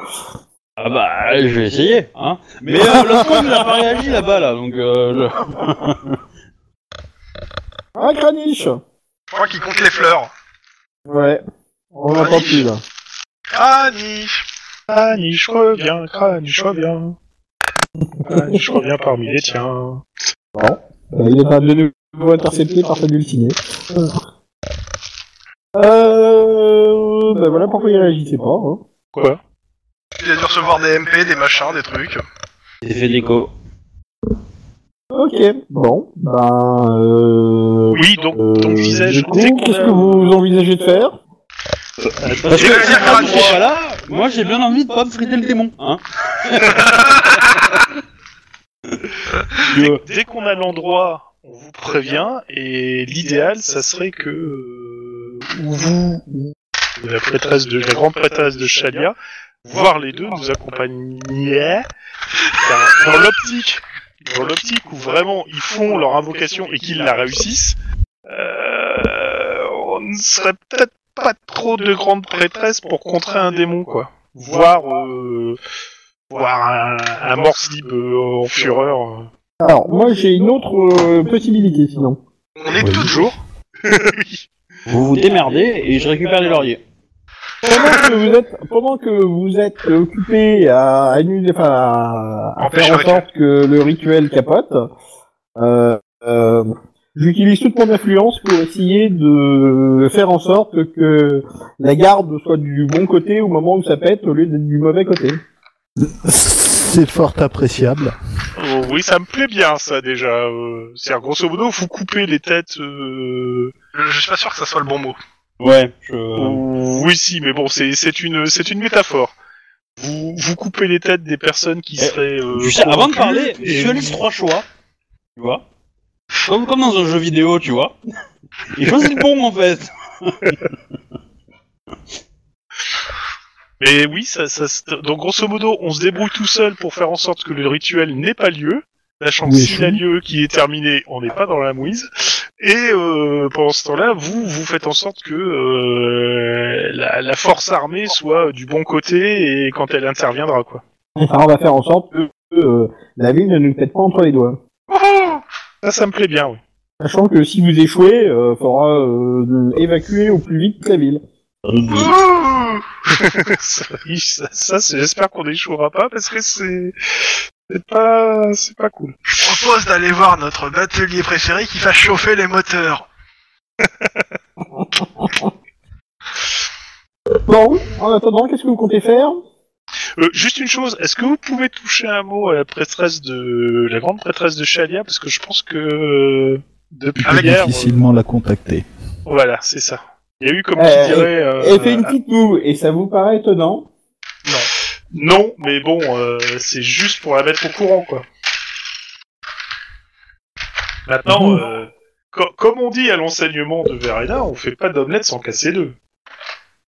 Ah bah, je vais essayer, hein. Mais euh, le con, il n'a pas réagi là-bas, là, donc... euh, je- Ah, Kranich Je crois qu'il compte les fleurs. Ouais. On n'entend plus, là. Ah, niche Craniche, reviens, Craniche, reviens. Craniche, reviens parmi les tiens. Euh, il est pas de nouveau intercepté par sa dulcinée. Euh, Euh, ben voilà pourquoi il réagissait pas. hein. Quoi Il a dû recevoir des MP, des machins, des trucs. J'ai fait déco. Ok, bon, ben... Euh, Oui, donc, euh, donc je disais, du je coup, disais qu'on qu'est-ce a- que vous envisagez de faire Parce que que si Crane si est pas là, moi j'ai bien envie de pas me friter le démon. Hein Dès, dès qu'on a l'endroit, on vous prévient, et l'idéal, ça serait que euh, ou vous, ou la prêtresse de la grande prêtresse de Chalia, voire les deux, nous accompagniez dans, dans l'optique, dans l'optique où vraiment ils font leur invocation et qu'ils la réussissent. euh, on ne serait peut-être pas trop de grande prêtresse pour contrer un démon, quoi. Voire, euh, voire un, un morslib euh, en fureur. euh. Alors, moi j'ai une autre euh, possibilité sinon. On est Oui. tous Toujours. Vous vous démerdez et je récupère les lauriers. pendant que vous êtes pendant que vous êtes occupé à annuler enfin à, à Empêcher faire en le sorte que le rituel capote euh, euh, j'utilise toute mon influence pour essayer de faire en sorte que la garde soit du bon côté au moment où ça pète au lieu d'être du mauvais côté C'est fort appréciable. Oh, oui, ça me plaît bien, ça, déjà. Euh, C'est-à-dire, grosso modo, vous coupez les têtes... Euh... Je, je suis pas sûr que ça soit le bon mot. Ouais, je... Oui, si, mais bon, c'est c'est une, c'est une métaphore. Vous, vous coupez les têtes des personnes qui Eh, seraient... euh, Tu sais, avant de corrompues, parler, et je liste trois choix. Tu vois comme, comme dans un jeu vidéo, tu vois. Et choisis le bon en fait. Mais oui, ça, ça, se- donc grosso modo, on se débrouille tout seul pour faire en sorte que le rituel n'ait pas lieu, sachant que Oui, s'il a lieu, qu'il est terminé, on n'est pas dans la mouise. Et euh, pendant ce temps-là, vous vous faites en sorte que euh, la, la force armée soit du bon côté et quand elle interviendra, quoi. alors on va faire en sorte que euh, la ville ne nous pète pas entre les doigts Ça, ça me plaît bien, oui. sachant que si vous échouez euh, faudra euh, évacuer au plus vite la ville Ouh ça, ça, ça, c'est- j'espère qu'on n'échouera pas parce que c'est c'est pas c'est pas cool. Je propose d'aller voir notre batelier préféré qui va chauffer les moteurs. bon en attendant qu'est-ce que vous comptez faire Euh, juste une chose, est-ce que vous pouvez toucher un mot à la prêtresse de la grande prêtresse de Chalia parce que je pense que euh, depuis Avec- hier, euh, Difficilement la contacter. voilà, c'est ça. Il y a eu comme Euh, tu dirais euh, Elle fait une petite moue, et ça vous paraît étonnant non, mais bon, euh, c'est juste pour la mettre au courant quoi. Maintenant, euh, co- comme on dit à l'enseignement de Verena, on fait pas d'omelette sans casser deux.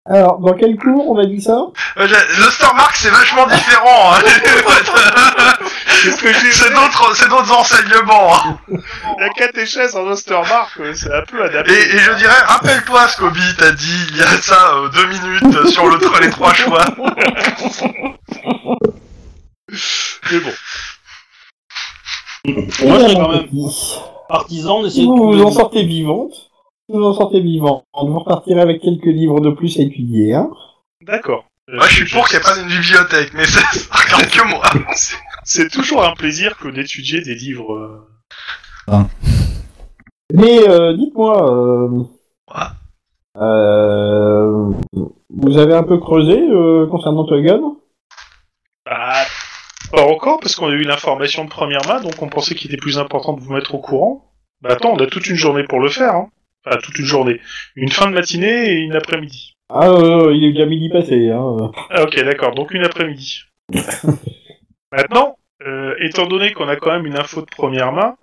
Alors, dans quel cours on a dit ça Euh, j'ai- Le Starmark, c'est vachement différent. hein. C'est ce que j'ai c'est d'autres, c'est d'autres enseignements. hein. La catéchèse en Ostermark, euh, c'est un peu Et, adapté. et je dirais, rappelle-toi ce qu'Obi t'a dit il y a ça euh, deux minutes euh, sur le tr- les trois choix. Mais bon. Moi je serais quand même partisan d'essayer de Vous vous trouver- en sortez vivante, vous vous en sortez vivante, vous repartirez avec quelques livres de plus à étudier. Hein D'accord. Moi, je suis pour qu'il n'y ait pas de bibliothèque, mais ça, ça regarde que moi. C'est toujours un plaisir que d'étudier des livres. euh. Mais euh, dites-moi, euh, Quoi euh, vous avez un peu creusé euh, concernant Togon Bah, pas encore, parce qu'on a eu l'information de première main, donc on pensait qu'il était plus important de vous mettre au courant. Bah attends, on a toute une journée pour le faire. Hein. Enfin, toute une journée. Une fin de matinée et une après-midi. Ah, euh, il est déjà midi passé. Hein. Ah ok, d'accord, donc une après-midi. Maintenant, euh, étant donné qu'on a quand même une info de première main,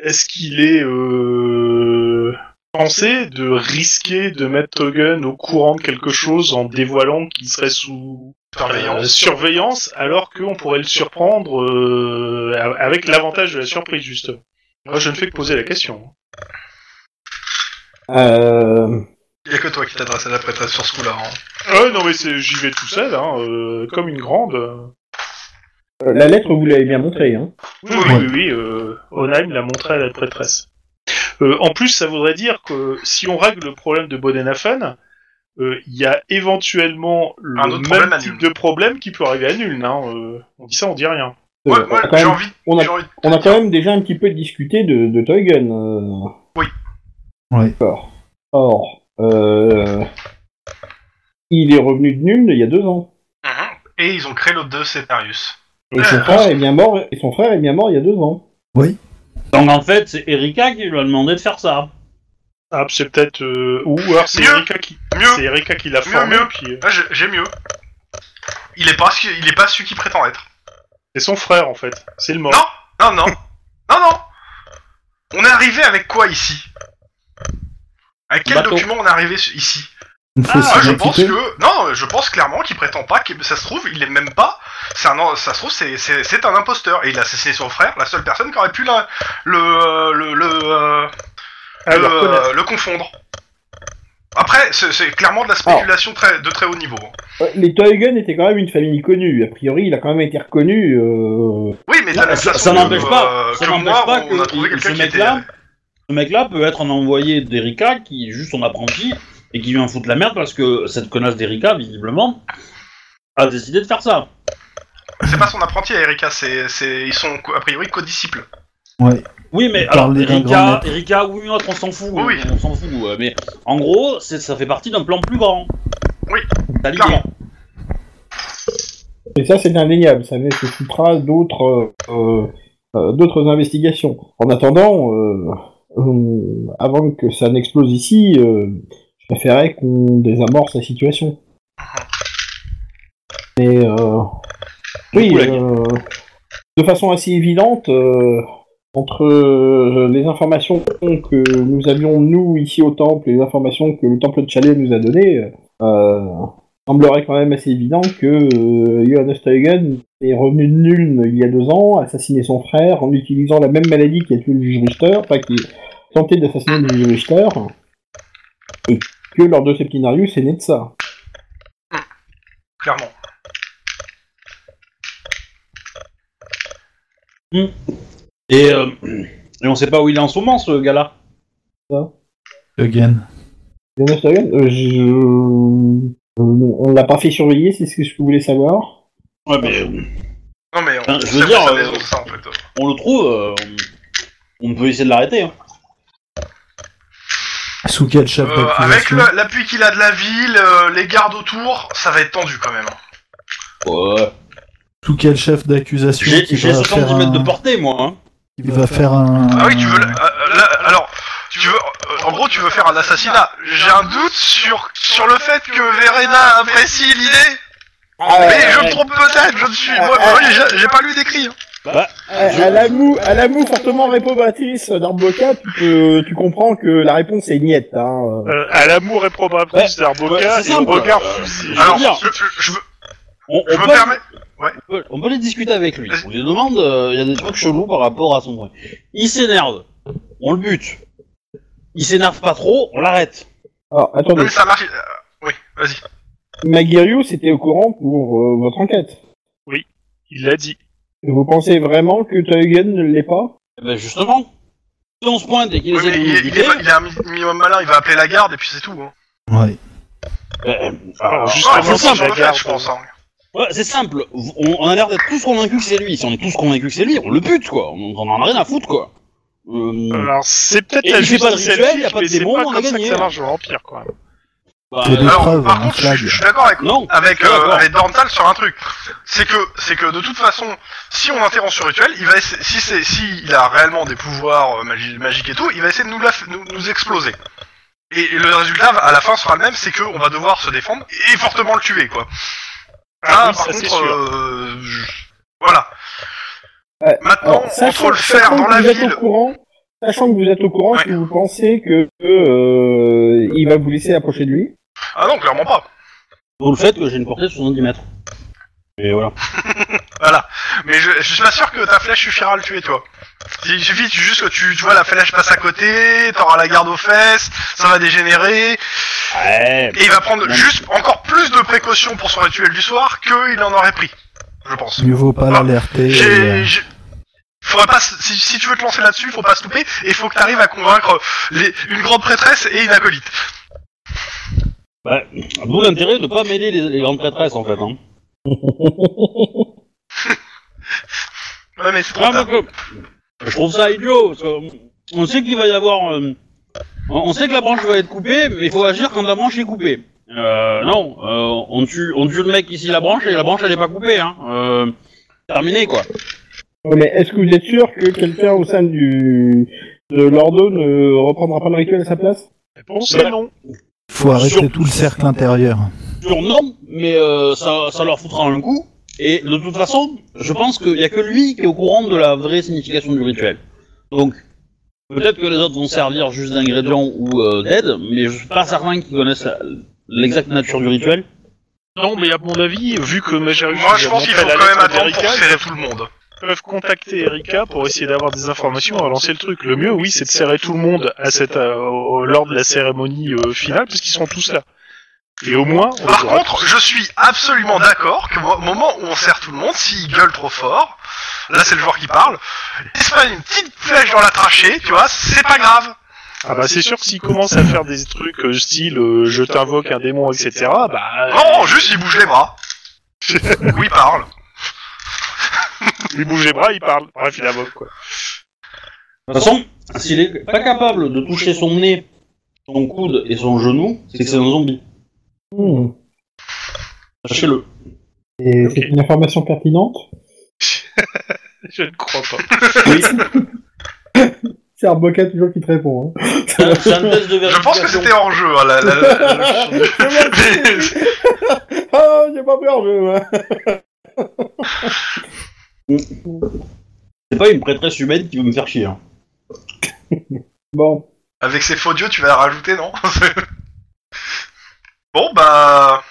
est-ce qu'il est euh, pensé de risquer de mettre Togen au courant de quelque chose en dévoilant qu'il serait sous euh, surveillance alors qu'on pourrait le surprendre euh, avec l'avantage de la surprise justement Moi je ne fais que poser la question. Euh, Il n'y a que toi qui t'adresse à la prêtresse sur ce coup-là. hein. Euh, non mais c'est- j'y vais tout seul, hein, euh, comme une grande. la lettre, vous l'avez bien montrée. Hein. Oui, oui, oui, oui, euh, Onheim l'a montré à la prêtresse. Euh, en plus, ça voudrait dire que si on règle le problème de Bodenhafen, euh, il y a éventuellement le Un autre même problème à type nul. de problème qui peut arriver à nul. hein, euh, on dit ça, on dit rien. Euh, Moi, moi, on, a quand j'ai même- envie. on a- j'ai envie de on a te quand même déjà un petit peu discuté de, de Toy Gun. euh. Oui. Oui. Or, or, euh, il est revenu de nul il y a deux ans. dire. Mhm. Et ils ont créé l'autre de Cetarius. Et son frère est bien mort. Et son frère est bien mort il y a deux ans. Donc en fait, c'est Erika qui lui a demandé de faire ça. Ah, c'est peut-être. euh, Ou alors c'est Mieux. Erika qui. Mieux. C'est Erika qui l'a Mieux, formé. mieux. Puis, euh, Ah, j'ai- J'ai mieux. Il est pas, su- il est pas celui qui prétend être. c'est son frère en fait. C'est le mort. Non, non, non, non, non. On est arrivé avec quoi ici Avec quel Bateau. document on est arrivé su- ici Une fausse Ah, je pense identité. que non, je pense clairement qu'il prétend pas. Que... Ça se trouve, il est même pas. C'est un, en- ça se trouve, c'est, c'est, c'est un imposteur. Et il a c'est son frère, la seule personne qui aurait pu la- le euh, le le, euh, Ah, le, le reconnaître. euh, le confondre. Après, c'est, c'est clairement de la spéculation très, de très haut niveau. hein. Euh, Les Toy Gun étaient quand même une famille connue. A priori, il a quand même été reconnu. euh, Oui, mais de la Ah, même ça façon ça que, n'empêche euh, pas, ça que n'empêche moi, pas on a trouvé que quelqu'un ce qui était. mec-là, ce mec-là peut être un envoyé d'Erika qui est juste son apprenti et qui lui en fout de la merde parce que cette connasse d'Erika, visiblement, a décidé de faire ça. C'est pas son apprenti, Erika. C'est, c'est, ils sont a priori codisciples. Oui, mais On alors, parlait d'un grand Erika, maître. Erika ou une autre, on s'en fout. Oui, oui. On s'en fout. euh, Mais en gros, c'est- ça fait partie d'un plan plus grand. Oui, T'as l'idée. clairement. Et ça, c'est indéniable. Ça nécessitera d'autres euh, euh, d'autres investigations. En attendant, euh, euh, avant que ça n'explose ici, euh, je préférais qu'on désamorce la situation. Mais euh, oui, Beaucoup la euh, de façon assez évidente, euh, entre euh, les informations que nous avions nous ici au temple et les informations que le temple de Chalet nous a données. Euh, semblerait quand même assez évident que euh, Johannes Steigen est revenu de nul il y a deux ans, a assassiné son frère en utilisant la même maladie qui a tué le juge Richter, enfin qui tentait d'assassiner le juge Richter, et que lors de Septinarius est né de ça. Clairement. Et, euh, et on sait pas où il est en ce moment, ce gars-là. Again. Johannes Steigen, euh, je... euh, on l'a pas fait surveiller, c'est ce que je voulais savoir. Ouais, mais euh, Non mais on, Enfin, on je veux sait dire, pas ça des euh, autres, ça en fait. on le trouve, euh, on on peut essayer de l'arrêter. hein. Sous quel chapeau Euh, avec d'accusation le- l'appui qu'il a de la ville, euh, les gardes autour, ça va être tendu quand même. Ouais. Sous quel chef d'accusation J'ai qui j'ai va 70 faire mètres un- de portée, moi. hein. Il va faire un. Ah oui, tu veux. la- euh, la- alors, tu veux. euh, en gros, tu veux faire un assassinat. J'ai un doute sur sur le fait que Verena apprécie l'idée. Oh. Mais je me trompe peut-être. Je ne suis. Moi, Eh, moi, oui, j'ai- j'ai pas lu d'écrit. hein. À, à l'amour, à l'amour fortement réprobatrice d'Arboca, tu, peux- tu comprends que la réponse est niette. Hein. Euh, à l'amour réprobatrice ouais, d'Arboca c'est et au simple. regard Euh, fusil. je veux Alors, dire, je, je- je me- On, je on me peut, permets. on peut- on peut les discuter avec lui. Vas-y. On lui demande, euh, il y a des trucs chelous par rapport à son truc. Il s'énerve, on le bute. Il s'énerve pas trop, on l'arrête. Alors, Ah, attendez. Non, mais ça marche. euh, oui, vas-y. Magirius était au courant pour euh, votre enquête. Il l'a dit. Vous pensez vraiment que Teugen ne l'est pas Eh Ben justement, si on se pointe et qu'il Oui, essaie mais de il, nous est- il est, buter, pas- il est un mi- minimum malin. Il va appeler la garde et puis c'est tout. hein. Ouais. euh, Alors, euh, justement, Ouais, faut c'est le faire simple. sur le la euh, garde, fait, je pense. hein. Ouais, c'est simple. On, on a l'air d'être tous convaincus que c'est lui. Si on est tous convaincus que c'est lui, on le bute quoi. On, on en a rien à foutre quoi. Euh, Alors, c'est peut-être Et la il fait justice pas de rituel, elfique, y a pas de mais c'est démon, pas on a comme ça que gagné, ça hein. marche dans l'Empire, quoi. bah, Et euh, Des Alors, preuves, par hein, un contre, je, flag. je suis d'accord avec, Non, avec, je suis euh, d'accord. avec Dorntal sur un truc. C'est que, c'est que de toute façon, si on interrompt sur rituel, il va essa- si c'est, si il a réellement des pouvoirs euh, magi- magiques et tout, il va essayer de nous, la f- nous, nous exploser. Et le résultat à la fin sera le même, c'est que on va devoir se défendre et fortement le tuer, quoi. Ah Ah, oui, par ça, c'est contre, sûr. euh, je- voilà. Ouais. Maintenant, sachant, entre le faire sachant dans que la vous êtes ville, au courant, sachant que vous êtes au courant, Ouais. si vous pensez que euh, il va vous laisser approcher de lui ah non, clairement pas. d'où le fait que j'ai une portée de 70 mètres. Et voilà. Voilà. Mais je, je suis pas sûr que ta flèche suffira à le tuer, toi. Il suffit tu- juste que tu, tu vois la flèche passe à côté, t'auras la garde aux fesses, ça va dégénérer, Ouais. et il va prendre Non. juste encore plus de précautions pour son rituel du soir qu'il en aurait pris, je pense. Mieux vaut pas Ah, l'alerter. J'ai... et, euh, j'ai- Faudrait pas, se- si, si tu veux te lancer là-dessus, faut pas se louper, et faut que t'arrives à convaincre les- une grande prêtresse et une acolyte. Bah, d'où l'intérêt de pas mêler les, les grandes prêtresses en fait. Hein. Ouais, mais c'est trop Ah, parce tard. que je trouve ça idiot. Parce que on sait qu'il va y avoir. euh, on sait que la branche va être coupée, mais il faut agir quand la branche est coupée. Euh, non, euh, on, tue, on tue le mec ici la branche et la branche elle est pas coupée. Hein. Euh, terminé quoi. Ouais, Mais est-ce que vous êtes sûr que quelqu'un au sein du de l'ordo ne reprendra pas le rituel à sa place euh, Réponse c'est non. Faut arrêter Sur- tout le cercle intérieur. Sur non, mais euh, ça, ça leur foutra un coup. Et de toute façon, je pense qu'il y a que lui qui est au courant de la vraie signification du rituel. Donc, peut-être que les autres vont servir juste d'ingrédients ou euh, d'aide, mais je suis pas certain qu'ils connaissent la- l'exacte nature du rituel. Non, mais à mon avis, vu que Majorus Moi, nous je a pense qu'il montré faut la quand même lettre attendre pour d'Erika, serrer tout le monde. ils peuvent contacter Erika pour essayer d'avoir des informations à lancer le truc. Le mieux, oui, c'est de serrer tout le monde à cette, euh, au- lors de la cérémonie euh, finale, parce qu'ils sont tous là. Et au moins, on Par les aura contre, je suis absolument d'accord que au moment où on serre tout le monde, s'il gueule trop fort, là c'est le joueur qui parle, il se prend une petite flèche dans la trachée, tu vois, c'est pas grave. Ah bah c'est sûr que s'ils commencent à faire des trucs euh, style euh, je t'invoque un démon etc bah Non, juste il bouge les bras. oui, parle. il bouge les bras il parle bref il invoque quoi. De toute façon, s'il est pas capable de toucher son nez, son coude et son genou, c'est que c'est un zombie. Sachez-le. Hmm. Et Ok. c'est une information pertinente Je ne crois pas. C'est Arboca toujours qui te répond. Hein. C'est un test de Je pense que vérification. c'était hors jeu. hein, la- la- la- la- ah, j'ai pas peur, je... ouais. C'est pas une prêtresse humaine qui veut me faire chier. hein. Bon. Avec ces faux dieux, tu vas la rajouter, non Bon, bah.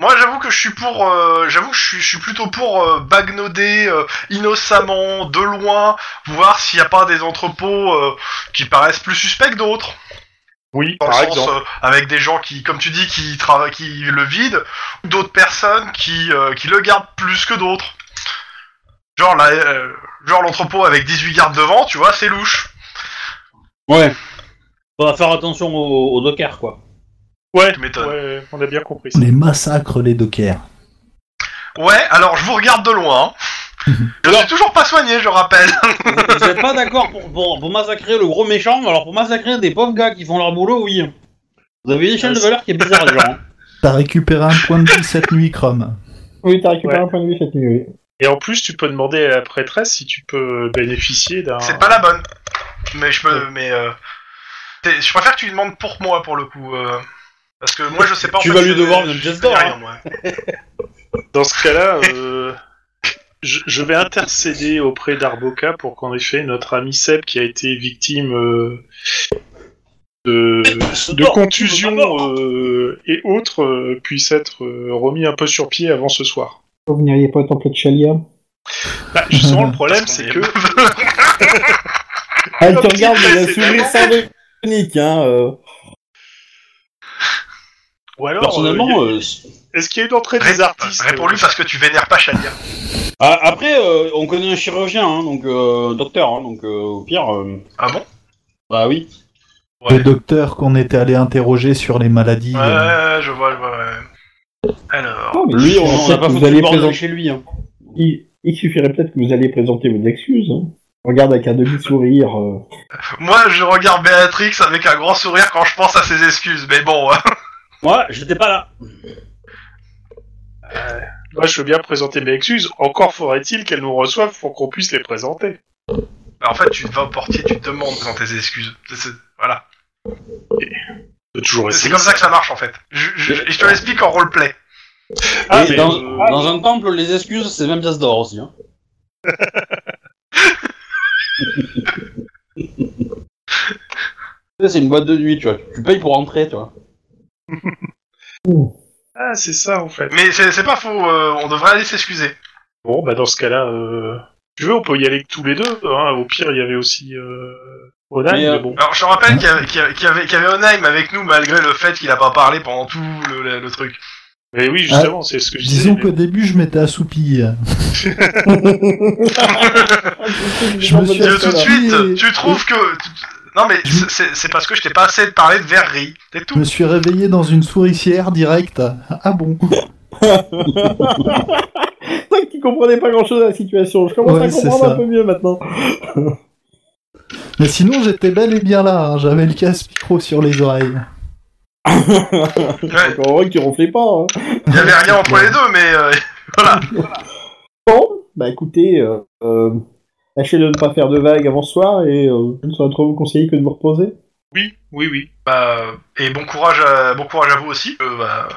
Moi, j'avoue que je suis pour. euh, j'avoue que je suis, je suis plutôt pour euh, bagnoder euh, innocemment, de loin, voir s'il n'y a pas des entrepôts euh, qui paraissent plus suspects que d'autres. Oui Dans par le sens, exemple. euh, avec des gens qui, comme tu dis, qui, trava- qui le vident, ou d'autres personnes qui, euh, qui le gardent plus que d'autres. Genre, là, euh, genre l'entrepôt avec 18 gardes devant, tu vois, c'est louche. Ouais. Faudra faire attention au, au docker, quoi. Ouais, Tu m'étonnes. ouais, on a bien compris. ça. Les massacres des dockers. Ouais, alors je vous regarde de loin. hein. je suis toujours pas soigné, je rappelle. Vous êtes pas d'accord pour, pour, pour massacrer le gros méchant, mais alors pour massacrer des pauvres gars qui font leur boulot, oui. Vous avez une échelle de valeur qui est bizarre, les gens. hein. T'as récupéré un point de vie cette nuit, Chrome. Oui, t'as récupéré Ouais. un point de vue cette nuit. oui. Et en plus tu peux demander à la prêtresse si tu peux euh, bénéficier d'un. C'est pas la bonne. Mais je peux. Mais euh, t'es- je préfère que tu lui demandes pour moi pour le coup. euh, Parce que moi je sais pas. en Tu fait, vas lui je- devoir je- une je pièce fais d'or, hein. rien, moi. Dans ce cas-là, euh, je, je vais intercéder auprès d'Arboca pour qu'en effet notre ami Seb qui a été victime euh, de, Euh, de mort, contusions euh, de mort. euh, et autres euh, puisse être euh, remis un peu sur pied avant ce soir. Pourquoi Vous n'iriez pas au temple de Chalia Bah, justement, le problème, c'est que. Ah, il te Comme regarde, tu il a fais, sourire c'est sardonique, hein. euh. Ou alors, Personnellement, euh, euh, est-ce qu'il y a une entrée des Ré- artistes euh, Réponds-lui parce que tu vénères pas Shalia. ah, après, euh, on connaît un chirurgien, hein, donc euh, docteur, hein, donc euh, au pire, euh, Ah bon bah oui. Ouais. Le docteur qu'on était allé interroger sur les maladies. Ouais, euh, ouais, je vois, je vois. ouais. Alors. Non, Oh, mais Lui, on en on fait, a pas vous foutu le allez bordel présenter- chez lui. Hein. il, il suffirait peut-être que vous alliez présenter vos excuses. hein. Regarde avec un demi-sourire. euh. Moi je regarde Béatrix avec un grand sourire quand je pense à ses excuses, mais bon. hein. Moi, j'étais pas là. Moi, je veux bien présenter mes excuses. Encore faudrait-il qu'elles nous reçoivent pour qu'on puisse les présenter. Bah, en fait, tu vas au portier, tu te demandes dans tes excuses. C'est- c'est- Voilà. Peut toujours C'est essayer. comme ça que ça marche en fait. Je, je- je- je te l'explique en roleplay. Ah, Et mais, dans, euh, dans un temple, les excuses, c'est même pièce d'or aussi. Hein. Ça, c'est une boîte de nuit, tu vois. Tu payes pour entrer, tu vois. Ah, c'est ça, en fait. Mais c'est c'est pas faux, euh, on devrait aller s'excuser. Bon, bah, dans ce cas-là, euh... tu veux, on peut y aller tous les deux. Hein. Au pire, il y avait aussi euh... Onan, Mais, mais, euh, bon. Alors je te rappelle qu'il y avait- qu'il y, avait- qu'il y avait- qu'il y avait Onaim avec nous malgré le fait qu'il a pas parlé pendant tout le, le- le truc. Mais oui, justement, c'est ce que je disais. Disons mais- qu'au début, je m'étais assoupi. je me suis- Dieu, tout de Oui. suite, tu trouves que... tu- Non, mais c'est- c'est c'est parce que je t'ai pas assez parlé de verrerie. C'est Je tout. me suis réveillé dans une souricière directe. Ah bon C'est vrai qu'il comprenait pas grand chose à la situation. Je commence Ouais, à c'est comprendre ça. un peu mieux maintenant. Mais sinon, j'étais bel et bien là. hein. J'avais le casque micro sur les oreilles. Ouais, Donc, en vrai que tu ronflais pas. hein. Il y avait rien entre les deux, mais euh, voilà. Bon, bah écoutez, euh, euh, tâchez de ne pas faire de vagues avant ce soir et euh, je ne saurais trop vous conseiller que de vous reposer. Oui, oui, oui. Bah, et bon courage, à, bon courage à vous aussi. euh, bah,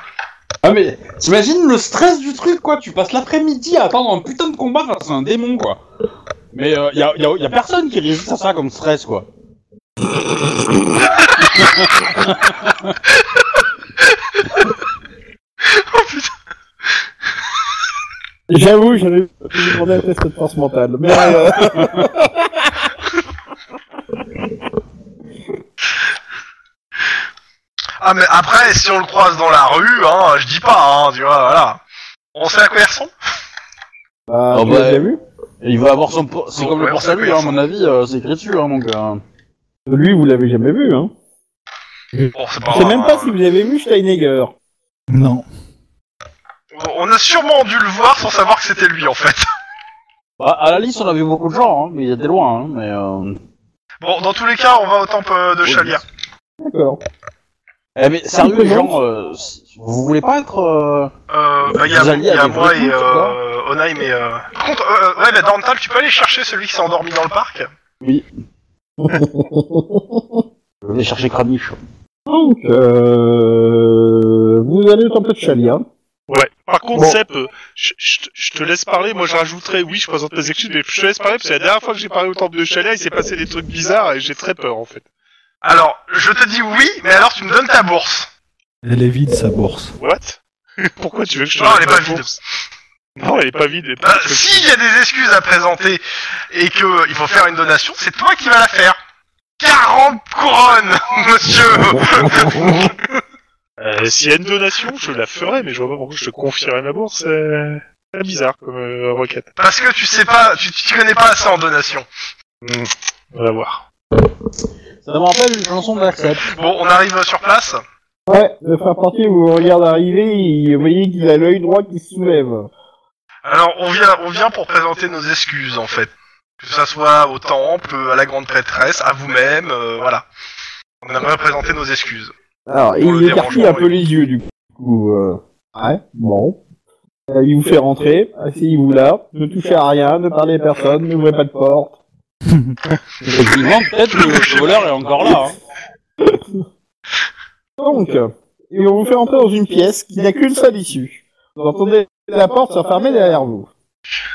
Ah mais t'imagines le stress du truc quoi, tu passes l'après-midi à attendre un putain de combat face à un démon quoi. Mais euh, y, a, y a- y a personne qui résiste à ça comme stress quoi. J'avoue, j'avais demandé un test de force mentale. Mais, euh, Ah, mais après, si on le croise dans la rue, hein, je dis pas, hein, tu vois, voilà. On sait à quoi il ressemble bah, Ah tu bah, l'as déjà vu Et il va avoir son... por- C'est Bon, comme ouais, le porte on s'appuie, à ça. mon avis, euh, c'est écrit dessus hein, donc... euh. Lui, vous l'avez jamais vu. Hein. Bon, c'est Je sais pas grave, même hein. pas si vous avez vu Steinegger. Non. On a sûrement dû le voir sans savoir que c'était lui, en fait. Bah, à la liste on a vu beaucoup de gens, hein, mais il était loin. Hein, mais, euh... Bon, dans tous les cas, on va au temple euh, de Oui, Chalia. D'accord. Eh, mais sérieux les Simplement. gens, euh, si- vous voulez pas être... euh, Euh, bah, il y a, Vous alliez il y a avec moi Brickwood, et euh, Onaim et... Euh... Par contre, euh, ouais, bah, Dantal, tu peux aller chercher celui qui s'est endormi dans le parc Je vais chercher Kranich. Donc, euh, vous allez au temple de Chalia. Ouais. Par contre, Bon. Sep, euh, je- je te- je te laisse parler. Moi, je rajouterais, oui, je présente mes excuses, mais je te laisse parler parce que la dernière fois que j'ai parlé au temple de Chalet, il s'est passé des trucs bizarres et j'ai très peur en fait. Alors, je te dis oui, mais alors tu me donnes ta bourse. Elle est vide, sa bourse. What Pourquoi tu veux que je te Non, donne elle est ma pas vide. bourse Non, elle est pas vide. elle est pas- Bah, s'il y a des excuses à présenter et que euh, il faut faire une donation, c'est toi qui vas la faire. 40 couronnes, monsieur Euh, S'il y a une donation, je la ferai, mais je vois pas pourquoi je te confierais ma bourse. euh, C'est bizarre comme euh, requête. Parce que tu sais pas, tu tu t'y connais pas assez en donation. On va voir. Ça me rappelle une chanson d'Accept. Bon, on arrive sur place. Ouais, le frère Portier vous regarde arriver, il- vous voyez qu'il a l'œil droit qui se soulève. Alors, on vient, on vient pour présenter nos excuses, en fait. Que ça soit au temple, à la grande prêtresse, à vous-même, euh, voilà. On aimerait présenter nos excuses. Alors, Pour il le écarquille un dérangement, peu les yeux, du coup. euh, Ouais, bon. Euh, il vous fait rentrer, asseyez-vous là, ne touchez à rien, ne parlez à personne, n'ouvrez pas de porte. Effectivement, peut-être que le voleur est encore là. Hein. Donc, euh, et on vous fait rentrer dans une pièce qui n'a qu'une seule issue. Vous entendez la porte se refermer derrière vous.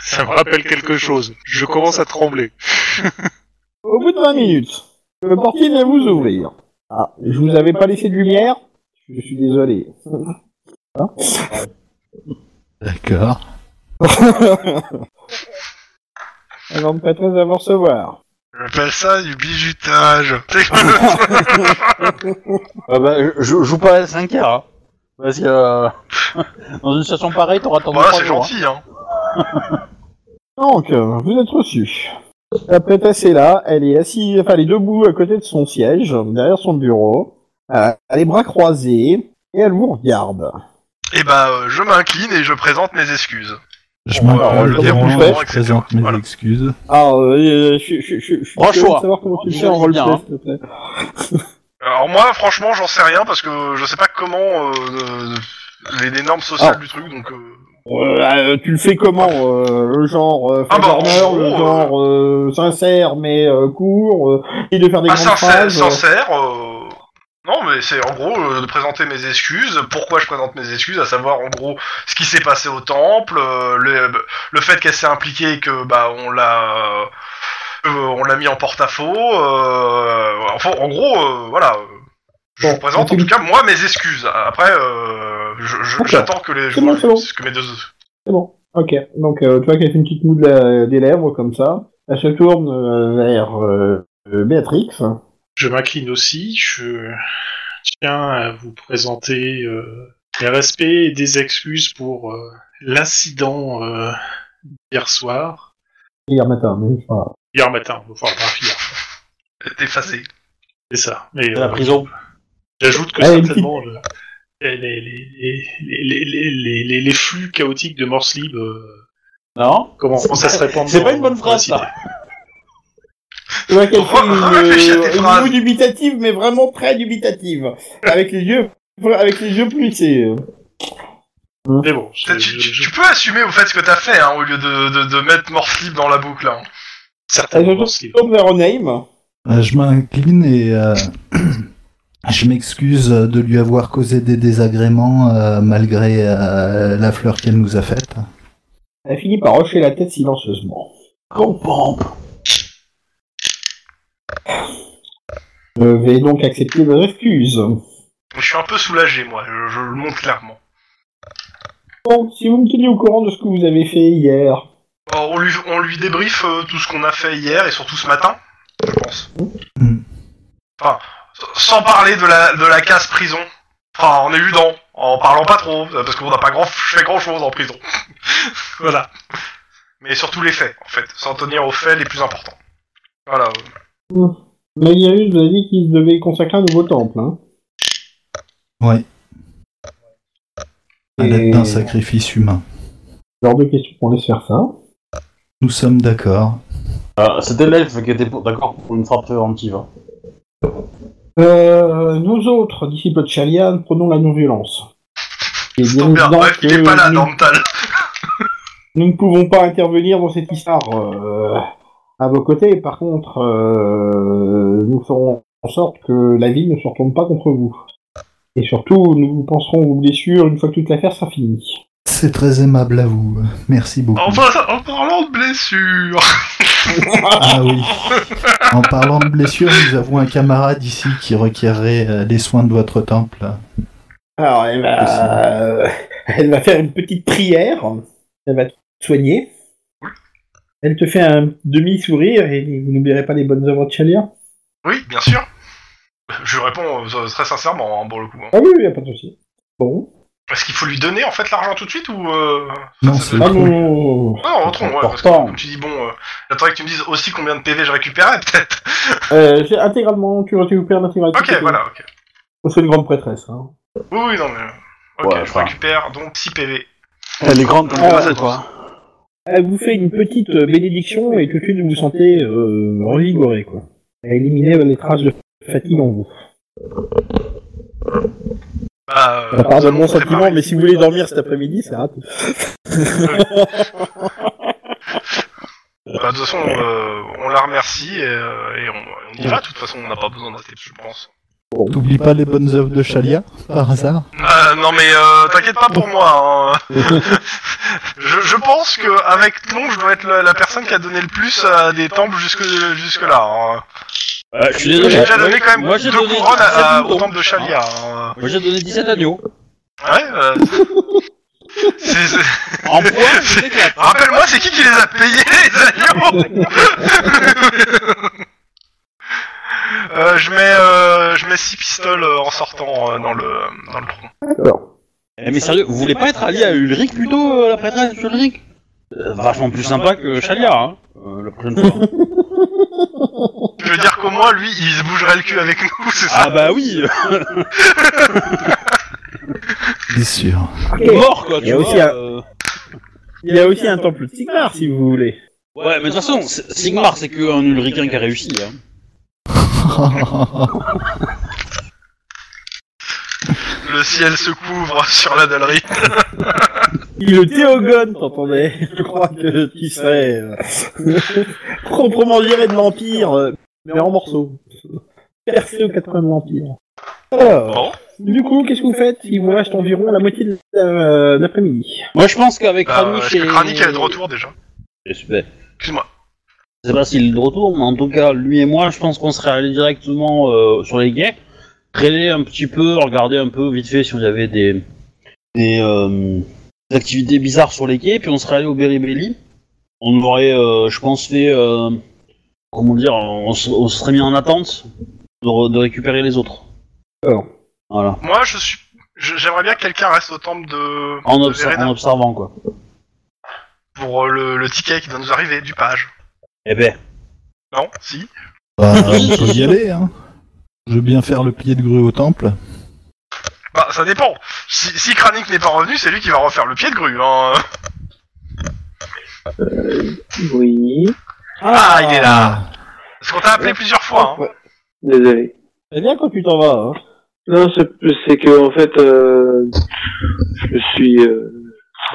Ça me rappelle quelque chose. Je commence à trembler. Au bout de 20 minutes, le portier vient vous ouvrir. Ah, je vous avais pas laissé de lumière Je suis désolé. D'accord. La grande prêtresse va vous recevoir. J'appelle ça du bijutage. Ah bah, je, je joue pas à 5 heures. hein. Parce que euh, dans une situation pareille, t'auras ton voilà, c'est gentil, hein. Donc, euh, vous êtes reçu. La prêtresse est là, elle est assise, enfin, elle est debout à côté de son siège, derrière son bureau. Euh, Elle a les bras croisés, et elle vous regarde. Et bah, euh, je m'incline et je présente mes excuses. Je Bon, alors, m'appelle le le dérangement, dérangement, je etc. présente mes Voilà. excuses. Alors, euh, je, je, je, je, je Bon suis curieux choix. de savoir comment tu le Bon fais en choix, roleplay, bien, hein. s'il te plaît. Alors moi, franchement, j'en sais rien parce que je sais pas comment euh, euh, les, les normes sociales Ah. du truc, donc... euh, Euh, euh, tu le fais comment euh, Le genre euh, Ah bah, en flagorneur, le gros, genre euh, sincère mais euh, court, euh, et de faire des Ah, grandes sincère, phrases. euh. sincère euh, non, mais c'est en gros euh, de présenter mes excuses. Pourquoi je présente mes excuses, à savoir en gros ce qui s'est passé au temple, euh, le, le fait qu'elle s'est impliquée et que bah on l'a, euh, euh, on l'a mis en porte-à-faux. euh, enfin, en gros, euh, voilà. euh, Je Bon, vous présente en donc- tout cas moi mes excuses. Après, euh, je- je- Ok. j'attends que les C'est bon, c'est bon. que mes deux. C'est bon. Ok. Donc, euh, tu vois qu'elle fait une petite moue de la- des lèvres comme ça. Elle se tourne euh, vers euh, euh, Béatrix. Je m'incline aussi. Je tiens à vous présenter euh, mes respects et des excuses pour euh, l'incident euh, d'hier soir. Hier matin, mais je sais pas. Hier matin, enfin, bref, hier. T'es effacé. C'est ça. Mais hein. la euh, prison. j'ajoute que Ah, une certainement le- les, les, les, les, les, les- les- les flux chaotiques de Morse Lib, euh, Non comment ça se répand C'est dans- pas une bonne dans la phrase, cité. ça. Tu vois qu'elle fait Réfléchis à une, euh, tes une phrases. moue dubitative, mais vraiment très dubitative. Avec les yeux, avec les yeux plissés. euh. Mais bon, je- T'as- je- Tu, tu- je- tu peux assumer au fait ce que t'as fait, hein, au lieu de, de, de mettre Morse Libre dans la boucle. Hein. certainement Ah, surtout- Morse Lib. Tourne vers Onaim. Euh, je m'incline et euh, je m'excuse euh, de lui avoir causé des désagréments euh, malgré euh, la fleur qu'elle nous a faite. Elle finit par hocher la tête silencieusement. Je vais donc accepter vos excuses. Je suis un peu soulagé, moi, je, je le montre clairement. Bon, si vous me tenez au courant de ce que vous avez fait hier, Alors, on, lui, on lui débriefe euh, tout ce qu'on a fait hier et surtout ce matin, je pense. Mm. Enfin, s- sans parler de la, de la casse prison. Enfin, en éludant, en parlant pas trop, euh, parce qu'on n'a pas grand, fait grand chose en prison. voilà. Mais surtout les faits, en fait. S'en tenir aux faits les plus importants. Voilà. Malirius vous a dit qu'il devait consacrer un nouveau temple. Hein. Ouais. À l'aide Et- d'un sacrifice humain. Genre de question qu'on laisse faire ça. Nous sommes d'accord. Euh, C'était l'elfe qui était pour- d'accord pour une frappe hein. préventive. Euh, nous autres, disciples de Chalian, prenons la non-violence. Et bien Ton père, évident bref, il est que pas là, nous, Dormtal. nous ne pouvons pas intervenir dans cette histoire euh, à vos côtés. Par contre, euh, nous ferons en sorte que la ville ne se retourne pas contre vous. Et surtout, nous penserons aux blessures une fois que toute l'affaire sera finie. C'est très aimable à vous. Merci beaucoup. Enfin, ça- en parlant de blessures. Ah oui. En parlant de blessures, nous avons un camarade ici qui requerrait euh, les soins de votre temple. Alors, elle va, euh, elle va faire une petite prière. Elle va te soigner. Elle te fait un demi-sourire et vous n'oublierez pas les bonnes œuvres de Chalia. Oui, bien sûr. Je réponds euh, très sincèrement, hein, pour le coup. hein. Ah oui, oui, y a pas de souci. Bon. Est-ce qu'il faut lui donner, en fait, l'argent tout de suite, ou... euh, Non, ça- ça- c'est- Ah non. Ah non, rentrons, ouais, parce que Important. comme tu dis, bon, euh, j'attendais que tu me dises aussi combien de PV je récupérais, peut-être. Euh, j'ai intégralement, tu récupères l'intégralité. Ok, voilà, ok. C'est une grande prêtresse. Hein. Oui, oui, non, mais... euh, Ok, Ouais, je ça. récupère donc 6 PV. Elle est grande comme Ah, ça, ouais. toi. Elle vous fait une petite euh, bénédiction et tout de suite vous vous sentez euh, revigoré, quoi. Elle a éliminé les traces de fatigue en vous. Bah, euh, À part de nous mon allons sentiment, mais si vous voulez dormir cet après-midi, c'est raté. préparer- bah, de toute façon, euh, on la remercie, et, euh, et on, on y va, de toute façon, on n'a pas besoin de rester, je pense. T'oublies pas les bonnes œuvres de Chalia, par hasard Euh, non, mais euh, t'inquiète pas pour moi, hein. je, je pense que avec Tlon, je dois être la, la personne qui a donné le plus à des temples jusque, jusque-là, hein. Euh, je suis J'ai désolé. déjà donné quand même Moi, j'ai deux donné couronnes à- à- 17 au temple de Chalia. hein. Moi j'ai donné 17 agneaux. Ouais, euh... c'est- c'est- En poids, je t'éclate. Rappelle-moi, c'est qui qui les a payés, les agneaux Euh, je mets euh, je mets six pistoles euh, en sortant euh, dans le dans le trou. Eh, mais sérieux, vous voulez pas être allié à Ulrich plutôt, euh, la prêtresse d'Ulrich Euh, Vachement plus sympa que Chalia, hein. Euh, la prochaine fois. Je veux dire qu'au moins lui, il se bougerait le cul avec nous, c'est ça ah bah oui Bien sûr. Mort quoi, Il y tu a vois aussi un- euh. Il y a aussi un temple de Sigmar, si vous voulez. Ouais, mais de toute façon, c'est- Sigmar c'est qu'un Ulricain qui a réussi, hein. Bah, Le ciel se couvre sur la dallerie. Il le théogone, t'entendais Je crois que tu serais... euh, proprement viré de l'Empire, euh, mais en morceaux. Percé aux quatre coins de l'Empire. Alors, Bon, du coup, qu'est-ce que vous faites Il vous reste environ la moitié de euh, l'après-midi. Moi je pense qu'avec bah, Kranich est-ce que et- Kranich elle est de retour déjà Je sais pas- Excuse-moi. je sais pas s'il est de retour, mais en tout cas, lui et moi, je pense qu'on serait allés directement euh, sur les guets, traîner un petit peu, regarder un peu vite fait si on avait des, des, euh, des activités bizarres sur les quais, puis on serait allé au Beribelli. On aurait, euh, je pense, fait. euh, comment dire on, se- on se serait mis en attente de, re- de récupérer les autres. Alors. Voilà. Moi, je suis je- j'aimerais bien que quelqu'un reste au temple de En, de obser- Verena. en observant, quoi. pour euh, le, le ticket qui doit nous arriver du page. Eh ben. Non, si. Bah, on peut y aller, hein. Je veux bien faire le pilier de grue au temple. Bah, ça dépend. Si, si Kranich n'est pas revenu, c'est lui qui va refaire le pied de grue. Hein. Oui. Ah, il est là Parce qu'on t'a appelé plusieurs fois. Hein. Désolé. C'est Eh bien quand tu t'en vas, hein. Non, c'est c'est que en fait, euh, je me suis, euh,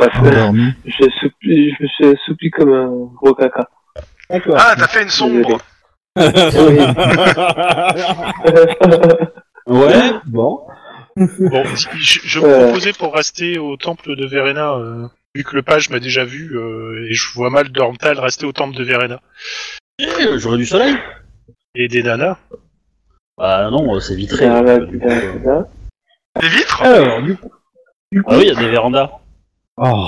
Ah, bref, Endormi. j'ai assoupli- je me suis assoupli comme un gros caca. D'accord. Ah, t'as fait une sombre. Oui. Ah, Ouais. Bon. Bon, je, je me Euh. proposais pour rester au temple de Verena, euh, vu que le page m'a déjà vu, euh, et je vois mal Dormtal rester au temple de Verena. Eh, J'aurais du soleil. Et des nanas. Bah non, c'est vitré. Là, Ah, là, Du coup, là, euh, là. Des vitres Alors, du coup. Du coup. Ah oui, il y a des vérandas. Oh.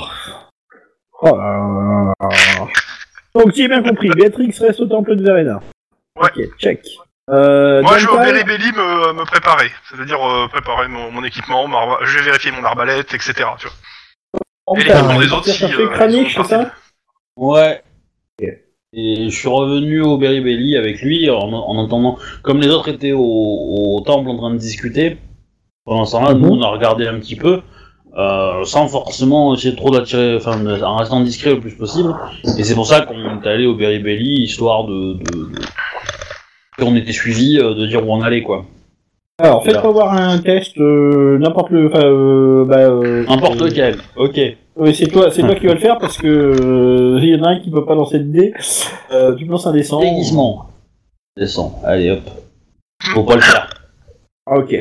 Oh là là là. Donc, j'ai bien compris. Béatrix reste au temple de Verena. Ouais. Ok, check. Euh, Moi, je vais au Duncan- Beribelli me, me préparer. C'est-à-dire euh, préparer mon, mon équipement, ma arba- je vais vérifier mon arbalète, etc. Tu vois. Et Duncan, l'équipement tu des vas autres, si... chercher euh, Kranich, ils sont c'est ça Ouais. Ok. Et je suis revenu au Beribelli avec lui en, en entendant. Comme les autres étaient au, au temple en train de discuter, pendant ce temps-là, Mhm. nous on a regardé un petit peu, euh, sans forcément essayer trop d'attirer, enfin de- en restant discret le plus possible. Et c'est pour ça qu'on est allé au Beribelli, histoire de. de, de- qu'on était suivi euh, de dire où on allait quoi. Là. Alors, faites-moi voir un test, euh, n'importe le. Enfin, euh, bah, euh, N'importe euh, lequel, ok. Oui, c'est toi, c'est toi qui vas le faire parce que euh, il y en a un qui peut pas lancer de dé. Euh, tu lances un dessin. Déguisement. Descends, allez hop. Faut pas le faire. Ah, ok.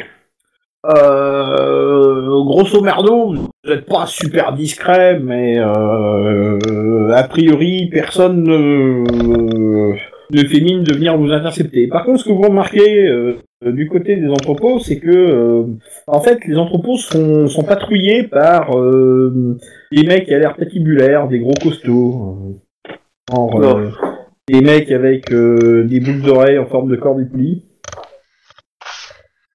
Euh, grosso merdo, vous êtes pas super discret, mais euh, a priori personne ne, ne fait mine de venir vous intercepter. Par contre, ce que vous remarquez euh, du côté des entrepôts, c'est que euh, en fait les entrepôts sont, sont patrouillés par euh, des mecs à l'air patibulaire, des gros costauds, euh, genre, Non. euh, des mecs avec euh, des boucles d'oreilles en forme de corps d'épilie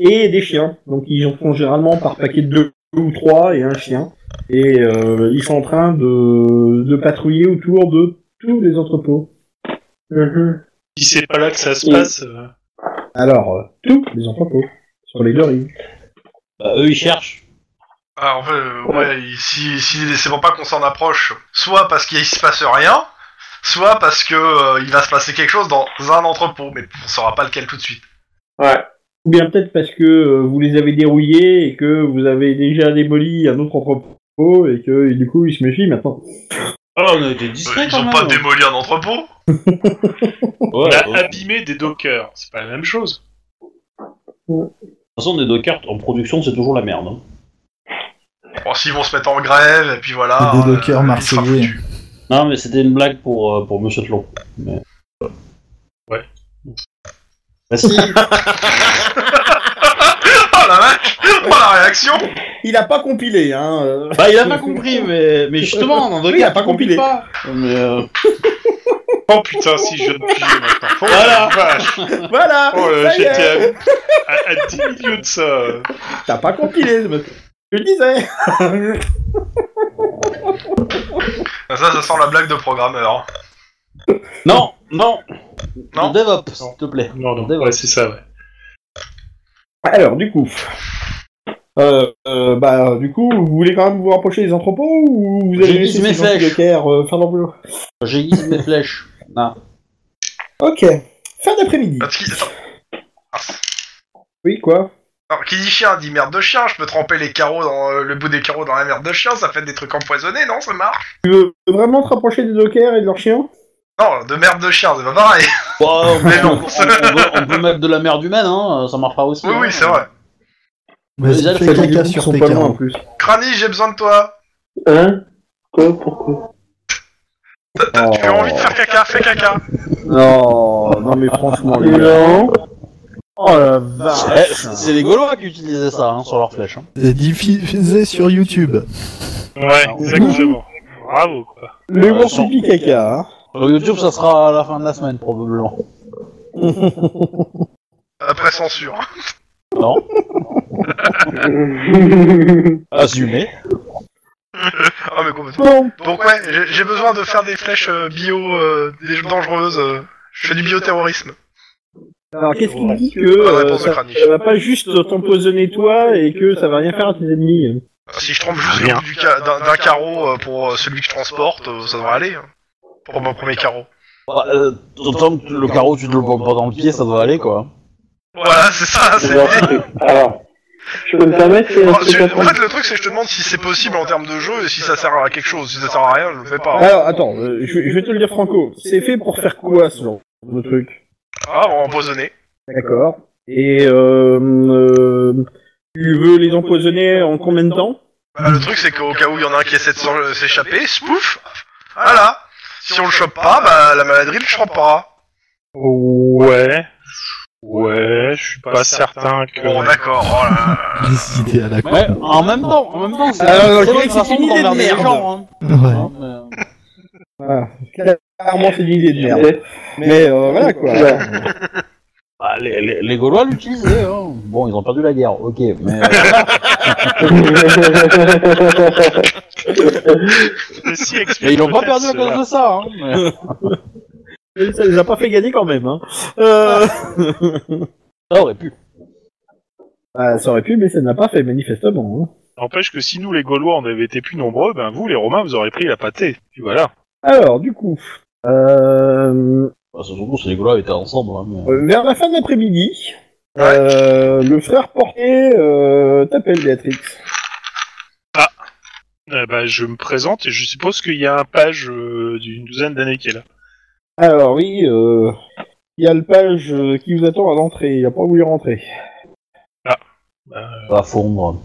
et des chiens. Donc ils en font généralement par paquet de deux ou trois et un chien. Et euh, ils sont en train de, de patrouiller autour de tous les entrepôts. Mhm. Si c'est pas là que ça se Oui. passe, euh, Alors, euh, tous les entrepôts. Sur les deux rives. Bah, eux ils cherchent. Ah, en fait, euh, ouais, il- si, si c'est bon pas qu'on s'en approche, soit parce qu'il se passe rien, soit parce que euh, il va se passer quelque chose dans un entrepôt, mais on saura pas lequel tout de suite. Ouais. Ou bien peut-être parce que euh, vous les avez dérouillés et que vous avez déjà démoli un autre entrepôt et que et du coup ils se méfient maintenant. Ah, on a été Euh, discret hein. ils ont pas démoli un entrepôt Ouais, on a ouais. Bah, euh, de toute abîmé des dockers. C'est pas la même chose. façon, des dockers en production, c'est toujours la merde. hein. Bon, s'ils vont se mettre en grève, et puis voilà. euh, Et des dockers Ah, il sera marseillais. foutu. Non, mais c'était une blague pour, euh, pour Monsieur Tlon. Mais... Ouais. Bah si Oh la vache Oh la réaction Il a pas compilé, hein. Bah, il a pas compris, mais, mais justement, dans Oui, il a docker, pas tu compiles compilé. pas. Mais, euh, Oh putain, si je viens de piger maintenant. Oh, Voilà. la vache. Voilà Oh, là, ça y est. j'étais à, à, à 10 milieux de ça. euh. T'as pas compilé, je le disais Ah, Ça, ça sent la blague de programmeur. hein. Non, non Non. DevOps, s'il te plaît. Non, non, D'accord. ouais, c'est ça, ouais. Alors, du coup. Euh, euh, bah, du coup, vous voulez quand même vous rapprocher des entrepôts ou vous J'ai allez mis laisser mes ces gentils flèches. dockers euh, faire leur boulot J'aiguise mes flèches. Ah. Ok. Fin d'après-midi. Parce qu'il- attends, Oui, quoi alors, qui dit chien dit merde de chien, je peux tremper les carreaux dans euh, le bout des carreaux dans la merde de chien, ça fait des trucs empoisonnés, non Ça marche Tu veux vraiment te rapprocher des dockers et de leurs chiens Non, de merde de chien, c'est pas pareil Bah, on, peut, Mais non. on, on peut, on peut mettre de la merde humaine, hein, ça marchera aussi. Oui, hein. oui, c'est vrai. Les Vas-y, elfes, fais ils caca sur tes carreaux. plus. Crani, j'ai besoin de toi Hein Quoi Pourquoi T'as- Tu as envie de faire caca, fais caca Non, non, mais franchement, les gars. Non. Oh la vache Eh, c'est les Gaulois qui utilisaient ça hein, sur leurs flèches. hein. C'est diffusé sur YouTube. Ouais, Ah, exactement. Bravo, quoi. Le Euh, gros sans- pipi caca, hein. Sur YouTube, ça sera à la fin de la semaine, probablement. Après censure. Non Assumé. Ah, mais complètement. Bon, Donc, ouais, j'ai- j'ai besoin de faire des flèches euh, bio, euh, des dangereuses. euh, Je fais du bioterrorisme. Alors qu'est-ce qui Ouais. dit que Pas de euh, réponse de ça, Kranich. ça va pas juste t'empoisonner toi et que ça va rien faire à tes ennemis Si je trempe juste le Rien. bout du ca- d'un d'un carreau euh, pour euh, celui que je transporte, euh, ça devrait aller. hein. Pour mon premier carreau. Bah, euh, D'autant que le carreau, tu te le prends pas dans le pied, ça doit aller, quoi. Voilà, c'est ça. c'est- Alors, alors, je peux me permettre, c'est un Oh, truc c'est- à En prendre. fait, le truc, c'est que je te demande si c'est possible en termes de jeu et si ça sert à quelque chose. Si ça sert à rien, je le fais pas. hein. Alors attends, euh, je, vais- je vais te le dire franco, c'est fait pour faire quoi ce genre de truc Ah, on va empoisonner. D'accord. Et euh, euh, tu veux les empoisonner en combien de temps Bah, le truc, c'est qu'au cas où il y en a un qui essaie de s'en- s'échapper, ah spouf Voilà Si on le chope pas, bah, la maladrie le chopera. Ouais. Ouais, je suis pas certain que. Bon, d'accord, oh là là. Des idées à la con. Ouais, en même temps, en même temps, c'est une très Alors, Ah, ok, bonne c'est façon une idée de d'emmerder les merde. gens, hein. Ouais. Hein, mais- Voilà. Clairement Ah, c'est une idée de merde. Mais euh, voilà quoi. Voilà. Bah, les, les- les Gaulois l'utilisaient, hein. Bon, ils ont perdu la guerre, ok, mais... Mais si, mais explique ils l'ont pas peut-être perdu à cela. cause de ça, hein. mais- Ça les a pas fait gagner quand même. Hein. Euh... Ça aurait pu. Ah, ça aurait pu, mais ça n'a pas fait manifestement. hein. N'empêche que si nous, les Gaulois, on avait été plus nombreux, ben vous, les Romains, vous aurez pris la pâtée. Puis voilà. Alors du coup, euh, Bah, c'est surtout si les Gaulois étaient ensemble, hein, mais... Euh, Vers la fin de l'après-midi, Ouais. euh, le frère porté euh, t'appelle Béatrix. Euh, bah, je me présente et je suppose qu'il y a un page euh, d'une douzaine d'années qui est là. Alors oui, euh, il y a le page euh, qui vous attend à l'entrée, il a pas voulu rentrer. Ça va fondre.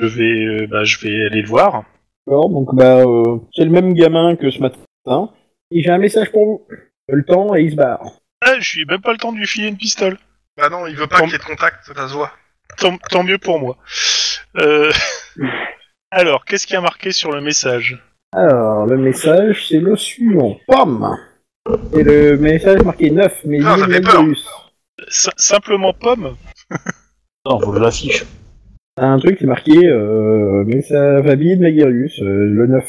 Je vais, euh, bah, je vais aller le voir. D'accord, donc bah euh, c'est le même gamin que ce matin. Et j'ai un message pour vous. Le temps et il se barre. Ah, je suis même pas le temps de lui filer une pistole. Bah non, il veut pas qu'il y ait de contact, ça se voit. Tant, tant mieux pour moi. Euh, Alors, qu'est-ce qui a marqué sur le message Alors le message c'est le suivant. Pam Et le message marqué 9, mais Ah, ça il fait est même peur. plus. S- Simplement pomme Non, faut que je l'affiche. Un truc c'est marqué euh, message Fabi de Magirius, euh, le 9.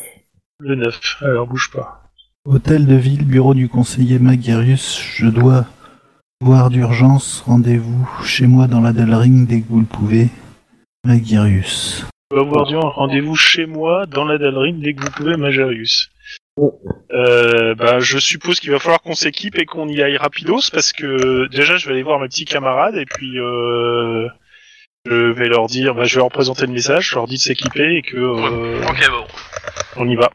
Le 9. Alors, bouge pas. Hôtel de ville, bureau du conseiller Magarius, je dois voir d'urgence, rendez-vous chez moi dans la Delring dès que vous le pouvez. Magarius. Je dois vous avoir dit un rendez-vous chez moi dans la Dalrine dès que vous pouvez, Majarius. Euh, bah, je suppose qu'il va falloir qu'on s'équipe et qu'on y aille rapidos parce que déjà je vais aller voir mes petits camarades et puis euh, je vais leur dire, bah, je vais leur présenter le message, je leur dis de s'équiper et que euh, Ok, bon. on y va.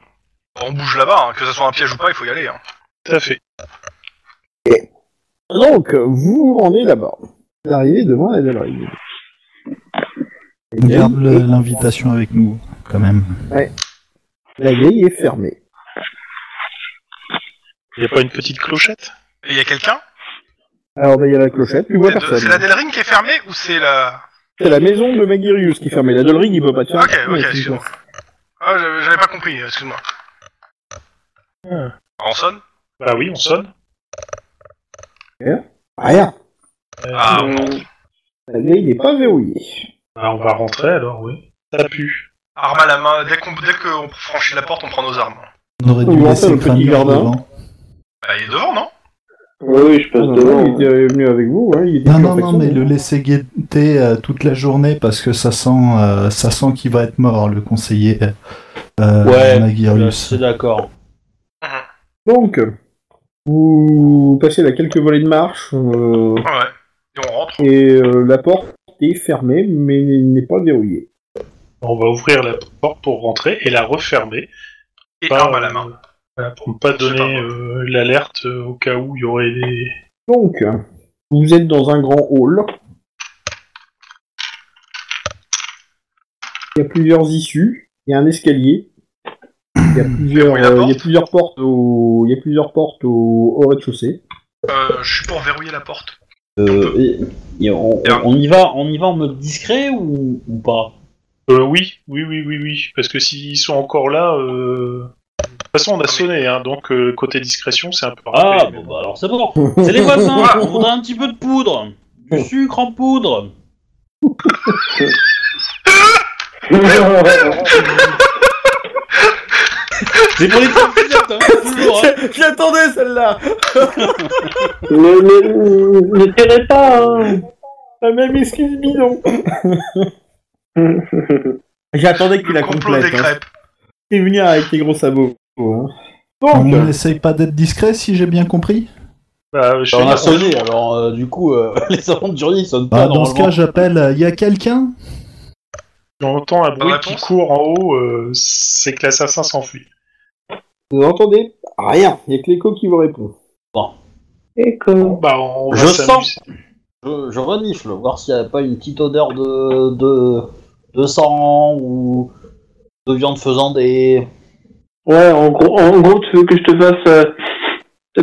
On bouge là-bas, hein, que ce soit un piège ou pas, il faut y aller. Hein. Tout à fait. Donc, vous vous rendez là-bas. Vous arrivez devant la Delorine. La Garde le- grille, l'invitation avec nous, quand même. la grille est fermée. Il n'y a pas une petite clochette Et il y a quelqu'un Alors, bah, il y a la clochette, tu vois C'est de- c'est la personne. Delring qui est fermée ou c'est la. C'est la maison de Magirius qui est fermée. La Delorine, il peut pas te faire. Ok, un coup, ok, mais c'est excuse-moi. Ah, j'avais j'avais pas compris, excuse-moi. Hmm. On sonne Bah oui, on sonne. quoi. Rien. Euh, Ah, on... bon. La grille n'est pas verrouillée. bah, on va rentrer alors, oui. Ça pue. Arme à la main, dès qu'on dès qu'on franchit la porte, on prend nos armes. On aurait On dû va faire laisser le petit Kranich jardin. devant. Bah, il est devant, non Oui, oui, je Ah, passe non, non, devant. il était venu avec vous. hein, il était Non, plus non, en non, faction. mais le laisser guetter euh, toute la journée parce que ça sent, euh, ça sent qu'il va être mort, le conseiller euh, Ouais, Je Magirius. suis d'accord. Donc, vous passez la quelques volées de marche euh, Ouais. Et on rentre. et euh, la porte est fermée, mais n'est pas verrouillée. On va ouvrir la porte pour rentrer et la refermer Et Pas, arme à la main. euh, voilà, pour ne pas Je sais donner pas. euh, l'alerte euh, au cas où il y aurait des. Donc, vous êtes dans un grand hall. Il y a plusieurs issues, il y a un escalier, il y a plusieurs, Verrouiller la euh, il y a plusieurs porte portes au, il y a plusieurs portes au, au rez-de-chaussée. Euh, je suis pour verrouiller la porte. Euh, et- et on, Bien. on y va, on y va en mode discret ou, ou pas Euh, oui, oui, oui, oui, oui. Parce que s'ils sont encore là. euh, De toute façon, on a sonné, hein, donc euh, côté discrétion, c'est un peu. Ah, râpé, mais bon, bah alors c'est bon. C'est les voisins, on voudrait un petit peu de poudre. Du sucre en poudre. C'est pour les femmes pilotes, hein, toujours, hein. Je l'attendais celle-là Ne, ne, ne tirez pas, hein. La même excuse bidon J'attendais que tu Le la complot des complète. Hein. crêpes. T'es venu avec tes gros sabots. hein. On Donc, n'essaye pas d'être discret, si j'ai bien compris. Bah, je Bah, on a sais pas. sonné, alors euh, du coup, euh, les servants de jury ils sonnent pas. Bah, dans ce cas, j'appelle. Il y a quelqu'un J'entends un bruit qui réponse court en haut, euh, c'est que l'assassin s'enfuit. vous entendez Rien. Il n'y a que l'écho qui vous répond. Et comme... Bah, on va Je s'amuser. sens. Je, je renifle, voir s'il n'y a pas une petite odeur de, de, de sang ou de viande faisant des... Ouais, en gros, en gros, tu veux que je te fasse euh, te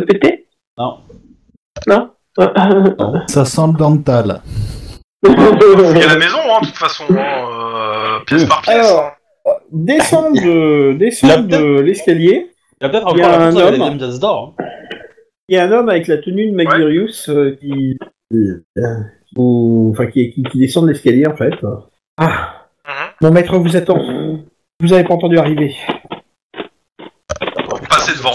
péter Non. Non Ça sent le dental. Il y a la maison, hein, de toute façon, hein, euh, pièce par pièce. Alors, hein. Descendre de, La descendre tête. de l'escalier, Il y a peut-être Il y encore a la un personne avec la homme. deuxième pièce d'or. hein. il y a un homme avec la tenue de Magirius euh, qui, euh, ou- enfin, qui, qui- qui descend de l'escalier en fait. Ah, Mhm. mon maître vous attend. Vous avez pas entendu arriver. Passez devant.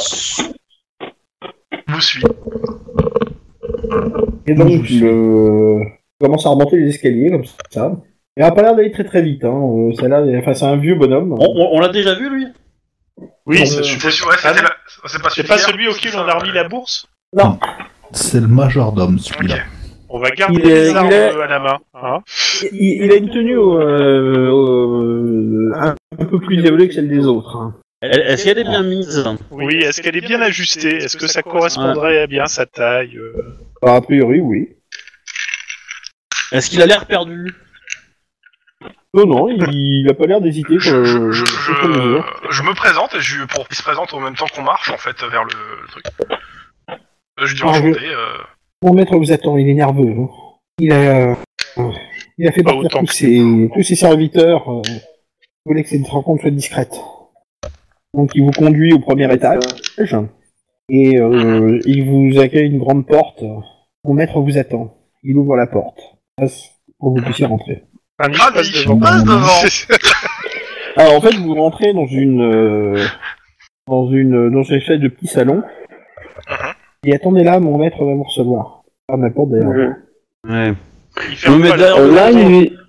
Vous suit. Et donc, le... on commence à remonter les escaliers comme ça. Il a pas l'air d'aller très très vite. Hein. Euh, ça a l'air- Enfin, c'est un vieux bonhomme. On, on- on l'a déjà vu, lui Oui, Non, c'est- C'est je- sûr, ouais, Ah, c'était non. la- c'est pas c'est celui pas d'hier, celui c'est auquel ça. on a remis la bourse C'est le majordome, celui-là. Ok. On va garder Il est- les armes il est- euh, à la main. hein. Il, il a une tenue euh, euh, un, un peu plus évoluée que celle des autres. hein. Elle- Est-ce qu'elle est bien mise Oui, est-ce qu'elle est bien ajustée Est-ce que ça correspondrait à bien sa taille euh Bah, a priori, oui. Est-ce qu'il a l'air perdu Non, non, il n'a pas l'air d'hésiter. Je, je, je, sur son mesure. je- je me présente et je lui- pour qu'il se présente en même temps qu'on marche en fait vers le, le truc. Euh, Je dis Ah, enchanté. euh, Mon maître vous attend, il est nerveux. hein. Il a, il a fait Pas partir autant tous que- ses, tous ses serviteurs. euh, Il voulait que cette rencontre soit discrète. Donc il vous conduit au premier étage. Et euh, il vous accueille une grande porte. Mon maître vous attend. Il ouvre la porte. Passe Pour que vous puissiez rentrer. Rami, Ah, passe oui, devant. passe devant. Alors en fait, vous rentrez dans une euh, dans une dans une espèce de petit salon. Uh-huh. Mhm. Et attendez là, mon maître va vous recevoir. Ah, ma porte d'ailleurs. Ouais. Il ferme me mets pas la derrière porte. le- Euh, Là, il...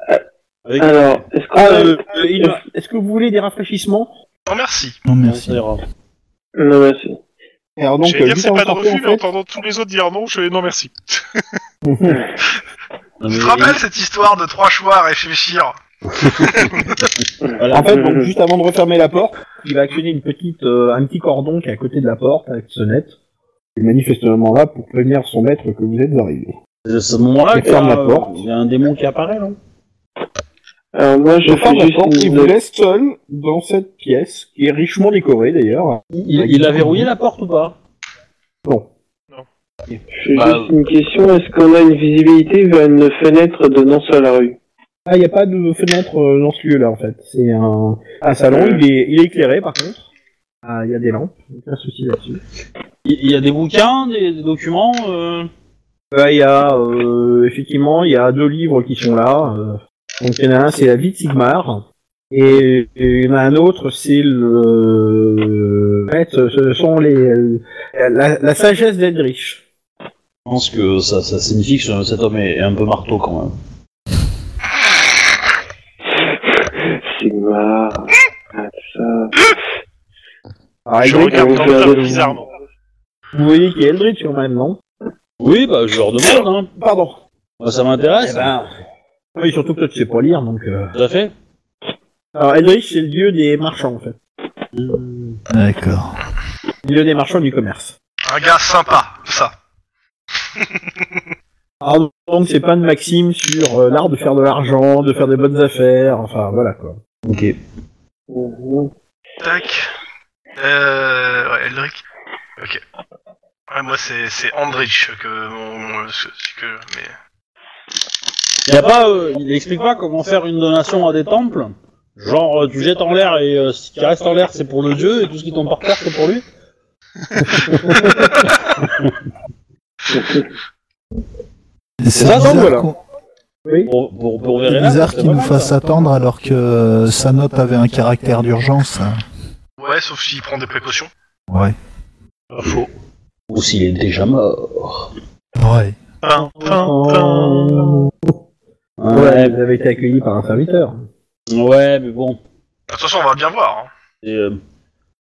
Avec- Alors, est-ce qu'on... Ah, a- euh, euh, il va- est-ce que vous voulez des rafraîchissements Non merci. Non, merci. Non, merci. Alors donc, J'allais euh, dire juste c'est pas de avant de refus, mais sortir, en en fait, entendant tous les autres dire non, je fais non merci. Tu te rappelles cette histoire de trois choix à réfléchir Voilà. en fait, donc, juste avant de refermer la porte, il va actionner une petite, euh, un petit cordon qui est à côté de la porte avec sonnette. Il est manifestement là pour prévenir son maître que vous êtes arrivé. C'est à ce moment-là Il qu'il y, a, ferme la euh, porte. il y a un démon qui apparaît, non Alors, moi, je Je fais ferme la porte juste et une... vous laisse seul dans cette pièce qui est richement décorée d'ailleurs. il, Ah, il- il a verrouillé la porte ou pas je fais Bah, juste une question. Est-ce qu'on a une visibilité vers une fenêtre donnant sur la rue Ah, il n'y a pas de fenêtre euh, dans ce lieu-là en fait. C'est un, un salon. Il est, il est éclairé par contre. Ah, il y a des lampes. Aucun souci là-dessus. il, il y a des bouquins, des, des documents euh, Euh, Il y a euh, effectivement il y a deux livres qui sont là. euh. Donc il y en a un c'est la vie de Sigmar et et il y en a un autre c'est le euh, en fait ce sont les euh, la, la sagesse d'Eldritch. Je pense que ça, ça signifie que ce- cet homme est, est un peu marteau quand même. Sigma... Ah, ça... Alors, Ah, Je Eldritch, euh, regarde vous dans fais le un tas raisonnement. bizarrement. vous voyez qu'il y a Eldritch quand même non Oui, bah je leur demande, hein. Pardon. Moi, Ah, ça m'intéresse, Eh ben, Oui surtout que toi tu sais pas lire donc. euh. tout à fait. Alors Eldritch c'est le dieu des marchands en fait. D'accord. Le dieu des marchands du commerce. Un gars sympa, ça. Alors donc c'est pas de maxime sur euh, l'art de faire de l'argent, de faire des bonnes affaires, enfin voilà quoi. Ok. Mhm. Tac. Euh, ouais, Eldrick. Ok. Ouais, moi c'est c'est Andrich que mon- mon- ce- ce que mais Il y a pas, euh, il explique pas comment faire une donation à des temples. Genre, euh, tu jettes en l'air et euh, ce qui reste en l'air, c'est pour le dieu et tout ce qui tombe par terre, c'est pour lui. C'est Ça, donc, bizarre voilà. qu'on- Oui. Pour, pour, pour c'est Verena, bizarre c'est qu'il pas nous mal, fasse ça. attendre alors que euh, sa note avait un caractère d'urgence. hein. ouais, Ouais, sauf s'il prend des précautions. Ouais. Pas faux. Ou s'il est déjà mort. Ouais. Tin, tin, tin. Ouais, vous avez été accueilli par un serviteur. ouais, mais bon. De toute façon, on va bien voir. hein. Et, euh, De toute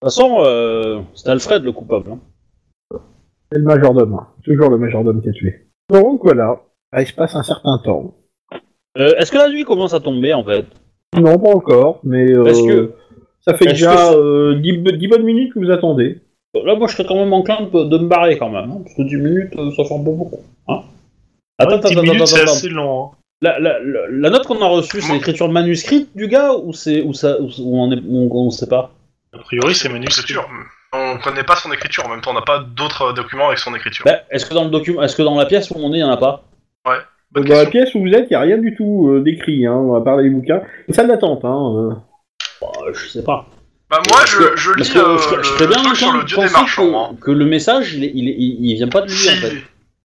façon, euh, c'est Alfred le coupable. hein. C'est le majordome. hein. Toujours le majordome qui a tué. Donc voilà. Ah, Il se passe un certain temps. Euh, Est-ce que la nuit commence à tomber en fait Non, pas encore, mais euh, Parce que- ça fait parce que déjà euh, ça- 10, bonnes minutes que vous attendez. Là, moi, je serais quand même enclin de, de me barrer quand même. hein, parce que 10 minutes, euh, ça fait un peu beaucoup. Hein attends, attends, 10 attends, minutes, attends, c'est attends. assez long. hein. La, la- la- la note qu'on a reçue, c'est Moi- l'écriture manuscrite du gars ou c'est ou ça ou, ou on, est, on, on sait pas A priori, c'est Une manuscrit. écriture. On connaît pas son écriture, en même temps, on n'a pas d'autres euh, documents avec son écriture. Bah, Est-ce que dans le document, est-ce que dans la pièce où on est, il y en a pas Bonne Dans la question. pièce où vous êtes, il n'y a rien du tout euh, d'écrit, hein, à part les bouquins. Une salle d'attente, hein. euh. Bah, Je sais pas. Bah, moi, Parce je, que- je Parce lis que euh, je, je le, serais le bien truc sur enclin le de dieu des penser marchands. que, hein. que le message, il, est- il, est- il, il vient pas de lui Si. en fait.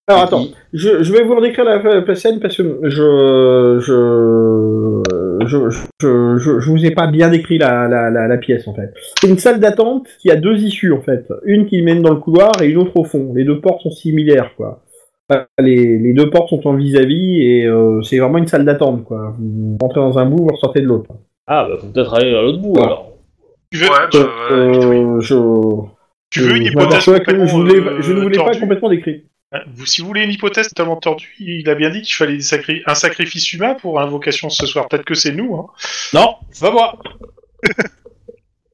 Ah, Alors attends, je, je vais vous redécrire la, la scène parce que je je, je, je, je je vous ai pas bien décrit la, la, la, la pièce en fait. C'est une salle d'attente qui a deux issues en fait, une qui mène dans le couloir et une autre au fond. Les deux portes sont similaires quoi. Enfin, Les, les deux portes sont en vis-à-vis et euh, c'est vraiment une salle d'attente quoi. Vous rentrez dans un bout, vous ressortez de l'autre. Ah, bah, faut peut-être aller à l'autre bout Ouais. alors. Tu Ouais, veux, bah, Euh, ouais, vite, oui. je, tu veux une je hypothèse m'aperçois Bah, que je, complètement, voulais, euh, je ne voulais pas tordue complètement décrire. Hein, vous- Si vous voulez une hypothèse totalement tordue, il a bien dit qu'il fallait des sacri- un sacrifice humain pour invocation ce soir. Peut-être que c'est nous. Hein. Non, c'est pas moi.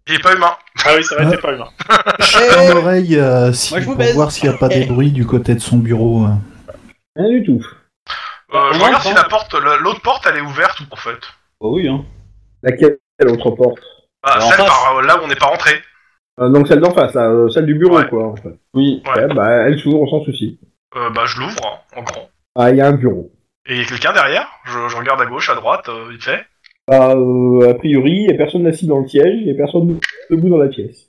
Il est pas humain. Ah oui, ça va, t'es pas humain. Je tends l'oreille euh, si- Moi, je vous pour baise. voir s'il n'y a pas des bruits du côté de son bureau. hein. Rien du tout. Euh, je Non, regarde non. si la porte, la- l'autre porte, elle est ouverte ou en fait. Bah oui, hein. Laquelle autre porte Bah, Alors, en celle face. par euh, là où on n'est pas rentré. Euh, donc celle d'en face, là, euh, celle du bureau, Ouais. quoi. En fait. Oui. Ouais. Ouais, bah, elle s'ouvre sans souci. Euh, bah, je l'ouvre hein, en grand. Ah, il y a un bureau. Et il y a quelqu'un derrière. Je, je regarde à gauche, à droite, euh, vite fait. Bah, euh, a priori, il y a personne assis dans le siège, il y a personne debout dans la pièce.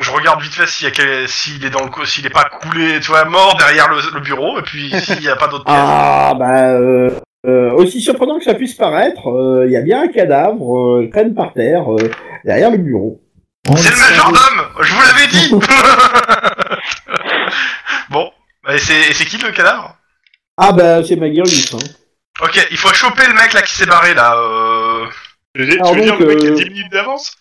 Je regarde vite fait s'il y a quel- s'il est dans le co- s'il est pas coulé, tu vois, mort derrière le, le bureau. Et puis s'il y a pas d'autre pièce. Ah, bah, euh, euh, aussi surprenant que ça puisse paraître, euh, il y a bien un cadavre, euh, il traîne par terre, euh, derrière le bureau. On Oh, C'est le savait. majordome Je vous l'avais dit Bon, Bah, et c'est et c'est qui le cadavre Ah, bah, c'est Magirus, hein. Ok, il faut choper le mec là qui s'est barré là. euh, Tu veux dire- Alors tu veux dire donc, le mec qui a euh, 10 minutes d'avance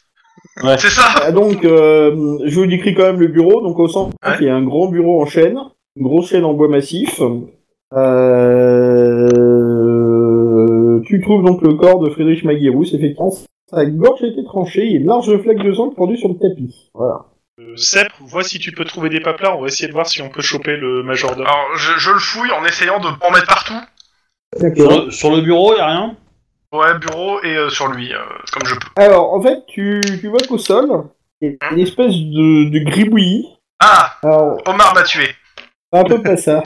C'est ça Ah, donc, euh, je vous décris quand même le bureau. Donc, au centre, Ouais. il y a un grand bureau en chêne, une grosse chaîne en bois massif. Euh, Tu trouves donc le corps de Friedrich Magirus, effectivement. Sa gorge était tranchée, il y a une large flaque de sang pendue sur le tapis. Voilà. Euh, Sep, vois si tu peux trouver des papelins, on va essayer de voir si on peut choper le majordome. Alors je, je le fouille en essayant de pas en mettre partout. Sur le, sur le bureau, y a rien Ouais, bureau et euh, sur lui, euh, comme je peux. Alors, en fait, tu, tu vois qu'au sol, il y a une espèce de, de gribouillis. Ah Alors, Omar m'a tué. Un peu pas ça.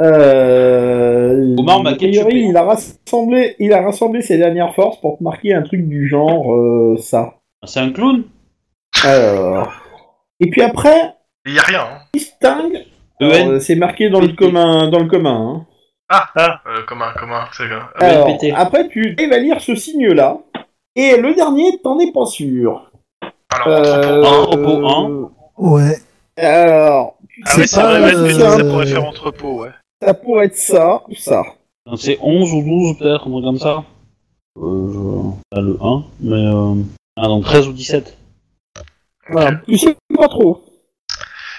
Euh, Omar m'a a priori, ketchupé. il a rassemblé, il a rassemblé ses dernières forces pour te marquer un truc du genre euh, ça. C'est un clown Alors. Et puis après, Il y a rien. hein. distingue. EN. Alors, euh, c'est marqué dans le commun, dans le commun. hein. Euh, comme un, comme un, c'est comme un- ENPT. Alors, après, tu vas lire ce signe-là. Et le dernier, t'en es pas sûr. Alors, Euh, entrepôt. entrepôt, Ouais. Alors, Ah ouais, c'est c'est pas, vrai, ouais, euh, mais ça, ça pourrait faire entrepôt, ouais. ça pourrait être ça ou ça. Donc, euh, C'est 11 ou 12 peut-être, un truc comme ça euh, je- ah, le 1, mais... Euh... Ah, donc 13 ou 17. Voilà. Tu sais pas trop.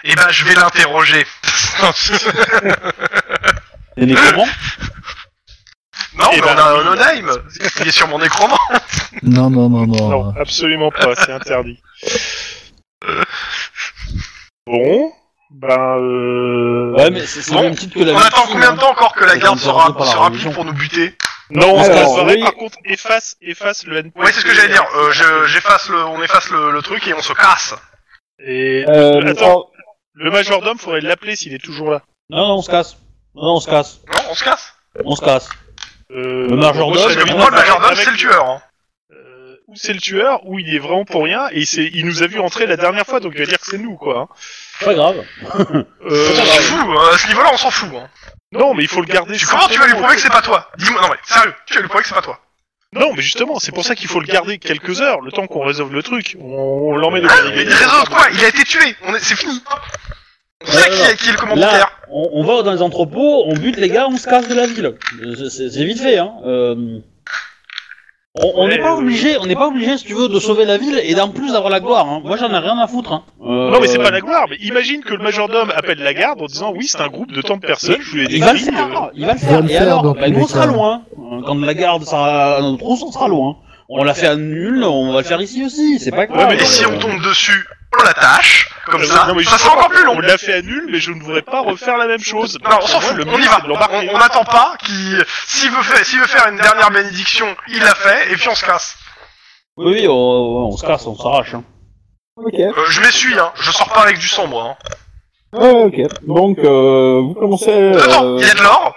Eh ben, je vais l'interroger. Et les comment non, Eh mais ben, on a un oui. no-name Il est sur mon écran. Non, non, non, non. Non, hein. absolument pas, c'est interdit. Bon, ben euh... Ouais, mais c'est c'est Bon, le même titre que la On attend combien de temps encore que la C'est garde un sera, peu par la se religion. rapplique pour nous buter Non, on se Alors, passe pareil. oui. Par contre, efface, efface le endpoint. Ouais, c'est ce que j'allais dire. Euh, je- j'efface le, on efface le, le truc et on se casse. Et Euh, Attends. alors, le majordome, faudrait l'appeler s'il est toujours là. Non, non, on se casse. Non, non, on se casse. Non, on se casse. On se casse. Euh, Le majordome, moi, je serais Parce que mais pour bien moi, le d'accord bah, majordome, avec- c'est le tueur. hein. Euh, ou c'est le tueur, ou il est vraiment pour rien, et il, s'est- il nous a vu rentrer la dernière fois, donc il va dire que c'est nous, quoi. hein. Pas grave. Euh, on s'en fout. hein. À ce niveau-là, on s'en fout. hein. non, mais il faut le garder. Tu, comment tu vas lui simplement. prouver que c'est pas toi Dis-moi, non mais sérieux, tu vas lui prouver que c'est pas toi. Non, mais justement, c'est pour ça qu'il faut le garder quelques heures, le temps qu'on résolve le truc. On, on l'emmène au Ah, Gardigan. mais résoudre quoi Il a été tué On est- C'est fini On sait Ouais, qui, alors, est- qui est le Là, commanditaire on, on va dans les entrepôts, on bute les gars, on se casse de la ville. Euh, c'est- C'est c'est vite fait, hein. Euh, on on n'est Ouais, pas euh, obligé, on n'est pas obligé, si tu veux, de sauver la ville et d'en plus d'avoir la gloire. hein. Moi, j'en ai rien à foutre. Hein. Euh, Non, mais c'est pas la gloire, mais imagine que le majordome appelle la garde en disant oui, c'est un groupe de tant de personnes, je vous l'ai Il va le décrit. faire, euh, il va le Il faire. va le et faire, alors, donc, bah, nous, mais on sera ça- loin. Euh, Quand la garde sera à notre trousse, on sera loin. On l'a fait à nul, on va le faire ici aussi, c'est pas grave. Ouais, mais Et si on tombe dessus, on l'attache, comme euh, ça, non, mais ça sera justement, encore plus long On l'a fait à nul, mais je ne voudrais pas refaire la même chose. Non, on s'en fout, Le on y but, va. c'est de l'embarquer. On on n'attend pas qu'il. S'il veut, faire- s'il veut faire une dernière bénédiction, il la fait, et puis on se casse. Oui, oui, on, on- on se casse, on s'arrache. Hein. Ok. Euh, je m'essuie, hein. Je sors pas avec du sang, moi. hein. Ah, ok. Donc, euh, vous commencez... Attends, Ah, Euh... il y a de l'or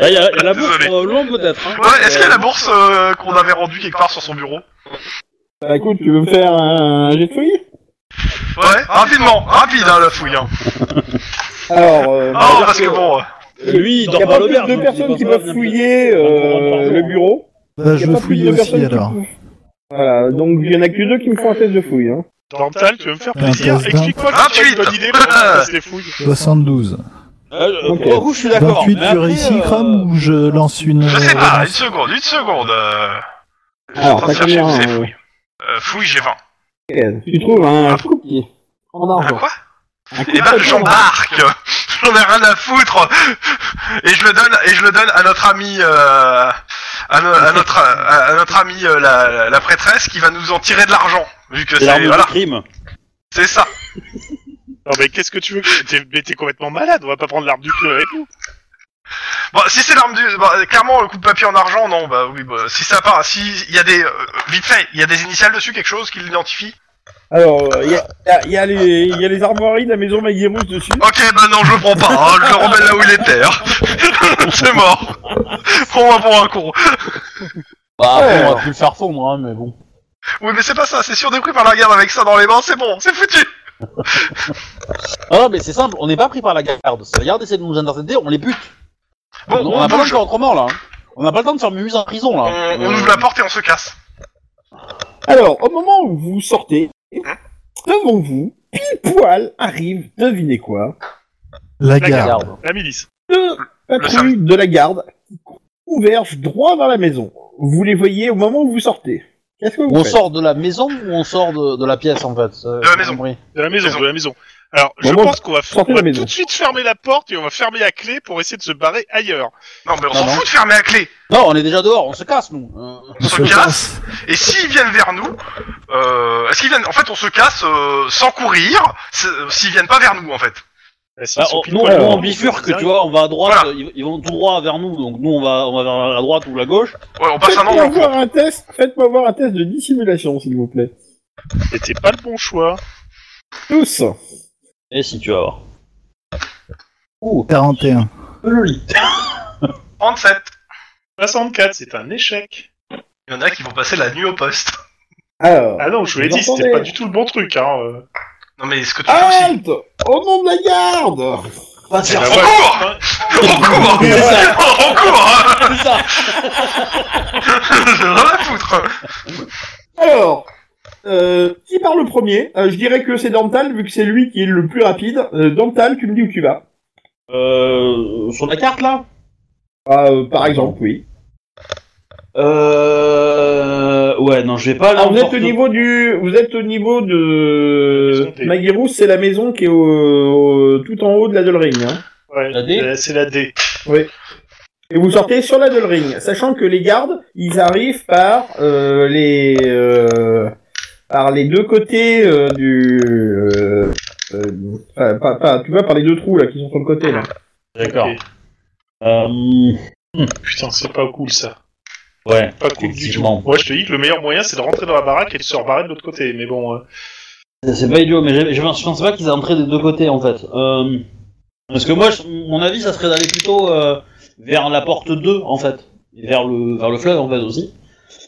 Bah, il y a, il y a la bourse Désolé. probablement, peut-être. hein. Ouais, Est-ce qu'il y a Euh, la bourse euh, qu'on avait rendue quelque part sur son bureau Bah, écoute, tu veux me faire un jet de feuille Ouais, rapidement, rapide, hein, la fouille. Hein. Alors, euh, Oh, parce que bon. euh, Lui, Ah, il Il dort n'y pas a pas à plus l'auberge. de donc personnes il qui doit pas peuvent venir- fouiller Encore un euh, peu. le bureau. Bah, Il y je a pas plus fouille de aussi personnes qui alors. peuvent- Voilà, donc il y en a que deux qui me font un test de fouille. Hein. Dental, tu veux me faire Un plaisir test d'un. Explique-moi que c'est pas une 28. bonne idée pour faire tes fouilles. 72. Euh, Ok. Pour le coup, je suis d'accord. 28, mais tu après, réussis, euh, Chrome, ou je lance une. Je sais euh, pas, une relance seconde, une seconde. Euh... Ah, Je suis en Alors, train de t'as chercher combien, où c'est euh, fouille. Euh, fouille, j'ai 20. Ok, Tu trouves Ah. un coupier en Ah, argent. quoi Un Eh coupier ben, en argent. j'embarque J'en ai rien à foutre Et je le donne, et je le donne à notre ami... Euh... À, no- à notre, à, à notre ami euh, la, la prêtresse qui va nous en tirer de l'argent. Vu que C'est c'est... l'arme du Voilà, crime. c'est ça. Non, mais qu'est-ce que tu veux que- t'es- Mais t'es complètement malade, on va pas prendre l'arme du feu avec nous. Bon, si c'est l'arme du... bah, clairement, le coup de papier en argent, non, bah oui, bah, si ça part... Si, il y a des... euh, vite fait, il y a des initiales dessus, quelque chose qui l'identifie Alors, euh, il y, a- y a- y a les- y a les armoiries de la maison Magirus dessus. Oh. Ok, bah non, je le prends pas, hein, je le remets là où il était. hein. c'est mort. Prends-moi pour un con. Bah, après, après, on on va plus le faire fondre, hein, mais bon. Oui, mais c'est pas ça, c'est sûr des pris par la garde avec ça dans les mains, c'est bon, c'est foutu. Ah non, mais c'est simple, on n'est pas pris par la garde. Si la garde essaie de nous intercepter, on les bute. Bon, on on, n'a pas le bouge, temps autrement, là. On n'a pas le temps de faire muse en prison, on, là. on Euh, ouvre la porte et on se casse. Alors, au moment où vous sortez, Ah. devant vous, pile poil arrive, devinez quoi, La La garde. garde. La milice. deux patrouilles Euh, de la garde qui convergent droit vers la maison. Vous les voyez au moment où vous sortez. Qu'est-ce que vous On faites sort de la maison ou on sort de, de la pièce, en fait euh, De la j'ai maison. compris. De la maison, Maison. de la maison. Alors, je Maman, pense qu'on va, sortez on de va la maison. tout de suite fermer la porte et on va fermer la clé pour essayer de se barrer ailleurs. Non, mais on Ah s'en non. fout de fermer la clé. Non, on est déjà dehors, on se casse, nous. Euh, On se casse. Et s'ils viennent vers nous, euh, est-ce qu'ils viennent En fait, on se casse euh, sans courir. c'est- euh, S'ils viennent pas vers nous, en fait. Bah, s'ils bah, sont on, pile nous, poil nous, devant on nous, bifurque, c'est tu vois, on va à droite, Voilà. euh, ils, ils vont tout droit vers nous, donc nous, on va, on va vers la droite ou la gauche. Ouais, on passe un angle. Faites-moi on court. voir un test, faites-moi voir un test de dissimulation, s'il vous plaît. dingue. C'était pas le bon choix. Tous. Et si tu vas voir. Ouh, 41. Oh, 37. 64, c'est un échec. Il y en a qui vont passer la nuit au poste. Alors. Ah non, je vous l'ai Vous dit, c'était entendez pas du tout le bon truc, hein. euh. Non, mais ce que tu Ah fais aussi. Halte Au nom de la garde Pas de Eh ben, faire- On voilà. court Hein, On court C'est ça. On court hein. C'est ça. Rien à foutre Alors, euh, qui part le premier Euh, Je dirais que c'est Dental, vu que c'est lui qui est le plus rapide. Euh, Dental, tu me dis où tu vas Euh, sur la carte, là Ah, euh, Par exemple, oui. Euh... Ouais, non, je vais pas... Alors, vous êtes l'emporter. au niveau du, vous êtes au niveau La de maison des- Magirus, c'est la maison qui est au, au- tout en haut de la Ring. Hein. ouais, La D euh, C'est la D. Et vous sortez sur la Ring, sachant que les gardes, ils arrivent par euh, les euh, par les deux côtés euh, du, euh, euh, enfin, pas- pas- tu vois par les deux trous là qui sont sur le côté là. D'accord. Ok. Euh... Putain, c'est pas cool ça. Ouais, Pas cool du tout. effectivement. Moi, je te dis que le meilleur moyen, c'est de rentrer dans la baraque et de se rebarrer de l'autre côté. Mais bon, euh, C'est- C'est pas idiot, mais j'ai- je pense je pense pas qu'ils aient entré des deux côtés en fait. Euh, parce que moi, je- mon avis, ça serait d'aller plutôt euh, vers la porte 2 en fait. Et vers le, vers le fleuve en fait aussi.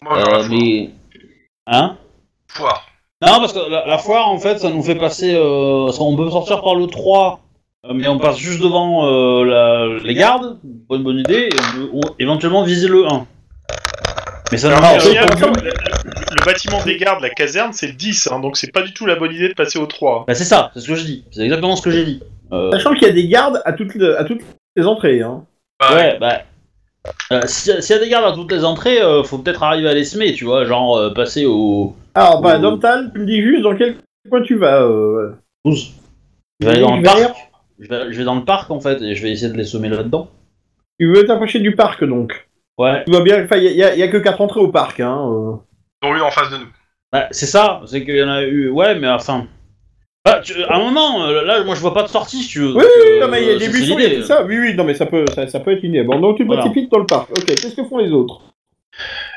Moi, Euh, je vais mais. Hein foire. Non, parce que la, la foire en fait, ça nous fait passer. euh, ça- on peut sortir par le 3, euh, mais on passe juste devant euh, la- les gardes. Bonne bonne idée. Et on peut on- éventuellement viser le 1. Mais ça ne Alors, marche Myriam, pas. le, le- le bâtiment des gardes, la caserne, c'est le 10, hein, donc c'est pas du tout la bonne idée de passer au 3. Bah, c'est ça, c'est ce que je dis. C'est exactement ce que j'ai dit. Euh, Sachant qu'il y a des gardes à toutes, le- à toutes les entrées. Hein. ouais, bah. euh, si- S'il y a des gardes à toutes les entrées, euh, faut peut-être arriver à les semer, tu vois, genre euh, passer au Alors, bah, Ouh. Dantal, tu me dis juste dans quel coin tu vas. euh, 12. Je vais aller dans Tu le vas parc. dire- Je vais, je vais dans le parc en fait et je vais essayer de les semer là-dedans. Tu veux t'approcher du parc, donc. Ouais. Tu vois bien, enfin, il y, a- il y a- il y a que quatre entrées au parc, hein. euh. dont une en face de nous. Bah, c'est ça, c'est qu'il y en a eu. Ouais, mais enfin. Bah, tu- à un moment, euh, là, moi je vois pas de sortie si tu veux. Donc, Oui, oui, oui, euh, non, mais il y a des c'est buissons, il y l'idée. a tout ça. Oui, oui, non, mais ça peut, ça, ça peut être une idée. Bon, donc tu Voilà. précipites dans le parc. Ok, qu'est-ce que font les autres